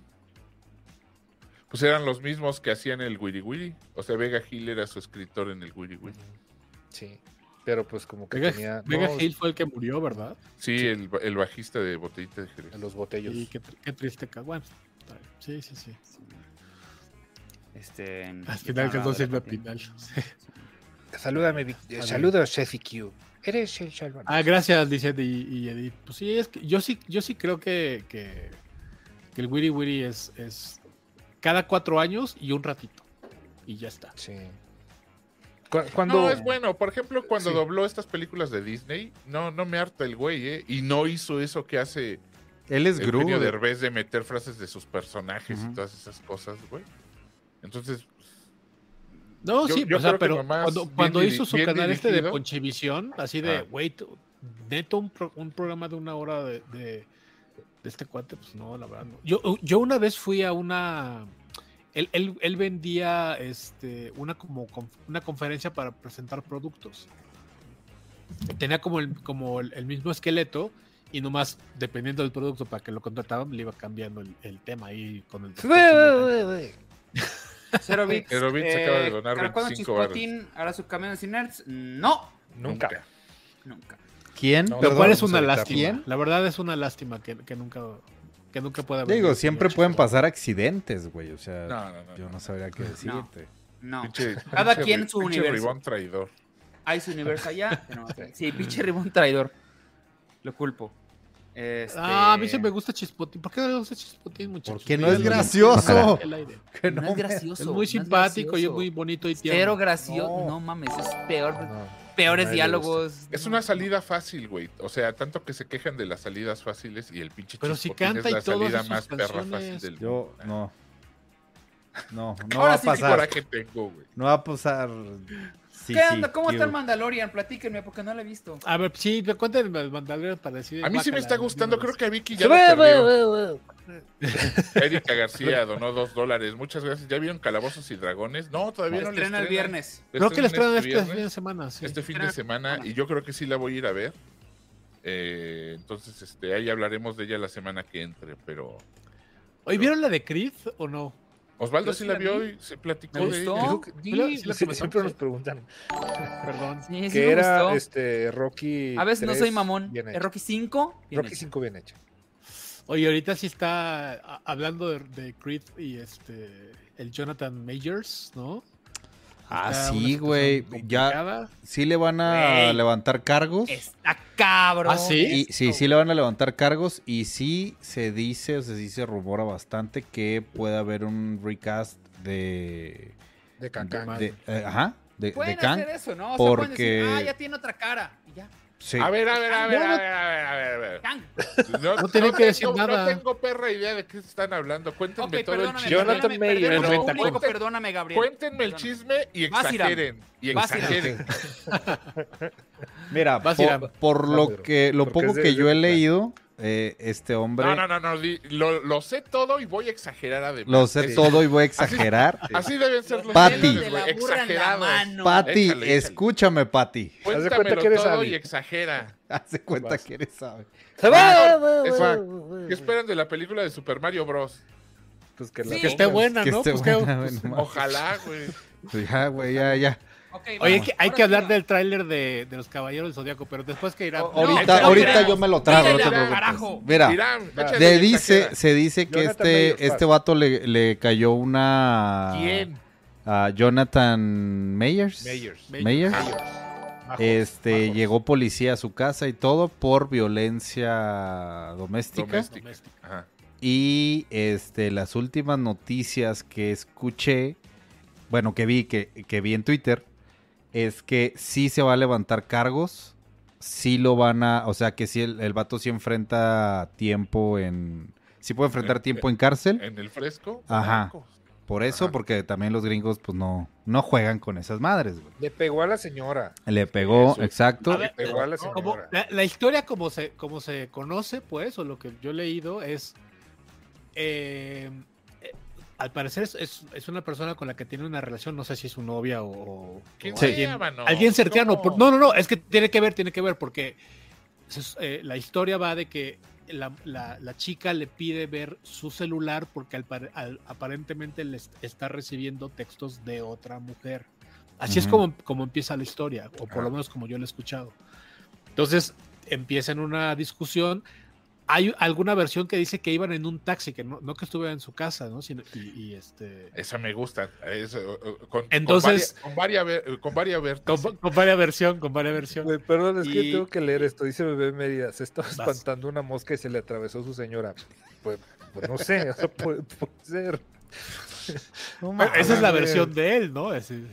Speaker 4: Pues eran los mismos que hacían el Wiri Wiri. O sea, Vega Hill era su escritor en el Wiri Wiri.
Speaker 2: Sí, pero pues como que
Speaker 3: Vega,
Speaker 2: tenía
Speaker 3: Vega
Speaker 2: no,
Speaker 3: Hill fue el que murió, ¿verdad?
Speaker 4: Sí, el, ba- el bajista de Botellita de Jerez.
Speaker 2: los botellos.
Speaker 3: Y qué, tr- qué triste caguán. Sí, sí, sí.
Speaker 1: Este,
Speaker 3: Al final quedó siendo al final. Sí.
Speaker 2: Salúdame, Vic- eh,
Speaker 3: ver.
Speaker 2: saluda a Chefi Q. Eres el Shalvan.
Speaker 3: Ah, gracias, dice y, y Edith. Pues sí, es que yo sí, yo sí creo que, que, que el Wiri Wiri es, es cada cuatro años y un ratito. Y ya está.
Speaker 2: Sí. Cu- Cuando,
Speaker 4: No, es bueno. Por ejemplo, cuando
Speaker 2: Sí.
Speaker 4: dobló estas películas de Disney, no, no me harta el güey, ¿eh? Y no hizo eso que hace
Speaker 5: Él es
Speaker 4: el
Speaker 5: Gru.
Speaker 4: de
Speaker 5: de-
Speaker 4: Derbez de meter frases de sus personajes
Speaker 5: Ujú.
Speaker 4: y todas esas cosas, güey. Entonces,
Speaker 3: No,
Speaker 4: Yo-
Speaker 3: sí,
Speaker 4: yo
Speaker 3: o sea,
Speaker 4: creo que
Speaker 3: pero
Speaker 4: nomás
Speaker 3: cuando,
Speaker 4: bien
Speaker 3: cuando
Speaker 4: diri-
Speaker 3: hizo su
Speaker 4: bien
Speaker 3: canal este de
Speaker 4: dirigido.
Speaker 3: Ponchevisión, así de,
Speaker 4: Ah.
Speaker 3: güey, t- neto un, pro- un programa de una hora de, de- de este cuate, pues no, la verdad no. Yo, yo una vez fui a una... Él, él- él vendía este, una, como, conf- una conferencia para presentar productos. Tenía como el, como el, el mismo esqueleto y nomás, dependiendo del producto para que lo contrataban, le iba cambiando el, el tema ahí con el...
Speaker 1: Cero bits. eh,
Speaker 4: Cero bits acaba de donar
Speaker 1: ¿para cuándo
Speaker 4: 25 varos?
Speaker 1: Chispotín hará su cameo en Cinerts? No,
Speaker 2: nunca.
Speaker 1: nunca.
Speaker 5: ¿Quién?
Speaker 2: No,
Speaker 3: Lo
Speaker 5: Perdón.
Speaker 3: cual
Speaker 2: Vamos
Speaker 3: es una
Speaker 2: a evitarlo.
Speaker 3: lástima. La verdad es una lástima que, que nunca que nunca pueda haber.
Speaker 5: Digo, siempre pueden pasar accidentes, güey. O sea,
Speaker 4: no, no, no.
Speaker 5: yo no sabría qué decirte.
Speaker 1: No.
Speaker 4: Pinche-
Speaker 1: Cada
Speaker 4: pinche
Speaker 1: quien
Speaker 4: ri-
Speaker 1: su
Speaker 4: pinche
Speaker 1: universo.
Speaker 4: ribón traidor.
Speaker 1: Hay su universo allá. pero no. Sí, pinche ribón traidor. Lo culpo. Este,
Speaker 3: Ah, a mí se me gusta Chispotín. ¿Por qué no le gusta Chispotín, muchachos?
Speaker 5: Porque no
Speaker 3: Díganlo.
Speaker 5: es gracioso.
Speaker 3: El aire.
Speaker 5: Que
Speaker 1: No
Speaker 5: no
Speaker 1: es
Speaker 5: me-
Speaker 1: gracioso.
Speaker 3: Es
Speaker 1: no
Speaker 3: muy
Speaker 1: es
Speaker 3: simpático y es
Speaker 1: gracioso.
Speaker 3: muy bonito y tierno.
Speaker 1: Cero gracioso.
Speaker 5: No.
Speaker 1: No mames, es peor.
Speaker 2: No,
Speaker 1: Peores
Speaker 2: nadie le
Speaker 1: diálogos.
Speaker 4: Es una salida fácil, güey. O sea, tanto que se quejan de las salidas fáciles y el pinche
Speaker 3: Pero si
Speaker 4: Chispotín
Speaker 3: canta
Speaker 4: es
Speaker 3: y
Speaker 4: la
Speaker 3: todas
Speaker 4: salida
Speaker 3: sus
Speaker 4: más perra
Speaker 3: canciones.
Speaker 4: fácil del
Speaker 5: Yo,
Speaker 4: mundo.
Speaker 5: no. No, no
Speaker 1: Ahora
Speaker 5: va a
Speaker 1: sí me
Speaker 4: ¿Qué
Speaker 5: pasar.
Speaker 4: coraje tengo, güey?
Speaker 5: No va a pasar. Sí,
Speaker 1: ¿Qué
Speaker 5: sí,
Speaker 1: onda? ¿Cómo está el
Speaker 5: Q.
Speaker 1: Mandalorian? Platíquenme porque no lo he visto.
Speaker 3: A ver, sí, me cuentan el Mandalorian para decir.
Speaker 4: A mí sí me
Speaker 3: guácala,
Speaker 4: está
Speaker 3: de una
Speaker 4: gustando,
Speaker 3: vez.
Speaker 4: creo que a Vicky ya lo perdió. Erika García donó dos dólares. Muchas gracias. ¿Ya vieron Calabozos y Dragones? No, todavía no le
Speaker 1: Estrena el
Speaker 4: estrenan.
Speaker 1: viernes.
Speaker 4: Le
Speaker 3: Creo que les
Speaker 4: estrenan
Speaker 3: traen
Speaker 4: este
Speaker 3: este fin de
Speaker 4: viernes,
Speaker 3: semana. sí.
Speaker 4: este fin
Speaker 1: Estrena
Speaker 4: de semana
Speaker 1: semana.
Speaker 4: y yo creo que sí la voy a ir a ver. Eh, entonces, este, ahí hablaremos de ella la semana que entre, pero
Speaker 3: ¿Hoy vieron la de Creed o no?
Speaker 4: Osvaldo
Speaker 1: Yo
Speaker 4: sí
Speaker 1: sí
Speaker 4: la
Speaker 1: la
Speaker 4: vio
Speaker 1: vi.
Speaker 4: y se platicó
Speaker 1: Me
Speaker 4: de
Speaker 1: gustó.
Speaker 4: ella.
Speaker 2: Creo que-
Speaker 3: Sí, sí, la
Speaker 2: sí,
Speaker 3: comentamos,
Speaker 2: siempre
Speaker 3: sí.
Speaker 2: nos preguntan
Speaker 3: Perdón.
Speaker 1: Sí, sí
Speaker 2: que
Speaker 1: me
Speaker 2: era
Speaker 1: gustó.
Speaker 2: este Rocky.
Speaker 1: a veces no
Speaker 2: 3
Speaker 1: soy mamón.
Speaker 2: bien
Speaker 1: ¿Es
Speaker 2: hecha.
Speaker 1: Rocky 5? Bien
Speaker 2: Rocky
Speaker 1: hecho.
Speaker 2: 5 bien hecha.
Speaker 3: Oye, ahorita sí está a- hablando de, de Creed y este. El Jonathan Majors, ¿no?
Speaker 5: Ah,
Speaker 3: Está una
Speaker 5: sí, güey.
Speaker 3: situación
Speaker 5: Ya
Speaker 3: complicada.
Speaker 5: sí le van a
Speaker 1: Güey.
Speaker 5: levantar cargos.
Speaker 1: Está cabrón.
Speaker 3: ¿Ah, sí?
Speaker 5: Y, sí, sí le van a levantar cargos y sí se dice, o sea, sí se rumora bastante que puede haber un recast de...
Speaker 2: De Cancán.
Speaker 5: de- eh, ajá, de, de
Speaker 1: Pueden
Speaker 5: Kang.
Speaker 1: hacer eso, ¿no? O sea,
Speaker 5: porque-
Speaker 1: pueden decir, ah, ya tiene otra cara. Y ya.
Speaker 5: Sí.
Speaker 4: A ver, a ver, a ver,
Speaker 3: Yo no-
Speaker 4: a ver, a ver, a ver, a ver.
Speaker 1: Kang.
Speaker 4: No,
Speaker 3: tienen que decir
Speaker 4: tengo,
Speaker 3: nada.
Speaker 4: No tengo perra idea de qué están hablando. Cuéntenme
Speaker 1: Ok,
Speaker 4: todo el
Speaker 1: perdóname.
Speaker 4: chisme.
Speaker 2: Jonathan
Speaker 1: perdóname,
Speaker 2: Mayer.
Speaker 1: perdóname,
Speaker 3: Comenta,
Speaker 1: público,
Speaker 4: comenta.
Speaker 1: perdóname, Gabriel.
Speaker 4: Cuéntenme el
Speaker 1: Perdóname.
Speaker 4: chisme y
Speaker 1: Vas, Irán.
Speaker 4: exageren. Y
Speaker 1: Vas, Irán.
Speaker 4: exageren.
Speaker 5: Mira,
Speaker 3: Vas,
Speaker 5: por,
Speaker 3: Irán.
Speaker 5: por
Speaker 2: Vas,
Speaker 5: lo
Speaker 2: Pedro.
Speaker 5: que lo
Speaker 2: Porque
Speaker 5: poco
Speaker 2: es de-
Speaker 5: que
Speaker 2: es de
Speaker 5: yo he
Speaker 2: Tucán.
Speaker 5: leído, eh, este hombre
Speaker 4: No, no, no, no. di- Lo, lo sé todo y voy a exagerar además.
Speaker 5: lo sé
Speaker 4: Es-
Speaker 5: todo y voy a exagerar.
Speaker 4: Así deben ser los
Speaker 5: Pati.
Speaker 4: chismes,
Speaker 1: De
Speaker 4: güey,
Speaker 1: la burra en la
Speaker 4: Exagerados.
Speaker 1: mano.
Speaker 5: Pati,
Speaker 4: Échale, échale.
Speaker 5: escúchame, Pati.
Speaker 2: Haz de cuenta
Speaker 4: Cuéntamelo
Speaker 2: que eres
Speaker 4: todo
Speaker 2: Abby.
Speaker 4: y exagera.
Speaker 5: Hace cuenta
Speaker 2: Vas.
Speaker 5: que eres sabe.
Speaker 1: Ah,
Speaker 4: Es ¿Qué esperan de la película de Super Mario Bros?
Speaker 2: Pues que la
Speaker 1: ah. Sí.
Speaker 3: Que esté buena,
Speaker 5: Que
Speaker 3: ¿no?
Speaker 5: esté
Speaker 3: Pues que-
Speaker 5: buena,
Speaker 3: pues,
Speaker 5: güey, no mames.
Speaker 4: Ojalá, güey.
Speaker 5: Ya, güey, ya, ya.
Speaker 1: Ok,
Speaker 3: Oye, hay
Speaker 1: vamos.
Speaker 3: que, hay
Speaker 1: Ahora
Speaker 3: que
Speaker 1: sí,
Speaker 3: hablar
Speaker 1: va.
Speaker 3: del tráiler de, de los Caballeros del Zodíaco, pero después que irá.
Speaker 1: O- No,
Speaker 5: ahorita
Speaker 4: no
Speaker 5: ahorita
Speaker 4: creas.
Speaker 5: yo me lo trago, no te
Speaker 1: Mírala,
Speaker 5: preocupes.
Speaker 1: carajo.
Speaker 5: Mira,
Speaker 4: Irán,
Speaker 2: va.
Speaker 4: échale
Speaker 5: se
Speaker 4: y
Speaker 5: dice,
Speaker 4: exagera.
Speaker 5: se dice que
Speaker 2: Jonathan
Speaker 5: este,
Speaker 2: Mayers,
Speaker 5: este
Speaker 2: vas.
Speaker 5: vato le, le cayó una
Speaker 4: ¿Quién?
Speaker 5: a Jonathan Mayers.
Speaker 4: Mayers.
Speaker 5: Mayers.
Speaker 4: Ah,
Speaker 5: Este
Speaker 2: Majos.
Speaker 5: llegó policía a su casa y todo por violencia doméstica.
Speaker 4: Doméstica. Ajá.
Speaker 5: Y este, las últimas noticias que escuché, bueno, que vi, que, que vi en Twitter, es que sí se va a levantar cargos, sí lo van a, o sea que sí el, el vato sí enfrenta tiempo en, sí puede
Speaker 3: Eh,
Speaker 5: enfrentar tiempo en cárcel,
Speaker 4: En el fresco.
Speaker 5: Ajá.
Speaker 4: Marcos.
Speaker 5: por eso,
Speaker 4: Ajá.
Speaker 5: porque también los gringos pues no, no juegan con esas madres, güey.
Speaker 2: Le pegó a la señora.
Speaker 5: Le pegó,
Speaker 4: Eso.
Speaker 5: exacto.
Speaker 3: A ver,
Speaker 2: Le pegó a la
Speaker 3: Como-
Speaker 2: señora.
Speaker 3: la, la historia como se, como se conoce, pues, o lo que yo he leído es, eh, eh, al parecer es, es- es una persona con la que tiene una relación, no sé si es su novia o, o
Speaker 4: ¿Quién
Speaker 5: Sí.
Speaker 4: sea,
Speaker 3: alguien,
Speaker 4: mano?
Speaker 3: alguien cercano.
Speaker 4: ¿Cómo?
Speaker 3: por- no, no, no, es que tiene que ver, tiene que ver, porque se- eh, la historia va de que la, la- la chica le pide ver su celular porque al pare- al- aparentemente le est- está recibiendo textos de otra mujer. Así es
Speaker 5: Ujú.
Speaker 3: como, como empieza la historia, o por
Speaker 4: Ajá.
Speaker 3: lo menos como yo lo he escuchado. Entonces empieza en una discusión. Hay alguna versión que dice que iban en un taxi, que no, no que estuviera en su casa, ¿no? Sino- y- y este,
Speaker 4: Esa me gusta. eso, eh, eh, con,
Speaker 3: Entonces-
Speaker 4: Con varias ver- con varias ver-
Speaker 3: con, con varias versión, con varias versión.
Speaker 2: Güey, perdón, es que
Speaker 3: Y-
Speaker 2: tengo que leer esto. Dice Bebé Mérida, se estaba
Speaker 3: Vas.
Speaker 2: espantando una mosca y se le atravesó su señora. Pues, pues no sé, o sea, puede, puede ser.
Speaker 3: Esa es la versión de él, ¿no? Así-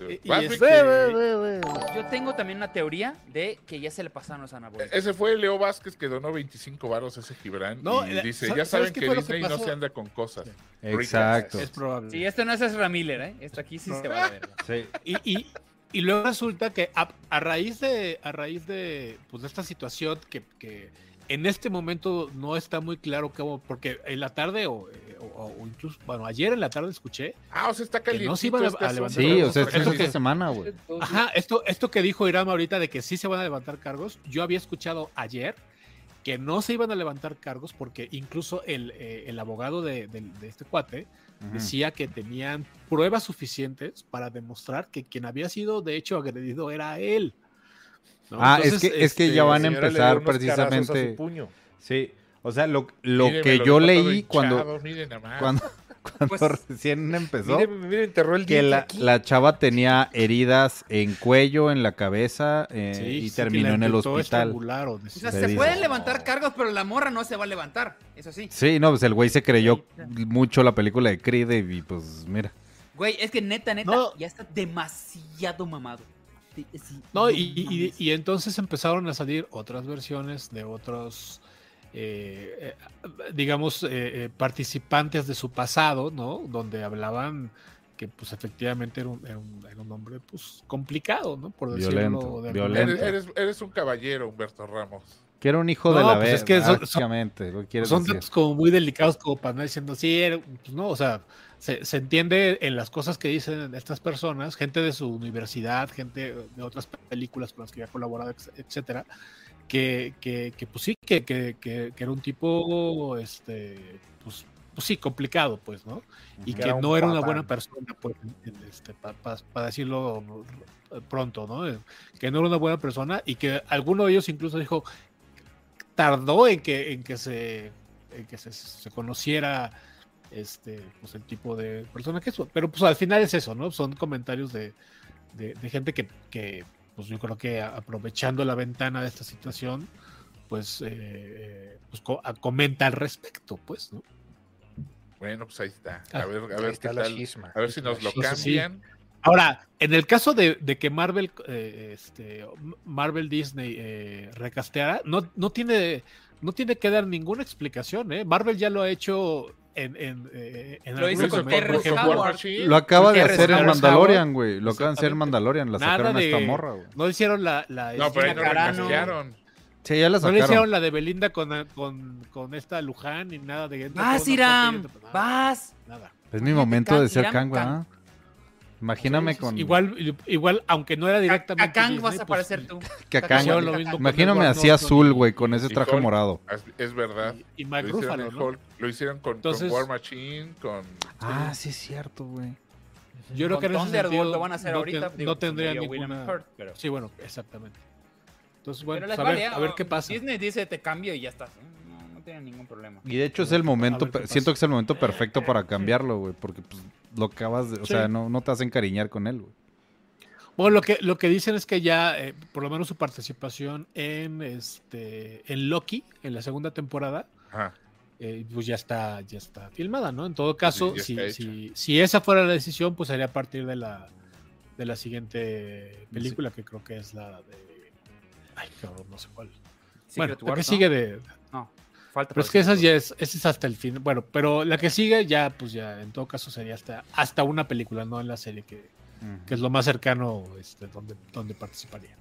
Speaker 4: Eh,
Speaker 3: y
Speaker 4: Buffett,
Speaker 3: este-
Speaker 1: Yo tengo también una teoría de que ya se le pasaron los
Speaker 4: eh,
Speaker 1: anabólicos.
Speaker 4: Ese fue Leo Vázquez que donó 25 varos a ese Gibran.
Speaker 3: No,
Speaker 4: y
Speaker 3: la-
Speaker 4: dice,
Speaker 3: ¿sabes
Speaker 4: ya saben
Speaker 3: qué
Speaker 4: que
Speaker 3: fue lo que
Speaker 4: Disney no
Speaker 3: pasó?
Speaker 4: se anda con cosas.
Speaker 5: Exacto.
Speaker 3: Es probable.
Speaker 1: Sí, este no es Ezra Miller, ¿eh? Esta aquí sí se va a ver.
Speaker 5: Sí.
Speaker 3: Y, y- y luego resulta que a, a raíz de a raíz de, pues, de esta situación que, que en este momento no está muy claro cómo, porque en la tarde o, eh, o- o incluso, bueno, ayer en la tarde escuché,
Speaker 4: Ah, o sea, está
Speaker 3: Que
Speaker 4: este caliente.
Speaker 3: no se iban a- a levantar.
Speaker 5: Sí, o sea,
Speaker 3: Eso
Speaker 5: esto es
Speaker 3: que-
Speaker 5: esta semana, güey.
Speaker 3: ajá, esto, esto que dijo Irán ahorita de que sí se van a levantar cargos, yo había escuchado ayer que no se iban a levantar cargos porque incluso el, eh, el abogado de, de- de este cuate
Speaker 5: Ujú.
Speaker 3: decía que tenían pruebas suficientes para demostrar que quien había sido de hecho agredido era él. ¿no?
Speaker 5: Ah, es
Speaker 3: Entonces,
Speaker 5: que, es que ya
Speaker 3: este,
Speaker 5: van a empezar precisamente.
Speaker 2: puño.
Speaker 5: Sí, o sea, lo, lo que yo leí cuando,
Speaker 4: cuando
Speaker 5: cuando, cuando
Speaker 1: Pues-
Speaker 5: recién empezó,
Speaker 2: Miren, miren, enterró el
Speaker 5: que
Speaker 2: diente
Speaker 5: la,
Speaker 2: aquí.
Speaker 5: la chava tenía heridas en cuello, en la cabeza eh,
Speaker 3: este, sí,
Speaker 5: y
Speaker 3: sí, este que
Speaker 5: terminó
Speaker 3: la
Speaker 5: en el
Speaker 3: intentó
Speaker 5: hospital.
Speaker 3: estrangular o
Speaker 1: O sea,
Speaker 5: Se
Speaker 1: se,
Speaker 5: dice.
Speaker 1: pueden levantar cargos, pero la morra no se va a levantar. Eso sí.
Speaker 5: Sí, no, pues el güey se creyó mucho la película de Creed y pues mira.
Speaker 1: Güey, es que neta, neta,
Speaker 3: No.
Speaker 1: ya está demasiado mamado. Sí, sí,
Speaker 3: No, y, y-
Speaker 1: mames.
Speaker 3: y entonces empezaron a salir otras versiones de otros, eh, eh, digamos, eh, eh, participantes de su pasado, ¿no? Donde hablaban que pues efectivamente era un, era un- era un hombre pues complicado, ¿no? Por decirlo
Speaker 5: Violento,
Speaker 3: de alguna
Speaker 5: violento.
Speaker 4: eres, eres, eres un caballero, Humberto Ramos.
Speaker 5: Que era un hijo de
Speaker 3: No,
Speaker 5: la
Speaker 3: pues
Speaker 5: verga,
Speaker 3: es que son- son-
Speaker 5: prácticamente, ¿no quieres
Speaker 3: Son
Speaker 5: decir?
Speaker 3: datos como muy delicados como para andar diciendo, sí, era- pues no, o sea, se, se entiende en las cosas que dicen estas personas, gente de su universidad, gente de otras películas con las que ya ha colaborado, ex- etcétera, que, que, que, pues sí, que, que, que, que era un tipo, este, pues, pues sí, complicado, pues, ¿no? Y
Speaker 2: Ujú.
Speaker 3: que
Speaker 2: Era un
Speaker 3: no era una
Speaker 2: patán.
Speaker 3: buena persona, pues, en- en este, para decirlo pronto, ¿no? Eh, Que no era una buena persona y que alguno de ellos incluso dijo, tardó en que, en que se en que se, se conociera este pues el tipo de persona que es. Pero pues al final es eso, ¿no? Son comentarios de, de- de gente que, que, pues yo creo que a- aprovechando la ventana de esta situación, pues, eh, eh, pues co- a- comenta al respecto, pues, ¿no?
Speaker 4: Bueno, pues ahí está. A
Speaker 3: Ah,
Speaker 4: ver, a
Speaker 2: Ahí
Speaker 4: ver qué
Speaker 2: está la
Speaker 4: tal.
Speaker 2: chisma.
Speaker 4: A ver si nos lo
Speaker 3: Sí, sí, sí.
Speaker 4: cambian.
Speaker 3: Ahora, en el caso de, de que Marvel, eh, este, Marvel Disney eh, recasteara, no, no tiene, no tiene que dar ninguna explicación, ¿eh? Marvel ya lo ha hecho en, en, eh, en
Speaker 1: Lo
Speaker 3: algún
Speaker 1: hizo con
Speaker 3: momento, por
Speaker 1: Terrence
Speaker 3: ejemplo,
Speaker 1: Howard.
Speaker 5: Lo
Speaker 3: Pues
Speaker 5: acaba de
Speaker 1: Porque
Speaker 5: hacer en
Speaker 1: Reservoir
Speaker 5: Mandalorian, güey. Lo acaban de hacer en
Speaker 3: Exactamente.
Speaker 5: Mandalorian, la
Speaker 3: Nada
Speaker 5: sacaron a esta
Speaker 3: de-
Speaker 5: morra, güey.
Speaker 3: No hicieron la, la
Speaker 4: No, pero ahí
Speaker 3: Gina
Speaker 4: no
Speaker 1: Carano.
Speaker 4: recastearon.
Speaker 5: Sí, ya la
Speaker 3: No le hicieron
Speaker 5: sacaron.
Speaker 3: la de Belinda con, con, con esta Luján ni nada de entra
Speaker 1: Vas,
Speaker 3: por una puerta y
Speaker 1: Iram.
Speaker 3: entra por- nada,
Speaker 1: Vas.
Speaker 3: nada.
Speaker 5: Es mi momento
Speaker 1: Can-
Speaker 5: de ser
Speaker 1: Irán
Speaker 5: Kang, güey.
Speaker 1: Can.
Speaker 5: ¿ah? Imagíname con...
Speaker 3: Igual, igual, aunque no era directamente.
Speaker 1: Acá
Speaker 3: Disney,
Speaker 1: vas a
Speaker 3: pues,
Speaker 1: aparecer tú.
Speaker 5: que
Speaker 1: Acá
Speaker 5: acá,
Speaker 1: hicieron
Speaker 5: güey.
Speaker 1: lo mismo con
Speaker 5: Imagíname
Speaker 3: Edward
Speaker 5: así
Speaker 3: Norton
Speaker 5: azul,
Speaker 3: y-
Speaker 5: güey, con ese
Speaker 4: y
Speaker 5: traje
Speaker 4: Hulk.
Speaker 5: morado.
Speaker 4: Es, es verdad.
Speaker 3: Y, y
Speaker 4: Lo
Speaker 3: Mark
Speaker 4: hicieron,
Speaker 3: Ruffalo,
Speaker 4: en
Speaker 3: ¿no?
Speaker 4: Hulk, lo hicieron con,
Speaker 3: Entonces-
Speaker 4: con War Machine, con...
Speaker 5: Ah, sí es cierto, güey.
Speaker 3: Yo creo que en
Speaker 1: Con
Speaker 3: ese
Speaker 1: Thunderbolt
Speaker 3: sentido
Speaker 1: lo van a hacer
Speaker 3: no
Speaker 1: ahorita.
Speaker 3: ten-
Speaker 1: digo,
Speaker 3: no tendría
Speaker 1: medio William
Speaker 3: ninguna.
Speaker 1: Hurt, pero,
Speaker 3: Sí, bueno, exactamente. Entonces,
Speaker 1: pero
Speaker 3: bueno,
Speaker 1: les
Speaker 3: pues, a, ver,
Speaker 1: vale,
Speaker 3: a ver
Speaker 1: ah,
Speaker 3: qué pasa.
Speaker 1: Disney dice te cambio y ya estás. No, no tiene ningún problema.
Speaker 5: Y de hecho es el
Speaker 3: A
Speaker 5: momento,
Speaker 3: ver qué
Speaker 5: per-
Speaker 3: pasa.
Speaker 5: siento que es el momento perfecto para cambiarlo, güey, porque pues, lo acabas de, o
Speaker 3: Sí.
Speaker 5: sea, no, no te hacen cariñar con él, güey.
Speaker 3: Bueno, lo que, lo que dicen es que ya, eh, por lo menos su participación en, este, en Loki, en la segunda temporada,
Speaker 4: Ajá.
Speaker 3: eh, pues ya está, ya está filmada, ¿no? En todo caso,
Speaker 4: ya
Speaker 3: si,
Speaker 4: está
Speaker 3: si, si esa fuera la decisión, pues sería a partir de la, de la siguiente película, que creo que es la de. Ay, cabrón, no sé cuál. bueno,
Speaker 1: Secret
Speaker 3: la que
Speaker 1: Wars, ¿no?
Speaker 3: sigue de.
Speaker 1: No, falta.
Speaker 3: Pero
Speaker 1: para
Speaker 3: es que esas
Speaker 1: Secret
Speaker 3: ya es, esa es hasta el fin. Bueno, pero la que sigue ya, pues ya, en todo caso sería hasta, hasta una película, no en la serie, que, que es lo más cercano este, donde, donde participaría.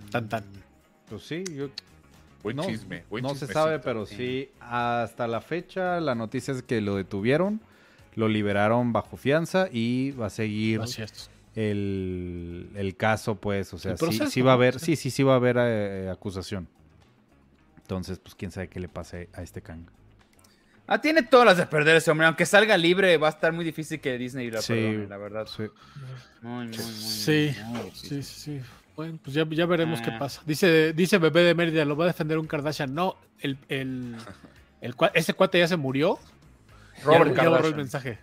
Speaker 1: Wars.
Speaker 3: Tan, tan.
Speaker 5: Pues sí, yo
Speaker 4: Buen
Speaker 5: no,
Speaker 4: chisme. buen
Speaker 5: no se
Speaker 4: chismecito.
Speaker 5: sabe, pero sí, hasta la fecha la noticia es que lo detuvieron, lo liberaron bajo fianza y va a seguir
Speaker 3: Así es.
Speaker 5: el, el caso, pues, o sea,
Speaker 3: El
Speaker 5: sí,
Speaker 3: proceso,
Speaker 5: sí va a haber,
Speaker 3: sí.
Speaker 5: sí, sí, sí va a haber eh, acusación. Entonces, pues quién sabe qué le pase a este Kang.
Speaker 1: Ah, tiene todas las de perder ese hombre. Aunque salga libre, va a estar muy difícil que Disney lo
Speaker 5: Sí.
Speaker 1: perdone, la verdad.
Speaker 5: Sí.
Speaker 1: Muy, muy, muy,
Speaker 3: Sí,
Speaker 1: muy
Speaker 3: Sí, sí,
Speaker 1: difícil.
Speaker 3: sí. Bueno, pues ya, ya veremos qué
Speaker 1: Ah.
Speaker 3: pasa. Dice, dice Bebé de Mérida, lo va a defender un Kardashian. No, el, el, el cua- ese cuate ya se murió.
Speaker 1: Robert
Speaker 3: Ya- ya, borró el
Speaker 1: Kardashian.
Speaker 3: mensaje.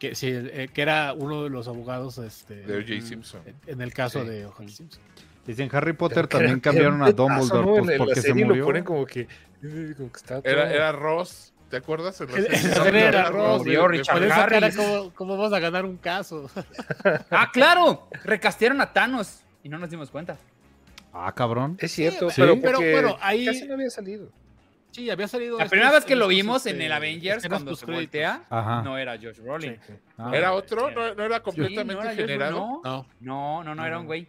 Speaker 3: Que, sí, el- eh, que era uno de los abogados este,
Speaker 4: De O.J.
Speaker 1: Mm.
Speaker 4: Simpson.
Speaker 3: en el caso
Speaker 2: Sí.
Speaker 3: de O.J. Simpson.
Speaker 5: Dicen Harry Potter
Speaker 2: Pero que
Speaker 5: también
Speaker 2: era- era
Speaker 5: cambiaron
Speaker 2: un
Speaker 5: a Dumbledore
Speaker 2: putazo, ¿no?
Speaker 5: pues,
Speaker 2: En la
Speaker 5: porque se
Speaker 2: serie
Speaker 5: murió.
Speaker 2: Lo ponen como que, como que está todo-
Speaker 4: Era, era Ross ¿Te acuerdas? En
Speaker 3: El- el
Speaker 4: serie
Speaker 3: Sabrina
Speaker 4: de
Speaker 3: Arroz,
Speaker 4: Arroz,
Speaker 1: dio
Speaker 4: de- de-
Speaker 1: Richard
Speaker 3: Por esa cara,
Speaker 1: Harris.
Speaker 3: ¿cómo, cómo vamos a ganar un caso?
Speaker 1: Ah, claro, recastearon a Thanos y no nos dimos cuenta.
Speaker 5: Ah, cabrón.
Speaker 2: Es cierto,
Speaker 5: Sí,
Speaker 2: pero,
Speaker 3: pero
Speaker 2: porque
Speaker 3: bueno, ahí-
Speaker 2: casi no había salido.
Speaker 3: Sí, había salido.
Speaker 1: La
Speaker 3: estos-
Speaker 1: primera vez que lo
Speaker 3: estos,
Speaker 1: vimos en
Speaker 3: este,
Speaker 1: el Avengers,
Speaker 3: escenas
Speaker 1: cuando se
Speaker 3: postcréditos. Ah.
Speaker 1: voltea,
Speaker 5: Ajá.
Speaker 1: no era Josh Brolin.
Speaker 3: Sí.
Speaker 5: Ah.
Speaker 4: ¿Era otro? ¿No, no era completamente
Speaker 1: era Josh
Speaker 4: generado?
Speaker 1: Brolin,
Speaker 3: No.
Speaker 1: No, no, no, no, era un güey.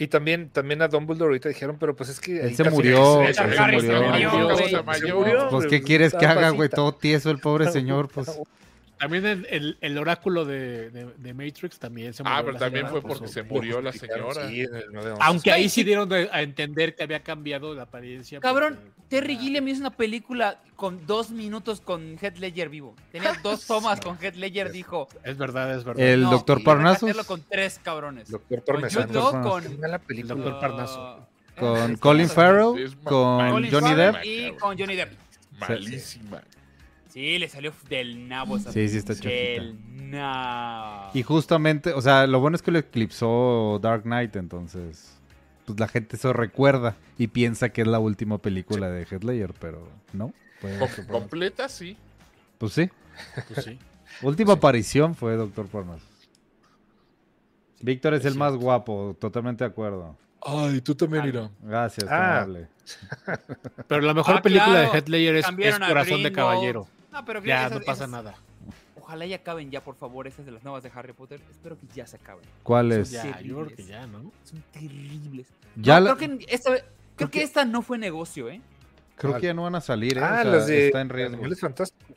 Speaker 2: Y también, también a Dumbledore ahorita dijeron, pero pues es que.
Speaker 5: Él
Speaker 2: ahí
Speaker 5: se
Speaker 2: casi-
Speaker 5: murió,
Speaker 2: Ese
Speaker 5: él se
Speaker 2: Harry
Speaker 5: murió.
Speaker 4: güey.
Speaker 2: Se
Speaker 4: murió.
Speaker 5: Pues,
Speaker 2: güey,
Speaker 5: ¿qué quieres que
Speaker 2: estaba
Speaker 5: haga, güey?
Speaker 2: pasita.
Speaker 5: Todo tieso el pobre señor, pues.
Speaker 3: También el, el, el oráculo de, de, de Matrix también se
Speaker 4: Ah,
Speaker 3: murió
Speaker 4: pero
Speaker 3: la
Speaker 4: también
Speaker 3: señora
Speaker 4: fue
Speaker 3: por
Speaker 4: porque
Speaker 3: su-
Speaker 4: se murió la
Speaker 2: Sí,
Speaker 4: señora.
Speaker 2: sí, en el
Speaker 1: Pues
Speaker 2: 9-11.
Speaker 3: Aunque ahí sí dieron de- a entender que había cambiado la apariencia.
Speaker 1: Cabrón,
Speaker 3: porque- Ah,
Speaker 1: Terry Gilliam hizo una película con dos minutos con Head Ledger vivo. Tenía dos tomas con Head Ledger, dijo.
Speaker 3: Es verdad, es verdad.
Speaker 5: El
Speaker 1: no,
Speaker 5: doctor
Speaker 1: voy a
Speaker 5: Parnassus
Speaker 1: hacerlo con tres cabrones.
Speaker 2: Doctor
Speaker 1: Con
Speaker 2: Parmesano.
Speaker 1: Jude Law,
Speaker 2: Qué
Speaker 5: Parnassus.
Speaker 1: con,
Speaker 2: mala
Speaker 3: El
Speaker 2: película.
Speaker 3: doctor Parnaso.
Speaker 5: con
Speaker 1: Sí, sí,
Speaker 5: Colin
Speaker 4: sí, es
Speaker 5: Farrell,
Speaker 4: ma-
Speaker 5: con
Speaker 1: Colin
Speaker 5: Johnny
Speaker 1: Farrell
Speaker 5: Depp.
Speaker 1: Y con Johnny Depp.
Speaker 4: Malísima.
Speaker 1: Sí, le salió del nabo esa
Speaker 5: Sí, sí, está chafita.
Speaker 1: Del nabo.
Speaker 5: Y justamente, o sea, lo bueno es que lo eclipsó Dark Knight, entonces. Pues la gente se recuerda y piensa que es la última película de Headlayer, pero no. Fue
Speaker 4: Com-
Speaker 5: Dr. Parnassus.
Speaker 4: completa, sí.
Speaker 5: Pues sí.
Speaker 3: Pues sí.
Speaker 5: Última aparición fue Doctor Parnassus. Víctor es
Speaker 3: es
Speaker 5: el más guapo, totalmente de acuerdo.
Speaker 2: Ay, tú también, Irán.
Speaker 5: Gracias, qué
Speaker 2: Ah.
Speaker 5: amable.
Speaker 3: Pero la mejor
Speaker 1: Ah,
Speaker 3: película
Speaker 1: claro,
Speaker 3: de Headlayer es, es
Speaker 1: cambiaron a
Speaker 3: Corazón de
Speaker 1: Gringo.
Speaker 3: Caballero.
Speaker 1: No, pero creo que
Speaker 3: Ya,
Speaker 1: esas-
Speaker 3: no pasa
Speaker 1: esas-
Speaker 3: nada.
Speaker 1: Ojalá ya acaben ya, por favor, esas de las nuevas de Harry Potter. Espero que ya se acaben.
Speaker 5: ¿Cuál
Speaker 3: Eso
Speaker 5: es? Ya,
Speaker 3: Ya, yo creo
Speaker 1: terribles.
Speaker 3: que ya, ¿no?
Speaker 1: Son terribles.
Speaker 5: la-
Speaker 1: No, creo, que esta, creo que esta no fue negocio, ¿eh?
Speaker 5: ya no van a salir, ¿eh?
Speaker 2: Ah,
Speaker 5: O sea,
Speaker 2: las de.
Speaker 5: está en riesgo.
Speaker 2: Animales Fantásticos.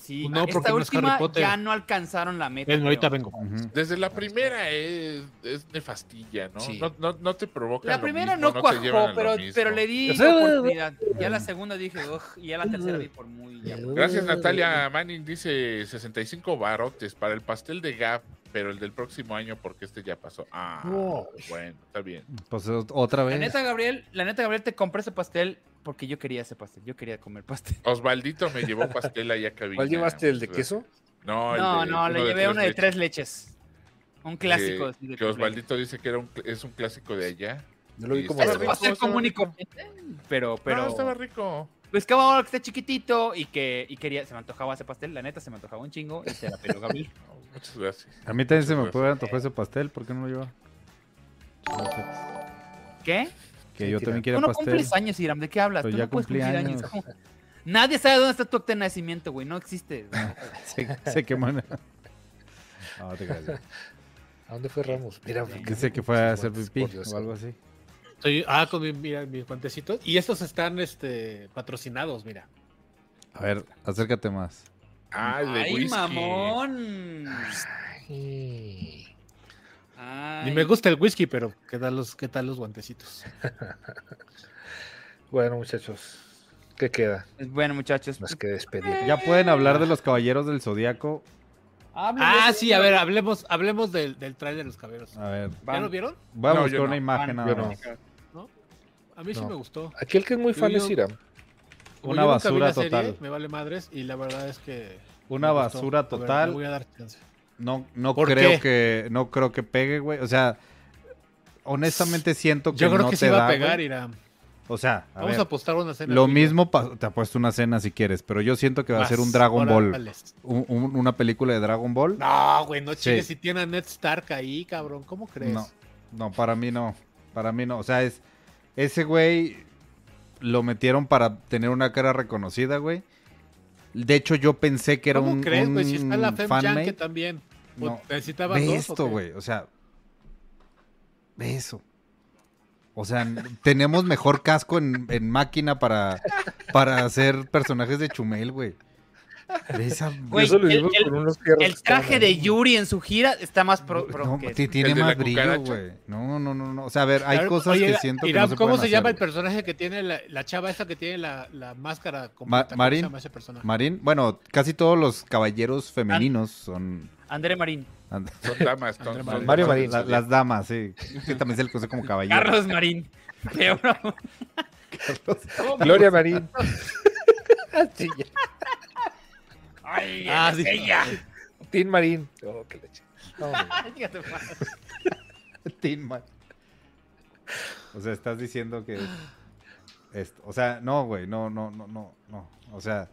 Speaker 1: Sí,
Speaker 4: Pues
Speaker 1: ah,
Speaker 3: No, porque
Speaker 1: esta
Speaker 3: no es Harry
Speaker 1: última
Speaker 3: Potter.
Speaker 1: ya no alcanzaron la meta.
Speaker 3: Ven,
Speaker 1: creo.
Speaker 3: ahorita vengo.
Speaker 5: Ujú.
Speaker 4: Desde la primera es, es nefastilla, ¿no?
Speaker 2: Sí.
Speaker 4: No, no, no te provoca.
Speaker 1: La
Speaker 4: lo
Speaker 1: primera
Speaker 4: mismo,
Speaker 1: no
Speaker 4: te llevan a
Speaker 1: cuajó,
Speaker 4: lo
Speaker 1: pero,
Speaker 4: mismo.
Speaker 1: pero le di
Speaker 2: O sea,
Speaker 1: oportunidad. Ya la segunda dije, "Ugh", y ya la tercera vi por muy... ya.
Speaker 4: Gracias, Natalia Manning dice 65 barotes para el pastel de Gap, pero el del próximo año porque este ya pasó. Ah,
Speaker 2: No.
Speaker 4: bueno, está bien.
Speaker 5: Pues o- otra
Speaker 1: La
Speaker 5: vez.
Speaker 1: neta, Gabriel, la neta, Gabriel, te compré ese pastel porque yo quería ese pastel. Yo quería comer pastel.
Speaker 4: Osvaldito me llevó pastel allá a cabina.
Speaker 2: ¿Cuál llevaste? ¿El de
Speaker 5: pues,
Speaker 2: queso?
Speaker 4: No, el
Speaker 1: No,
Speaker 4: de-
Speaker 1: no,
Speaker 4: uno
Speaker 1: le llevé uno de
Speaker 4: leches.
Speaker 1: tres leches. Un clásico.
Speaker 4: Que-
Speaker 1: así de
Speaker 4: que
Speaker 1: cumpleaños.
Speaker 4: Osvaldito dice que era un, cl- es un clásico de allá.
Speaker 2: Yo lo vi
Speaker 4: Sí,
Speaker 2: como.
Speaker 1: Es
Speaker 4: estaba
Speaker 1: un
Speaker 4: rico,
Speaker 1: pastel
Speaker 4: estaba
Speaker 1: común y
Speaker 4: rico.
Speaker 1: corriente, pero,
Speaker 4: Pero
Speaker 1: pero
Speaker 4: estaba rico.
Speaker 1: pescaba ahora que está chiquitito y que y quería, se me antojaba ese pastel, la neta se me antojaba un chingo y se la peló Gabriel.
Speaker 4: No, muchas gracias.
Speaker 5: A mí también se me
Speaker 4: Muchas
Speaker 5: puede antojar ese pastel, ¿por qué no lo lleva?
Speaker 1: ¿Qué?
Speaker 5: Que yo
Speaker 2: Mentira.
Speaker 5: también
Speaker 1: Tú
Speaker 5: quiera
Speaker 1: no
Speaker 5: pastel.
Speaker 1: cumples años, Iram, ¿de qué hablas?
Speaker 5: Pues
Speaker 1: Tú
Speaker 5: ya
Speaker 1: no puedes
Speaker 5: cumplí
Speaker 1: cumplir años.
Speaker 5: años.
Speaker 1: ¿cómo? Nadie sabe dónde está tu acta de nacimiento, güey, no existe.
Speaker 5: Se, se queman. No, te creas.
Speaker 2: ¿A dónde fue Ramos? Mira,
Speaker 5: Dice que fue a hacer pipí o algo así.
Speaker 3: Estoy- ah, con mi- mira, mis guantecitos. Y estos están este, patrocinados, mira.
Speaker 5: A ver, acércate más.
Speaker 4: Ah, el de
Speaker 1: Ay,
Speaker 4: whisky.
Speaker 1: mamón.
Speaker 2: así.
Speaker 3: Ni
Speaker 1: Ay. Ah,
Speaker 3: me gusta el whisky, pero ¿qué tal los, qué tal los guantecitos?
Speaker 2: Bueno, muchachos, ¿qué queda?
Speaker 1: Pues Bueno, muchachos.
Speaker 2: Más que despedir.
Speaker 5: Ya pueden hablar de los caballeros del zodiaco.
Speaker 1: hablen de
Speaker 3: Ah,
Speaker 1: eso.
Speaker 3: sí, a ver, hablemos, hablemos del, del trailer de los caballeros.
Speaker 5: A ver,
Speaker 3: ¿Ya
Speaker 1: Van.
Speaker 3: lo vieron?
Speaker 5: voy a
Speaker 4: No,
Speaker 5: buscar
Speaker 4: yo
Speaker 5: una
Speaker 4: no.
Speaker 5: imagen
Speaker 1: Van.
Speaker 5: nada
Speaker 2: Yo no.
Speaker 5: más.
Speaker 3: A mí sí
Speaker 2: No.
Speaker 3: me gustó.
Speaker 2: Aquí el que es muy fan
Speaker 3: Yo-
Speaker 2: es Irán.
Speaker 3: Como yo nunca
Speaker 5: Una
Speaker 3: vi
Speaker 5: basura
Speaker 3: la serie,
Speaker 5: total.
Speaker 3: me vale madres y la verdad es que...
Speaker 5: Una
Speaker 3: me gustó.
Speaker 5: basura
Speaker 3: A ver,
Speaker 5: total.
Speaker 3: le voy a dar chance.
Speaker 5: No, no
Speaker 3: ¿Por
Speaker 5: creo
Speaker 3: qué?
Speaker 5: que no creo que pegue, güey. O sea, honestamente siento que
Speaker 3: Yo creo
Speaker 5: no
Speaker 3: que
Speaker 5: te
Speaker 3: sí va
Speaker 5: da,
Speaker 3: a pegar,
Speaker 5: güey.
Speaker 3: Irán.
Speaker 5: O sea, a
Speaker 3: Vamos
Speaker 5: ver,
Speaker 3: a apostar una cena.
Speaker 5: lo
Speaker 3: tú y yo.
Speaker 5: mismo pa- te apuesto una cena si quieres, pero yo siento que va a ser un
Speaker 3: Vas,
Speaker 5: Dragon Ball,
Speaker 3: órales.
Speaker 5: un- un- una película de Dragon Ball.
Speaker 3: No, güey, no chingues.
Speaker 5: Sí.
Speaker 3: Si tiene a Ned Stark ahí, cabrón, ¿cómo crees?
Speaker 5: No, no, para mí no. Para mí no. O sea, es. Ese güey lo metieron para tener una cara reconocida, güey. De hecho, yo pensé que era
Speaker 3: ¿Cómo
Speaker 5: un,
Speaker 3: crees, güey? Si está la
Speaker 5: un
Speaker 3: Fem
Speaker 5: fanmade.
Speaker 3: Janke también.
Speaker 5: No.
Speaker 3: Pues, Necesitaba
Speaker 5: Ve
Speaker 3: dos, ¿o
Speaker 5: esto,
Speaker 3: qué?
Speaker 5: güey. O sea, ve eso. O sea, n- tenemos mejor casco en, en máquina para, para hacer personajes de Chumel, güey. Ve esa-
Speaker 1: Güey,
Speaker 2: Eso lo
Speaker 1: el-
Speaker 2: hicimos
Speaker 1: el-
Speaker 2: con unos fierros que
Speaker 1: El traje
Speaker 2: estaban
Speaker 1: de
Speaker 2: ahí.
Speaker 1: Yuri en su gira está más pro, pro
Speaker 5: No,
Speaker 1: que-
Speaker 5: ti- tiene
Speaker 4: ¿El de
Speaker 5: más
Speaker 4: la
Speaker 5: brillo,
Speaker 4: cucaracha?
Speaker 5: güey. No, no, no, no. O sea, a ver, hay
Speaker 3: A ver,
Speaker 5: cosas
Speaker 3: oye,
Speaker 5: que siento
Speaker 3: Irán,
Speaker 5: que no se
Speaker 3: ¿cómo
Speaker 5: pueden
Speaker 3: se llama
Speaker 5: hacer,
Speaker 3: el personaje que tiene la, la chava esta que tiene la, la máscara
Speaker 5: Ma-
Speaker 3: completa? ¿Cómo
Speaker 5: Marín.
Speaker 3: se llama ese personaje?
Speaker 5: Marín, bueno, casi todos los caballeros femeninos son
Speaker 1: André Marín.
Speaker 3: Ah.
Speaker 5: and-
Speaker 4: Son damas. son-
Speaker 3: André
Speaker 4: son
Speaker 3: Marín.
Speaker 2: Mario
Speaker 4: damas
Speaker 2: Marín.
Speaker 4: del
Speaker 5: la-
Speaker 4: zodiaco.
Speaker 5: las damas, sí. Que también se le conoce como caballero.
Speaker 1: Carlos Marín. Peor aún.
Speaker 2: Gloria Marín. sí, ya.
Speaker 1: Ay,
Speaker 3: Ah,
Speaker 1: eres
Speaker 3: sí.
Speaker 1: ella.
Speaker 2: Tin Marín. Oh, qué leche. No, hombre.
Speaker 1: Fíjate, pa.
Speaker 5: Tin Man. O sea, estás diciendo que. esto- o sea, no, güey, no, no, no, no, no. O sea,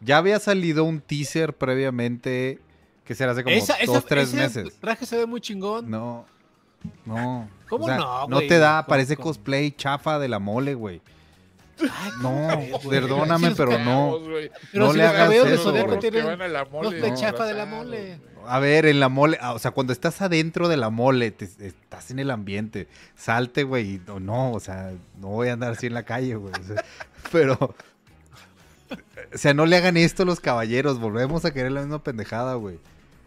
Speaker 5: Ya había salido un teaser previamente que será hace como
Speaker 3: Esa- esa-
Speaker 5: dos, tres
Speaker 3: ese
Speaker 5: meses.
Speaker 3: traje se ve muy chingón.
Speaker 5: No, no.
Speaker 3: ¿Cómo no,
Speaker 5: No
Speaker 3: güey?
Speaker 5: te da,
Speaker 3: ¿Cómo-
Speaker 5: parece
Speaker 3: cómo?
Speaker 5: cosplay chafa de la mole, güey.
Speaker 3: Ay,
Speaker 5: No,
Speaker 3: crees, güey? Sí
Speaker 5: perdóname,
Speaker 3: los
Speaker 5: pero no.
Speaker 4: Chavos, güey.
Speaker 3: Pero
Speaker 5: no
Speaker 3: si
Speaker 5: le
Speaker 3: los
Speaker 5: hagas
Speaker 3: cabeos de
Speaker 5: eso,
Speaker 3: Zodíaco
Speaker 5: güey.
Speaker 3: tienen-
Speaker 4: van a la mole,
Speaker 3: los de
Speaker 4: ¿no?
Speaker 3: chafa de la
Speaker 4: Abrazados,
Speaker 3: mole.
Speaker 4: güey.
Speaker 5: A ver, en la mole, ah, o sea, cuando estás adentro de la mole, te- estás en el ambiente, salte, güey, y no, no, o sea, no voy a andar así en la calle, güey. o sea, pero, o sea, no le hagan esto a los caballeros, volvemos a querer la misma pendejada, güey.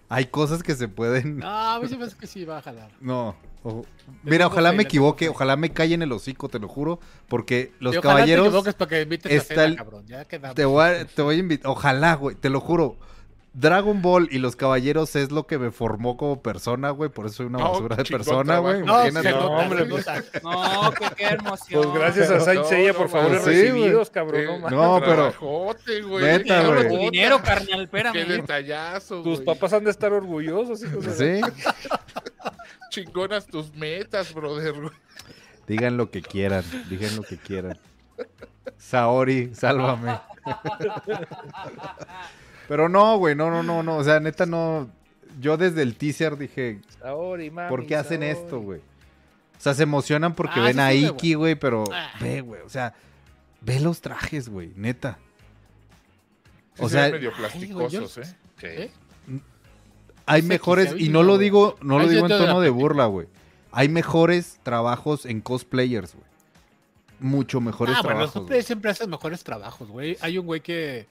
Speaker 5: Hay cosas que se pueden...
Speaker 3: No, a mí se me hace que sí va a jalar.
Speaker 5: No. o-
Speaker 3: Le
Speaker 5: Mira,
Speaker 3: pongo
Speaker 5: ojalá
Speaker 3: fe,
Speaker 5: me
Speaker 3: le
Speaker 5: equivoque,
Speaker 3: pongo fe.
Speaker 5: ojalá me callen el hocico, te lo juro, porque los
Speaker 3: Y ojalá Te
Speaker 5: caballeros...
Speaker 3: equivoques para que invites
Speaker 5: está
Speaker 3: a cena,
Speaker 5: el-
Speaker 3: cabrón. Ya
Speaker 4: Ah,
Speaker 3: quedamos.
Speaker 4: pues,
Speaker 5: Te voy a, te voy a invitar. Ojalá, güey. Te lo juro. Dragon Ball y los caballeros es lo que me formó como persona, güey. Por eso soy una
Speaker 4: No,
Speaker 5: basura de
Speaker 4: chingón
Speaker 5: persona, güey.
Speaker 4: trabajo.
Speaker 3: No,
Speaker 4: Imagínate,
Speaker 3: se
Speaker 2: no,
Speaker 3: nota,
Speaker 2: hombre,
Speaker 3: se
Speaker 2: pues-
Speaker 3: nota.
Speaker 1: No, qué, qué emoción.
Speaker 2: Pues gracias a Saint
Speaker 4: No,
Speaker 2: Seiya
Speaker 4: no,
Speaker 2: por favores
Speaker 5: sí, güey.
Speaker 2: recibidos, cabrón. no
Speaker 4: Eh,
Speaker 2: mames.
Speaker 5: No, pero-
Speaker 4: Trabajote, güey.
Speaker 5: Neta,
Speaker 4: Qué
Speaker 5: güey.
Speaker 1: Tu
Speaker 4: barbota.
Speaker 1: dinero, carnal,
Speaker 4: Qué
Speaker 1: espérame. eh.
Speaker 4: detallazo,
Speaker 2: Tus
Speaker 4: güey.
Speaker 2: papás han de estar orgullosos, hijos de la-
Speaker 5: Sí.
Speaker 4: Chingonas tus metas, brother, güey.
Speaker 5: Digan lo que quieran. Digan lo que quieran. Saori, sálvame. Pero no, güey. No, no, no, no. O sea, neta, no. Yo desde el teaser dije,
Speaker 2: Saori, mami,
Speaker 5: ¿por qué hacen
Speaker 2: Saori.
Speaker 5: esto, güey? O sea, se emocionan porque
Speaker 3: Ah,
Speaker 5: ven
Speaker 3: eso
Speaker 5: a
Speaker 3: sí, güey.
Speaker 5: Iki, güey, pero
Speaker 3: Ah.
Speaker 5: ve, güey. O sea, ve los trajes, güey. Neta.
Speaker 4: Sí
Speaker 5: O
Speaker 4: se ven
Speaker 5: sea-
Speaker 4: medio
Speaker 3: Ay, güey, yo-
Speaker 4: plasticosos, ¿eh?
Speaker 3: ¿Eh?
Speaker 5: Hay
Speaker 3: Ese
Speaker 5: mejores,
Speaker 3: quizá
Speaker 5: y no lo
Speaker 3: güey.
Speaker 5: digo, no lo
Speaker 3: Ahí sí
Speaker 5: digo en
Speaker 3: te doy la
Speaker 5: tono de burla, güey. Hay mejores trabajos en cosplayers, güey. Mucho mejores
Speaker 3: Ah, bueno, los
Speaker 5: trabajos.
Speaker 3: hombres siempre hacen mejores trabajos, güey. Hay un güey que,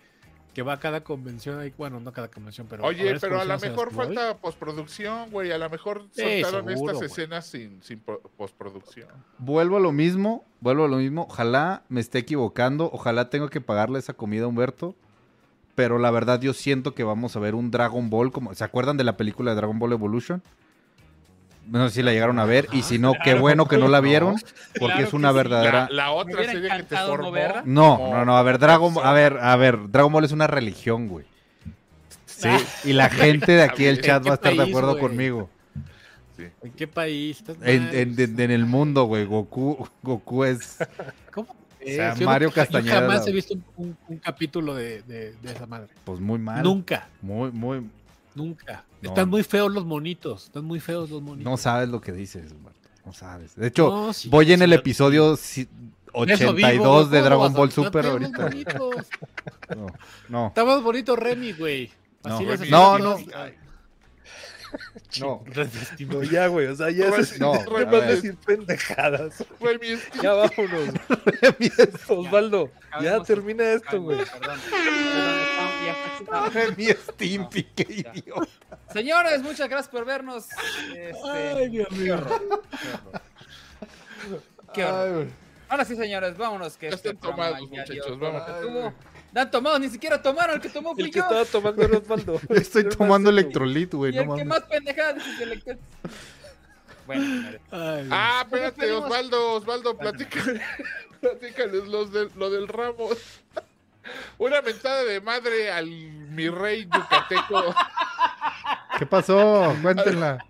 Speaker 3: que va a cada convención. ahí- Bueno, no a cada convención, pero.
Speaker 4: Oye,
Speaker 3: varias
Speaker 4: pero a lo
Speaker 3: convenciones
Speaker 4: mejor
Speaker 3: las que voy.
Speaker 4: falta postproducción, güey. A lo mejor
Speaker 3: Sí,
Speaker 4: soltaron
Speaker 3: seguro,
Speaker 4: estas
Speaker 3: güey.
Speaker 4: escenas sin, sin po- postproducción.
Speaker 5: güey. Vuelvo a lo mismo, vuelvo a lo mismo. Ojalá me esté equivocando, ojalá tengo que pagarle esa comida a Humberto. Pero la verdad yo siento que vamos a ver un Dragon Ball como... ¿Se acuerdan de la película de Dragon Ball Evolution? No sé si la llegaron a ver y si no, qué bueno que no la vieron porque
Speaker 1: Claro
Speaker 5: es una
Speaker 1: que sí.
Speaker 5: verdadera...
Speaker 4: La, la otra
Speaker 1: hubiera
Speaker 4: serie que te
Speaker 1: encantado no
Speaker 4: formó.
Speaker 1: verla.
Speaker 5: No,
Speaker 4: como
Speaker 5: no, no, a ver, Dragon Ball,
Speaker 4: persona.
Speaker 5: a ver, a ver, Dragon Ball es una religión, güey. Sí, y la gente de aquí del
Speaker 4: ¿En
Speaker 5: chat
Speaker 3: qué
Speaker 5: va a estar de
Speaker 3: país,
Speaker 5: acuerdo
Speaker 3: güey?
Speaker 5: conmigo.
Speaker 3: ¿En qué país? Estás
Speaker 5: En,
Speaker 3: mal.
Speaker 5: en- en- en el mundo, güey, Goku, Goku es...
Speaker 3: ¿Cómo?
Speaker 5: sea,
Speaker 3: crees? Yo
Speaker 5: Mario
Speaker 3: nunca-
Speaker 5: Castañeda,
Speaker 3: Yo jamás
Speaker 5: güey.
Speaker 3: he visto un, un- un capítulo de, de- de esa madre.
Speaker 5: Pues muy mal.
Speaker 3: Nunca,
Speaker 5: Muy, muy...
Speaker 3: nunca.
Speaker 5: No.
Speaker 3: Están muy feos los monitos. Están muy feos los monitos.
Speaker 5: No sabes lo que dices, Humberto, no sabes. De hecho,
Speaker 3: No, sí,
Speaker 5: voy en
Speaker 3: sí,
Speaker 5: el
Speaker 3: yo-
Speaker 5: episodio si-
Speaker 3: En eso
Speaker 5: 82
Speaker 3: vivo, güey,
Speaker 5: de
Speaker 3: ¿cómo
Speaker 5: Dragon
Speaker 3: vas a-
Speaker 5: Ball
Speaker 3: están
Speaker 5: Super
Speaker 3: feos
Speaker 5: ahorita.
Speaker 3: los
Speaker 5: güey.
Speaker 3: monitos?
Speaker 5: No, no,
Speaker 3: Está más bonito Remy, güey. Así
Speaker 5: No.
Speaker 3: les
Speaker 4: Remy.
Speaker 3: hacía
Speaker 5: No,
Speaker 3: bien
Speaker 5: no.
Speaker 3: los- Ay,
Speaker 5: no.
Speaker 2: No, ya, güey, o sea, ya
Speaker 4: No, eh.
Speaker 2: es
Speaker 5: no,
Speaker 2: no,
Speaker 5: a
Speaker 2: vas a
Speaker 5: ver.
Speaker 2: decir pendejadas.
Speaker 4: Güey, mi esquí-
Speaker 2: Ya vámonos, Osvaldo. Ya
Speaker 1: Acabemos
Speaker 2: termina esto, güey.
Speaker 1: Perdón. Perdón, ya-
Speaker 5: Mi Stimpy, qué idiota.
Speaker 1: Señores, muchas gracias por vernos. Este,
Speaker 3: Ay, Dios mío.
Speaker 1: qué horror. Ahora sí, señores, vámonos. Que este
Speaker 4: Ya están
Speaker 1: programa
Speaker 4: tomados,
Speaker 1: ya dio
Speaker 4: muchachos,
Speaker 1: todo lo
Speaker 4: vámonos.
Speaker 1: que tuvo. No han tomado, ni siquiera tomaron, el que tomó fui
Speaker 2: El que
Speaker 1: yo.
Speaker 2: estaba tomando era Osvaldo.
Speaker 5: Yo estoy
Speaker 2: Era un
Speaker 5: tomando
Speaker 2: acento.
Speaker 5: electrolit, güey,
Speaker 1: Y
Speaker 5: no
Speaker 1: el que
Speaker 5: mames.
Speaker 1: más pendejada de sus electores. Bueno, señores.
Speaker 3: Ay,
Speaker 4: Ah,
Speaker 1: ¿Cómo
Speaker 4: espérate,
Speaker 1: pedimos?
Speaker 4: Osvaldo, Osvaldo, platícale, platícales los del- lo del ramo. Una mentada de madre al mi rey yucateco.
Speaker 5: ¿Qué pasó? Cuéntenla.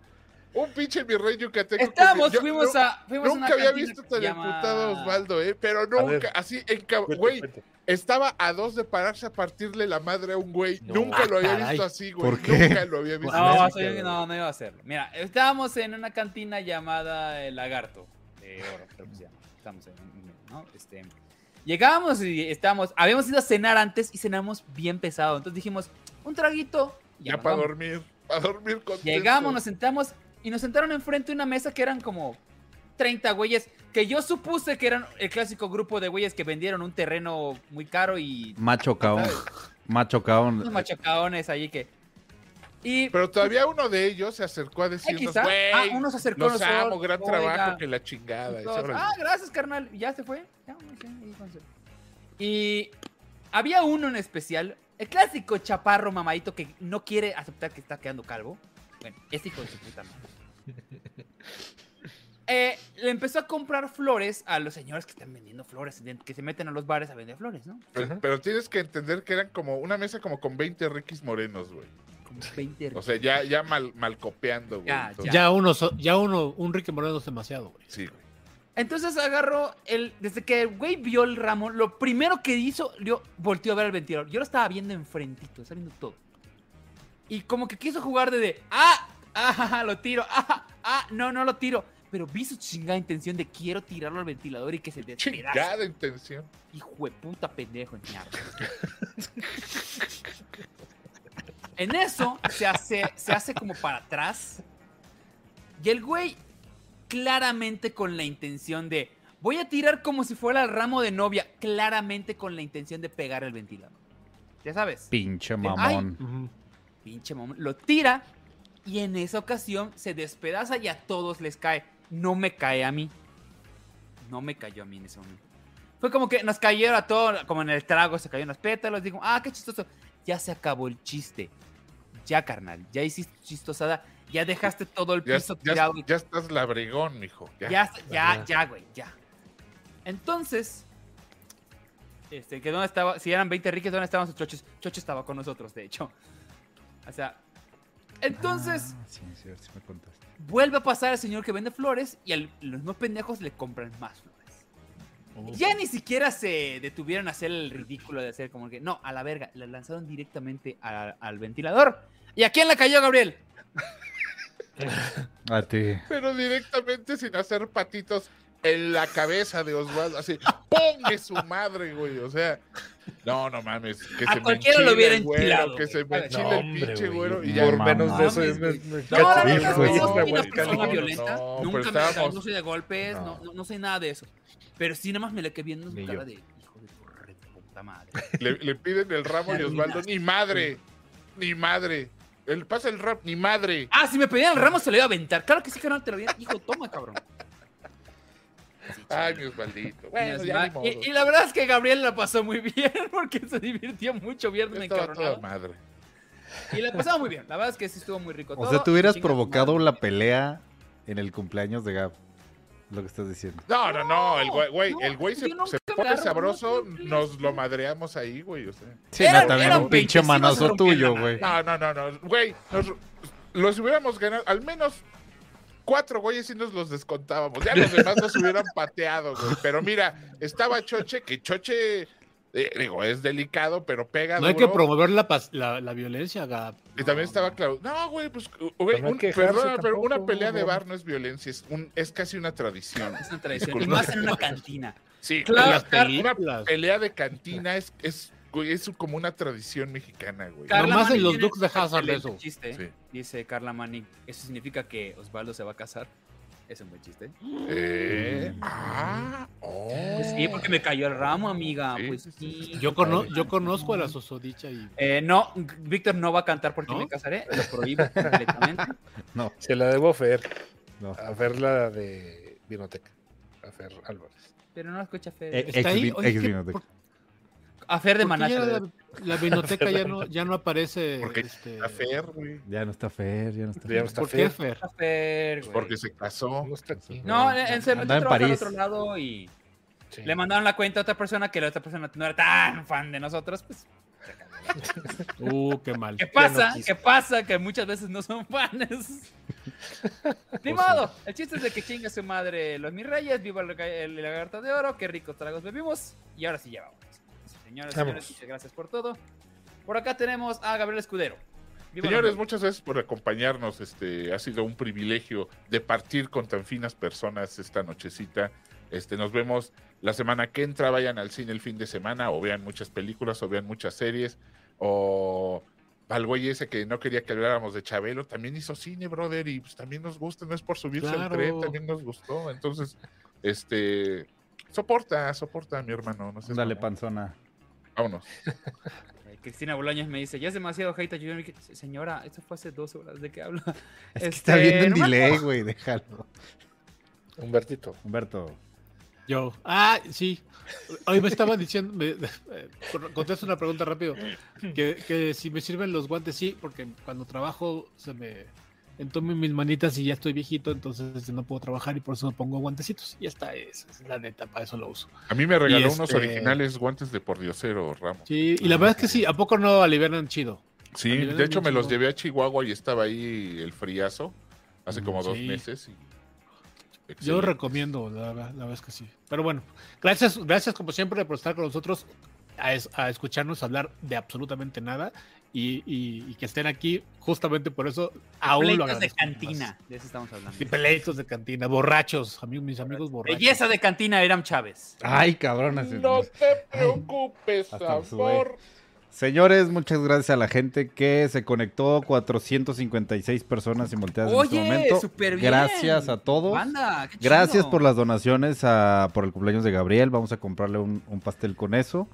Speaker 4: Un pinche mi rey yucateco. que
Speaker 1: Estábamos,
Speaker 4: yo
Speaker 1: fuimos
Speaker 4: nu-
Speaker 1: a. Fuimos a
Speaker 4: Nunca
Speaker 1: una
Speaker 4: había
Speaker 1: cantina
Speaker 4: visto
Speaker 1: que
Speaker 4: tan
Speaker 1: se llama-
Speaker 4: emputado a Osvaldo, ¿eh? Pero
Speaker 2: ver.
Speaker 4: nunca, así, en cab-
Speaker 2: Cuente,
Speaker 4: güey,
Speaker 2: cuente.
Speaker 4: estaba a dos de pararse a partirle la madre a un güey.
Speaker 2: No.
Speaker 4: Nunca lo había
Speaker 3: Ah, caray.
Speaker 4: visto así, güey.
Speaker 5: ¿Por qué?
Speaker 4: Nunca lo había visto
Speaker 1: No,
Speaker 4: así.
Speaker 1: soy- no, no iba a hacerlo. Mira, estábamos en una cantina llamada El Lagarto de Oro, creo que se llama. Estamos en un- ¿no? Este, llegábamos y estábamos, habíamos ido a cenar antes y cenamos bien pesado. Entonces dijimos, un traguito. y
Speaker 4: Ya
Speaker 1: nos
Speaker 4: para
Speaker 1: vamos.
Speaker 4: dormir, para dormir con
Speaker 1: Llegamos, nos sentamos y nos sentaron enfrente de una mesa que eran como 30 güeyes, que yo supuse que eran el clásico grupo de güeyes que vendieron un terreno muy caro y
Speaker 5: Macho caón. Macho caón.
Speaker 1: unos machacaones allí que... Y
Speaker 4: Pero todavía uno de ellos se acercó a
Speaker 1: Eh,
Speaker 4: decirnos,
Speaker 1: quizá.
Speaker 4: güey,
Speaker 1: Ah, uno se acercó a
Speaker 4: los
Speaker 1: nosotros,
Speaker 4: amo, gran
Speaker 1: oiga,
Speaker 4: trabajo, que la chingada. Y
Speaker 1: todos,
Speaker 4: órale.
Speaker 1: ah, gracias, carnal. ¿Ya se fue? Ya, ok, ahí con su- Y había uno en especial, el clásico chaparro mamadito que no quiere aceptar que está quedando calvo. Bueno, es hijo de su puta madre. Eh, le empezó a comprar flores a los señores que están vendiendo flores, que se meten a los bares a vender flores, ¿no?
Speaker 4: pero, pero tienes que entender que eran como una mesa como con 20 riquis morenos, güey.
Speaker 1: Como 20
Speaker 4: O sea, ya, ya mal, mal copiando, güey.
Speaker 1: Ya,
Speaker 4: Entonces,
Speaker 3: ya uno, so- ya uno, un Ricky Moreno es demasiado, güey.
Speaker 4: Sí, güey.
Speaker 1: Entonces agarro el. Desde que el güey vio el ramo, lo primero que hizo, yo volteó a ver el ventilador. Yo lo estaba viendo enfrentito, estaba viendo todo. Y como que quiso jugar de. de, ¡Ah! ¡Ah! ja, ja, Lo tiro. ¡Ah! ja, ¡Ah! No, no lo tiro. Pero vi su chingada intención de quiero tirarlo al ventilador y que se despedace.
Speaker 4: Chingada intención.
Speaker 1: Hijo de puta pendejo, ñarro. en eso se hace, se hace como para atrás. Y el güey, claramente con la intención de. Voy a tirar como si fuera el ramo de novia. Claramente con la intención de pegar el ventilador. Ya sabes.
Speaker 5: Pinche mamón.
Speaker 3: Ujú.
Speaker 1: Pinche mamón. Lo tira. Y en esa ocasión se despedaza y a todos les cae. No me cae a mí. No me cayó a mí en ese momento. Fue como que nos cayeron a todos, como en el trago se cayeron los pétalos. Digo, ah, qué chistoso. Ya se acabó el chiste. Ya, carnal. Ya hiciste chistosada. Ya dejaste todo el
Speaker 4: Ya,
Speaker 1: piso
Speaker 4: ya-
Speaker 1: tirado. y
Speaker 4: ya estás labregón, mijo. Ya.
Speaker 1: ya, ya, ya, güey, ya. Entonces, este, que dónde estaba, si eran 20 riques, ¿dónde estaban sus choches? Chocho estaba con nosotros, de hecho. O sea, entonces
Speaker 5: Ah, sí, sí, sí me contaste.
Speaker 1: vuelve a pasar al señor que vende flores y al- los no pendejos le compran más flores. Ya ni siquiera se detuvieron a hacer el ridículo de hacer como que, no, a la verga, la lanzaron directamente a- al ventilador. ¿Y a quién la cayó, Gabriel?
Speaker 5: A ti.
Speaker 4: Pero directamente sin hacer patitos en la cabeza de Osvaldo. Así, pongue su madre, güey. O sea, no, no mames. Que
Speaker 1: A
Speaker 4: me
Speaker 1: cualquiera lo
Speaker 4: enchile
Speaker 1: hubiera
Speaker 4: el güero,
Speaker 1: enchilado,
Speaker 4: Que
Speaker 1: güey.
Speaker 4: se me
Speaker 1: No,
Speaker 4: enchile el
Speaker 2: hombre,
Speaker 4: pinche
Speaker 2: güey.
Speaker 4: güero y
Speaker 5: No
Speaker 4: ya.
Speaker 2: Por menos de
Speaker 5: mames,
Speaker 2: eso es.
Speaker 1: güey.
Speaker 2: me- me
Speaker 1: No, la
Speaker 2: encanta.
Speaker 5: Sí, pues.
Speaker 1: verdad es que
Speaker 5: güey.
Speaker 1: no soy
Speaker 4: No,
Speaker 1: una
Speaker 4: güey,
Speaker 1: persona
Speaker 4: no,
Speaker 1: violenta.
Speaker 4: no,
Speaker 1: nunca
Speaker 4: pero
Speaker 1: me estábamos...
Speaker 4: estábamos-
Speaker 1: no soy de golpes, no. No, no soy nada de eso. Pero sí, nada más me la que viendo
Speaker 2: Ni
Speaker 1: su
Speaker 2: yo.
Speaker 1: cara de hijo de tu re puta madre.
Speaker 4: Le, le piden el ramo y Osvaldo, ni madre, ni madre. Él pasa el rap, ni madre.
Speaker 1: Ah, si me pedían el ramo se lo iba a aventar. Claro que sí, que no te lo dieron. Hijo, toma, cabrón.
Speaker 4: Ay, mi Osvaldito. Bueno,
Speaker 1: Menos
Speaker 4: ya
Speaker 1: mal.
Speaker 4: ni modo.
Speaker 1: y, y la verdad es que Gabriel la pasó muy bien porque se divirtió mucho viernes
Speaker 4: Ya
Speaker 1: me
Speaker 4: estaba toda
Speaker 1: encabronado.
Speaker 4: madre.
Speaker 1: Y la pasaba muy bien. La verdad es que sí estuvo muy rico.
Speaker 5: O
Speaker 1: todo.
Speaker 5: sea, tú hubieras
Speaker 1: Chinga tu
Speaker 5: provocado
Speaker 1: madre.
Speaker 5: la pelea en el cumpleaños de Gab. Lo que estás diciendo.
Speaker 4: No, no, no, el güey, güey,
Speaker 1: No,
Speaker 4: el güey se,
Speaker 1: yo nunca
Speaker 4: se
Speaker 1: me
Speaker 4: pone
Speaker 1: agarro,
Speaker 4: sabroso,
Speaker 1: no, no, no.
Speaker 4: nos lo madreamos ahí, güey, o sea.
Speaker 5: Sí,
Speaker 1: Era-
Speaker 5: no, también
Speaker 1: era
Speaker 5: un
Speaker 1: un
Speaker 5: pinche
Speaker 1: 20, sí vas a
Speaker 5: manazo
Speaker 1: romper la
Speaker 5: tuyo,
Speaker 1: madre.
Speaker 5: güey.
Speaker 4: No, no, no, no, güey, nos- los hubiéramos ganado, al menos cuatro güeyes y nos los descontábamos. Ya los demás nos hubieran pateado, güey. Pero mira, estaba Choche, que Choche, eh, digo, es delicado, pero pega
Speaker 3: No hay que
Speaker 4: duro.
Speaker 3: promover la, pas- la, la violencia, Gab.
Speaker 4: Y también
Speaker 3: No,
Speaker 4: estaba
Speaker 3: no.
Speaker 4: Claudio. No, güey, pues, güey,
Speaker 2: no hay
Speaker 4: un-
Speaker 2: que dejarse
Speaker 4: perdona, pero una
Speaker 2: tampoco,
Speaker 4: pelea de
Speaker 2: no.
Speaker 4: bar no es violencia, es, un, es casi una tradición.
Speaker 1: Es una tradición. Y
Speaker 4: Disculpa.
Speaker 1: más en una cantina.
Speaker 4: Sí,
Speaker 1: Claro,
Speaker 4: una-
Speaker 1: claro,
Speaker 4: una,
Speaker 3: películas.
Speaker 4: pelea de cantina es, es, güey, es como una tradición mexicana, güey.
Speaker 3: Claro. Nomás en los
Speaker 1: tiene
Speaker 3: Dukes de
Speaker 1: un
Speaker 3: Hazzard
Speaker 1: excelente
Speaker 3: eso.
Speaker 1: chiste.
Speaker 4: Sí.
Speaker 1: Dice Carla Manning, ¿eso significa que Osvaldo se va a casar? Es un buen chiste.
Speaker 4: Eh, ah, oh.
Speaker 1: Pues sí, porque me cayó el ramo, amiga.
Speaker 4: Sí,
Speaker 1: pues
Speaker 4: sí,
Speaker 1: sí.
Speaker 3: Yo, cono- yo conozco a la Sosodicha y.
Speaker 1: Eh, no, Víctor no va a cantar porque
Speaker 3: ¿No?
Speaker 1: me casaré. Lo prohíbo completamente.
Speaker 5: No,
Speaker 2: Se la debo a Fer.
Speaker 5: no.
Speaker 2: A Fer la de Vinoteca. A Fer Álvarez.
Speaker 1: Pero no lo escucha Fer.
Speaker 5: Eh,
Speaker 3: Está
Speaker 5: Ex
Speaker 3: ahí.
Speaker 5: vin-
Speaker 3: Oye,
Speaker 5: ex
Speaker 3: ¿qué-
Speaker 5: vinoteca.
Speaker 3: por-
Speaker 1: a Fer de
Speaker 3: por qué
Speaker 1: Maná.
Speaker 3: ya
Speaker 1: se lo
Speaker 3: La, la vinoteca ya no, ya no aparece.
Speaker 4: Porque
Speaker 3: este,
Speaker 4: A oh, Fer, güey,
Speaker 5: Ya no está Fer, ya no está
Speaker 2: Ya no
Speaker 5: Fer.
Speaker 2: está
Speaker 3: ¿Por
Speaker 2: Fer.
Speaker 3: qué Fer?
Speaker 1: debo. A Fer, güey.
Speaker 4: Pues porque se casó.
Speaker 2: No está aquí.
Speaker 1: No, en- en serio,
Speaker 5: Andaba en
Speaker 1: trabaja al
Speaker 5: París.
Speaker 1: otro lado y
Speaker 2: Sí.
Speaker 1: le mandaron la cuenta a otra persona que la otra persona no era tan fan de nosotros. Pues,
Speaker 3: Uh, qué mal.
Speaker 5: Pues,
Speaker 1: ¿qué pasa?
Speaker 2: quiso.
Speaker 1: ¿Qué pasa? Que muchas veces no son fans.
Speaker 5: Pues
Speaker 1: Ni modo. El chiste es de que chinga su madre los mis reyes, viva el, ga- el lagarto de oro, qué ricos tragos bebimos. Y ahora sí, ya vámonos. Señoras y señores,
Speaker 2: Vámonos.
Speaker 1: muchas gracias por todo. Por acá tenemos a Gabriel Escudero. Viva
Speaker 4: Señores,
Speaker 1: la-
Speaker 4: muchas gracias por acompañarnos. Este ha sido un privilegio de partir con tan finas personas esta nochecita. Este nos vemos la semana que entra. Vayan al cine el fin de semana o vean muchas películas o vean muchas series o al güey ese que no quería que habláramos de Chabelo también hizo cine, brother, y pues también nos gusta, no es por subirse al
Speaker 3: Claro.
Speaker 4: tren, también nos gustó. Entonces, este soporta, soporta, mi hermano, no seas
Speaker 5: Dale,
Speaker 4: mamón.
Speaker 5: panzona.
Speaker 4: Vámonos.
Speaker 1: Eh, Cristina Bolaños me dice, ya es demasiado hate. a Yuyubi". Señora, esto fue hace dos horas, ¿de qué habla?
Speaker 5: Es que está
Speaker 1: Este,
Speaker 5: viendo en
Speaker 1: no me
Speaker 5: delay, güey, déjalo.
Speaker 2: Humbertito.
Speaker 5: Humberto.
Speaker 3: Yo. Ah, sí. Hoy me estaban diciendo. Me, eh, contesto una pregunta rápido. Que, que si me sirven los guantes, sí, porque cuando trabajo se me entomen mis manitas y ya estoy viejito, entonces no puedo trabajar y por eso pongo guantecitos. Y esta es, es la neta, para eso lo uso.
Speaker 4: A mí me regaló unos
Speaker 3: este-
Speaker 4: originales guantes de pordiosero, Ramos.
Speaker 3: Sí, y la verdad es que sí, ¿a poco no alivianan chido? A
Speaker 4: Sí,
Speaker 3: nivel
Speaker 4: de hecho me los
Speaker 3: mucho-
Speaker 4: Mm, llevé a Chihuahua y estaba ahí el friazo hace como dos
Speaker 3: Sí.
Speaker 4: meses. y-
Speaker 3: Yo
Speaker 4: Excelente.
Speaker 3: recomiendo, la, verdad- la verdad es que sí. Pero bueno, gracias, gracias como siempre por estar con nosotros, a, es- a escucharnos hablar de absolutamente nada y, y- y que estén aquí justamente por eso aún lo
Speaker 1: Pleitos de
Speaker 3: agradezco
Speaker 1: cantina.
Speaker 3: más.
Speaker 1: De eso estamos hablando.
Speaker 3: Sí, Pleitos de cantina, borrachos, amigos, mis amigos borrachos.
Speaker 1: Belleza de cantina, Eram Chávez.
Speaker 5: Ay, cabrón. así-
Speaker 4: No te preocupes,
Speaker 5: Hasta me sudé.
Speaker 4: amor.
Speaker 5: Señores, muchas gracias a la gente que se conectó. 456 personas simultáneas
Speaker 1: Oye,
Speaker 5: en este momento.
Speaker 1: súper bien.
Speaker 5: Gracias a todos.
Speaker 1: Banda, qué
Speaker 5: Gracias
Speaker 1: chido.
Speaker 5: por las donaciones a- por el cumpleaños de Gabriel. Vamos a comprarle un, un pastel con eso.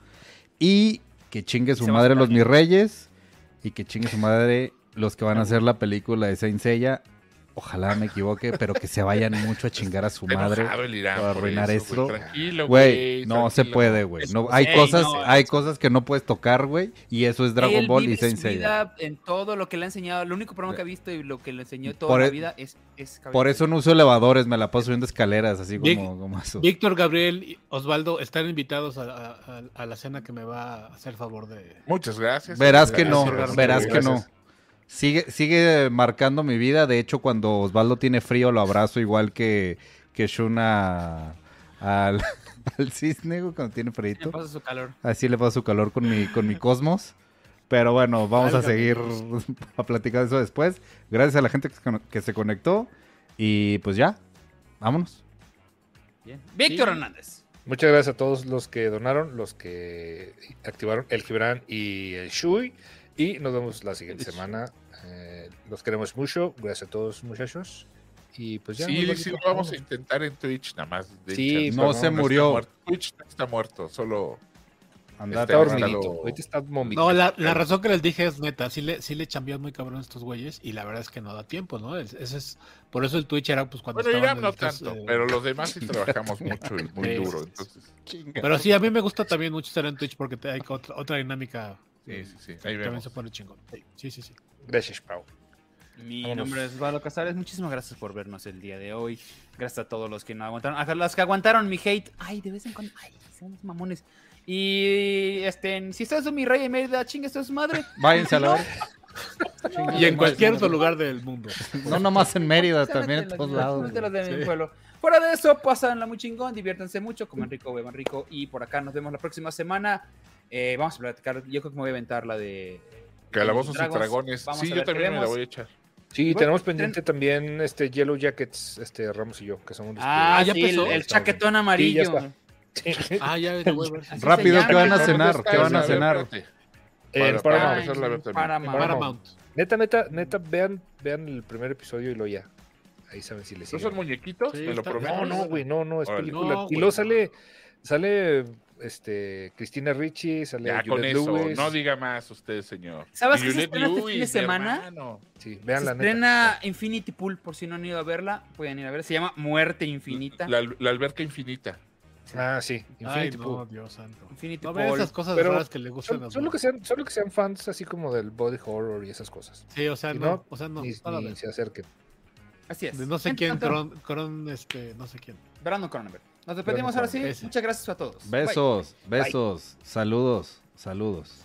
Speaker 5: Y que chingue su
Speaker 1: Se va a
Speaker 5: madre los
Speaker 1: estar
Speaker 5: mis reyes. Y que chingue su madre los que van a hacer la película de Saint Seiya. Ojalá me equivoque, pero que se vayan mucho a chingar a su
Speaker 4: Está
Speaker 5: madre.
Speaker 4: enojado el Irán
Speaker 5: para
Speaker 4: por
Speaker 5: arruinar
Speaker 4: eso, güey.
Speaker 5: esto.
Speaker 4: Tranquilo,
Speaker 5: Güey, no se
Speaker 4: tranquilo.
Speaker 5: puede, güey. No,
Speaker 1: Es-
Speaker 5: hay
Speaker 1: Ey,
Speaker 5: cosas,
Speaker 1: no,
Speaker 5: hay cosas que no puedes tocar, güey. Y eso es Dragon
Speaker 1: Él
Speaker 5: Ball
Speaker 1: vive
Speaker 5: y Saint
Speaker 1: su
Speaker 5: Seiya. Eh,
Speaker 1: vida en todo lo que le ha enseñado, lo único programa que ha visto y lo que le enseñó toda
Speaker 5: Por
Speaker 1: la
Speaker 5: e-
Speaker 1: vida es, es Caballero
Speaker 5: Por eso no uso elevadores, me la paso subiendo escaleras, así
Speaker 3: Vic-
Speaker 5: como, como eso.
Speaker 3: Víctor, Gabriel y Osvaldo están invitados a, a- a- a la cena que me va a hacer favor de...
Speaker 4: Muchas gracias.
Speaker 5: Verás
Speaker 4: Muchas
Speaker 5: que no,
Speaker 4: gracias,
Speaker 3: Orlando.
Speaker 5: verás que no.
Speaker 4: gracias.
Speaker 5: Sigue, sigue marcando mi vida. De hecho, cuando Osvaldo tiene frío, lo abrazo igual que, que Shuna al, al cisne, güey, cuando tiene
Speaker 1: Cabello.
Speaker 5: frío.
Speaker 1: Le pasa su calor.
Speaker 5: Así le paso su calor con mi, con mi cosmos. Pero bueno, vamos a
Speaker 3: Válgame
Speaker 5: seguir a platicar de eso después. Gracias a la gente que se con- que se conectó. Y pues ya, vámonos.
Speaker 1: Bien. Víctor
Speaker 3: Sí.
Speaker 1: Hernández.
Speaker 2: Muchas gracias a todos los que donaron, los que activaron el Gibran y el Shui. Y nos vemos la siguiente semana. Eh, los queremos mucho. Gracias a todos, muchachos. Y pues ya. muy
Speaker 4: Sí,
Speaker 2: bonito.
Speaker 4: sí, lo vamos a intentar en Twitch nada más. De
Speaker 2: Sí,
Speaker 4: hecho,
Speaker 5: no se
Speaker 4: está
Speaker 5: murió.
Speaker 4: muerto. Twitch no está muerto, solo
Speaker 3: Este,
Speaker 5: Andate.
Speaker 2: Está
Speaker 4: Ahorita
Speaker 2: dormidito.
Speaker 4: lo-
Speaker 2: Ahorita está momido.
Speaker 3: No, la, la razón que les dije es neta, sí le, sí le chambean muy cabrón estos güeyes y la verdad es que no da tiempo, ¿no? Es- ese es, por eso el Twitch era pues cuando
Speaker 4: Bueno,
Speaker 3: estaban
Speaker 4: Irán no
Speaker 3: estos,
Speaker 4: tanto,
Speaker 3: eh,
Speaker 4: pero los demás sí trabajamos mucho y muy
Speaker 3: Sí.
Speaker 4: duro. Entonces,
Speaker 3: Pero sí, a mí me gusta también mucho estar en Twitch porque te- hay otra, otra dinámica.
Speaker 4: sí, sí, sí. Ahí
Speaker 3: También
Speaker 4: vemos.
Speaker 3: se pone chingón. Sí, sí, sí.
Speaker 2: Gracias, Pau.
Speaker 1: Mi
Speaker 2: Vámonos.
Speaker 1: nombre es Valo Casares. Muchísimas gracias por vernos el día de hoy. Gracias a todos los que no aguantaron. A los que aguantaron mi hate. Ay, de vez en cuando. Ay, son los mamones. Y este, si estás en mi rey en Mérida, chinga, esto es madre.
Speaker 5: Váyanse a la hora.
Speaker 3: Y en cualquier otro lugar del mundo.
Speaker 5: No nomás en Mérida,
Speaker 1: Solamente
Speaker 5: también en
Speaker 1: los-
Speaker 5: todos lados.
Speaker 1: solamente los de mi
Speaker 3: Sí.
Speaker 1: pueblo. Fuera de eso, pásenla muy chingón, diviértanse mucho, coman rico, beban rico. Y por acá nos vemos la próxima semana. Eh, vamos a platicar, yo creo que me voy a aventar la de...
Speaker 4: Calabozos y
Speaker 1: Dragons.
Speaker 4: dragones.
Speaker 1: Vamos
Speaker 4: Sí,
Speaker 1: a
Speaker 4: yo
Speaker 1: ver qué
Speaker 4: también me la
Speaker 1: vemos.
Speaker 4: voy a echar.
Speaker 2: Sí,
Speaker 1: Bueno,
Speaker 2: tenemos pendiente también este Yellow Jackets, este Ramos y yo, que somos los
Speaker 1: Ah,
Speaker 3: Ah, ¿ya
Speaker 1: sí, el,
Speaker 3: empezó?
Speaker 1: el chaquetón amarillo.
Speaker 2: Sí, ya está. que-
Speaker 3: Ah, ya lo voy a ver.
Speaker 1: Así
Speaker 5: Rápido,
Speaker 1: se
Speaker 5: ¿qué
Speaker 1: llama.
Speaker 5: van a
Speaker 4: Pero
Speaker 5: cenar?
Speaker 4: ¿dónde
Speaker 5: ¿Qué
Speaker 4: está?
Speaker 5: van a
Speaker 4: ver,
Speaker 5: cenar?
Speaker 4: espérate.
Speaker 2: En
Speaker 4: Para- para
Speaker 2: Paramount.
Speaker 4: empezarla a ver también.
Speaker 1: Paramount.
Speaker 3: Paramount.
Speaker 2: Neta, neta, neta, vean, vean el primer episodio y lo ya. Ahí saben si les
Speaker 4: ¿No
Speaker 2: sirve.
Speaker 4: son muñequitos?
Speaker 3: Sí,
Speaker 4: me lo
Speaker 3: está-
Speaker 4: prometo.
Speaker 2: No, no, güey, no, no, es
Speaker 4: Órale.
Speaker 2: película.
Speaker 3: No,
Speaker 2: y
Speaker 3: güey,
Speaker 2: luego
Speaker 3: no.
Speaker 2: sale, sale este, Cristina Ricci, sale
Speaker 4: Ya con
Speaker 2: Juliette
Speaker 4: eso,
Speaker 2: Lewis.
Speaker 4: no diga más usted, señor.
Speaker 1: ¿Sabes
Speaker 4: Y
Speaker 1: qué se
Speaker 4: Juliette
Speaker 1: estrena este fin
Speaker 4: Lewis,
Speaker 1: de semana?
Speaker 4: hermano.
Speaker 2: Sí,
Speaker 1: Se
Speaker 2: vean la
Speaker 1: estrena Infinity Pool, por si no han ido a verla, pueden ir a verla. Se llama Muerte Infinita.
Speaker 4: La, la alberca infinita.
Speaker 2: neta. Ah, sí,
Speaker 3: Ay,
Speaker 2: Infinity
Speaker 3: no,
Speaker 2: Pool.
Speaker 3: Dios santo.
Speaker 1: Infinity
Speaker 3: No vean
Speaker 1: Pool.
Speaker 3: esas cosas
Speaker 2: Pero
Speaker 3: raras que le gustan a
Speaker 2: Son,
Speaker 3: los
Speaker 2: son lo que sean, son lo que sean fans así como del body horror y esas cosas.
Speaker 3: Sí, o sea,
Speaker 2: si
Speaker 3: no,
Speaker 2: no,
Speaker 3: o sea, no,
Speaker 2: ni,
Speaker 3: nada
Speaker 2: ni
Speaker 3: de-
Speaker 2: se acerquen.
Speaker 1: Así es.
Speaker 3: de no sé
Speaker 1: Gente,
Speaker 3: quién,
Speaker 1: tanto-
Speaker 3: Cron, Cron, este, no sé quién.
Speaker 1: Brandon Cronenberg. Nos despedimos
Speaker 2: Brandon
Speaker 1: ahora sí.
Speaker 3: Cronenberg. Ese.
Speaker 1: Muchas gracias a todos. Bye.
Speaker 5: Besos, besos, saludos, saludos.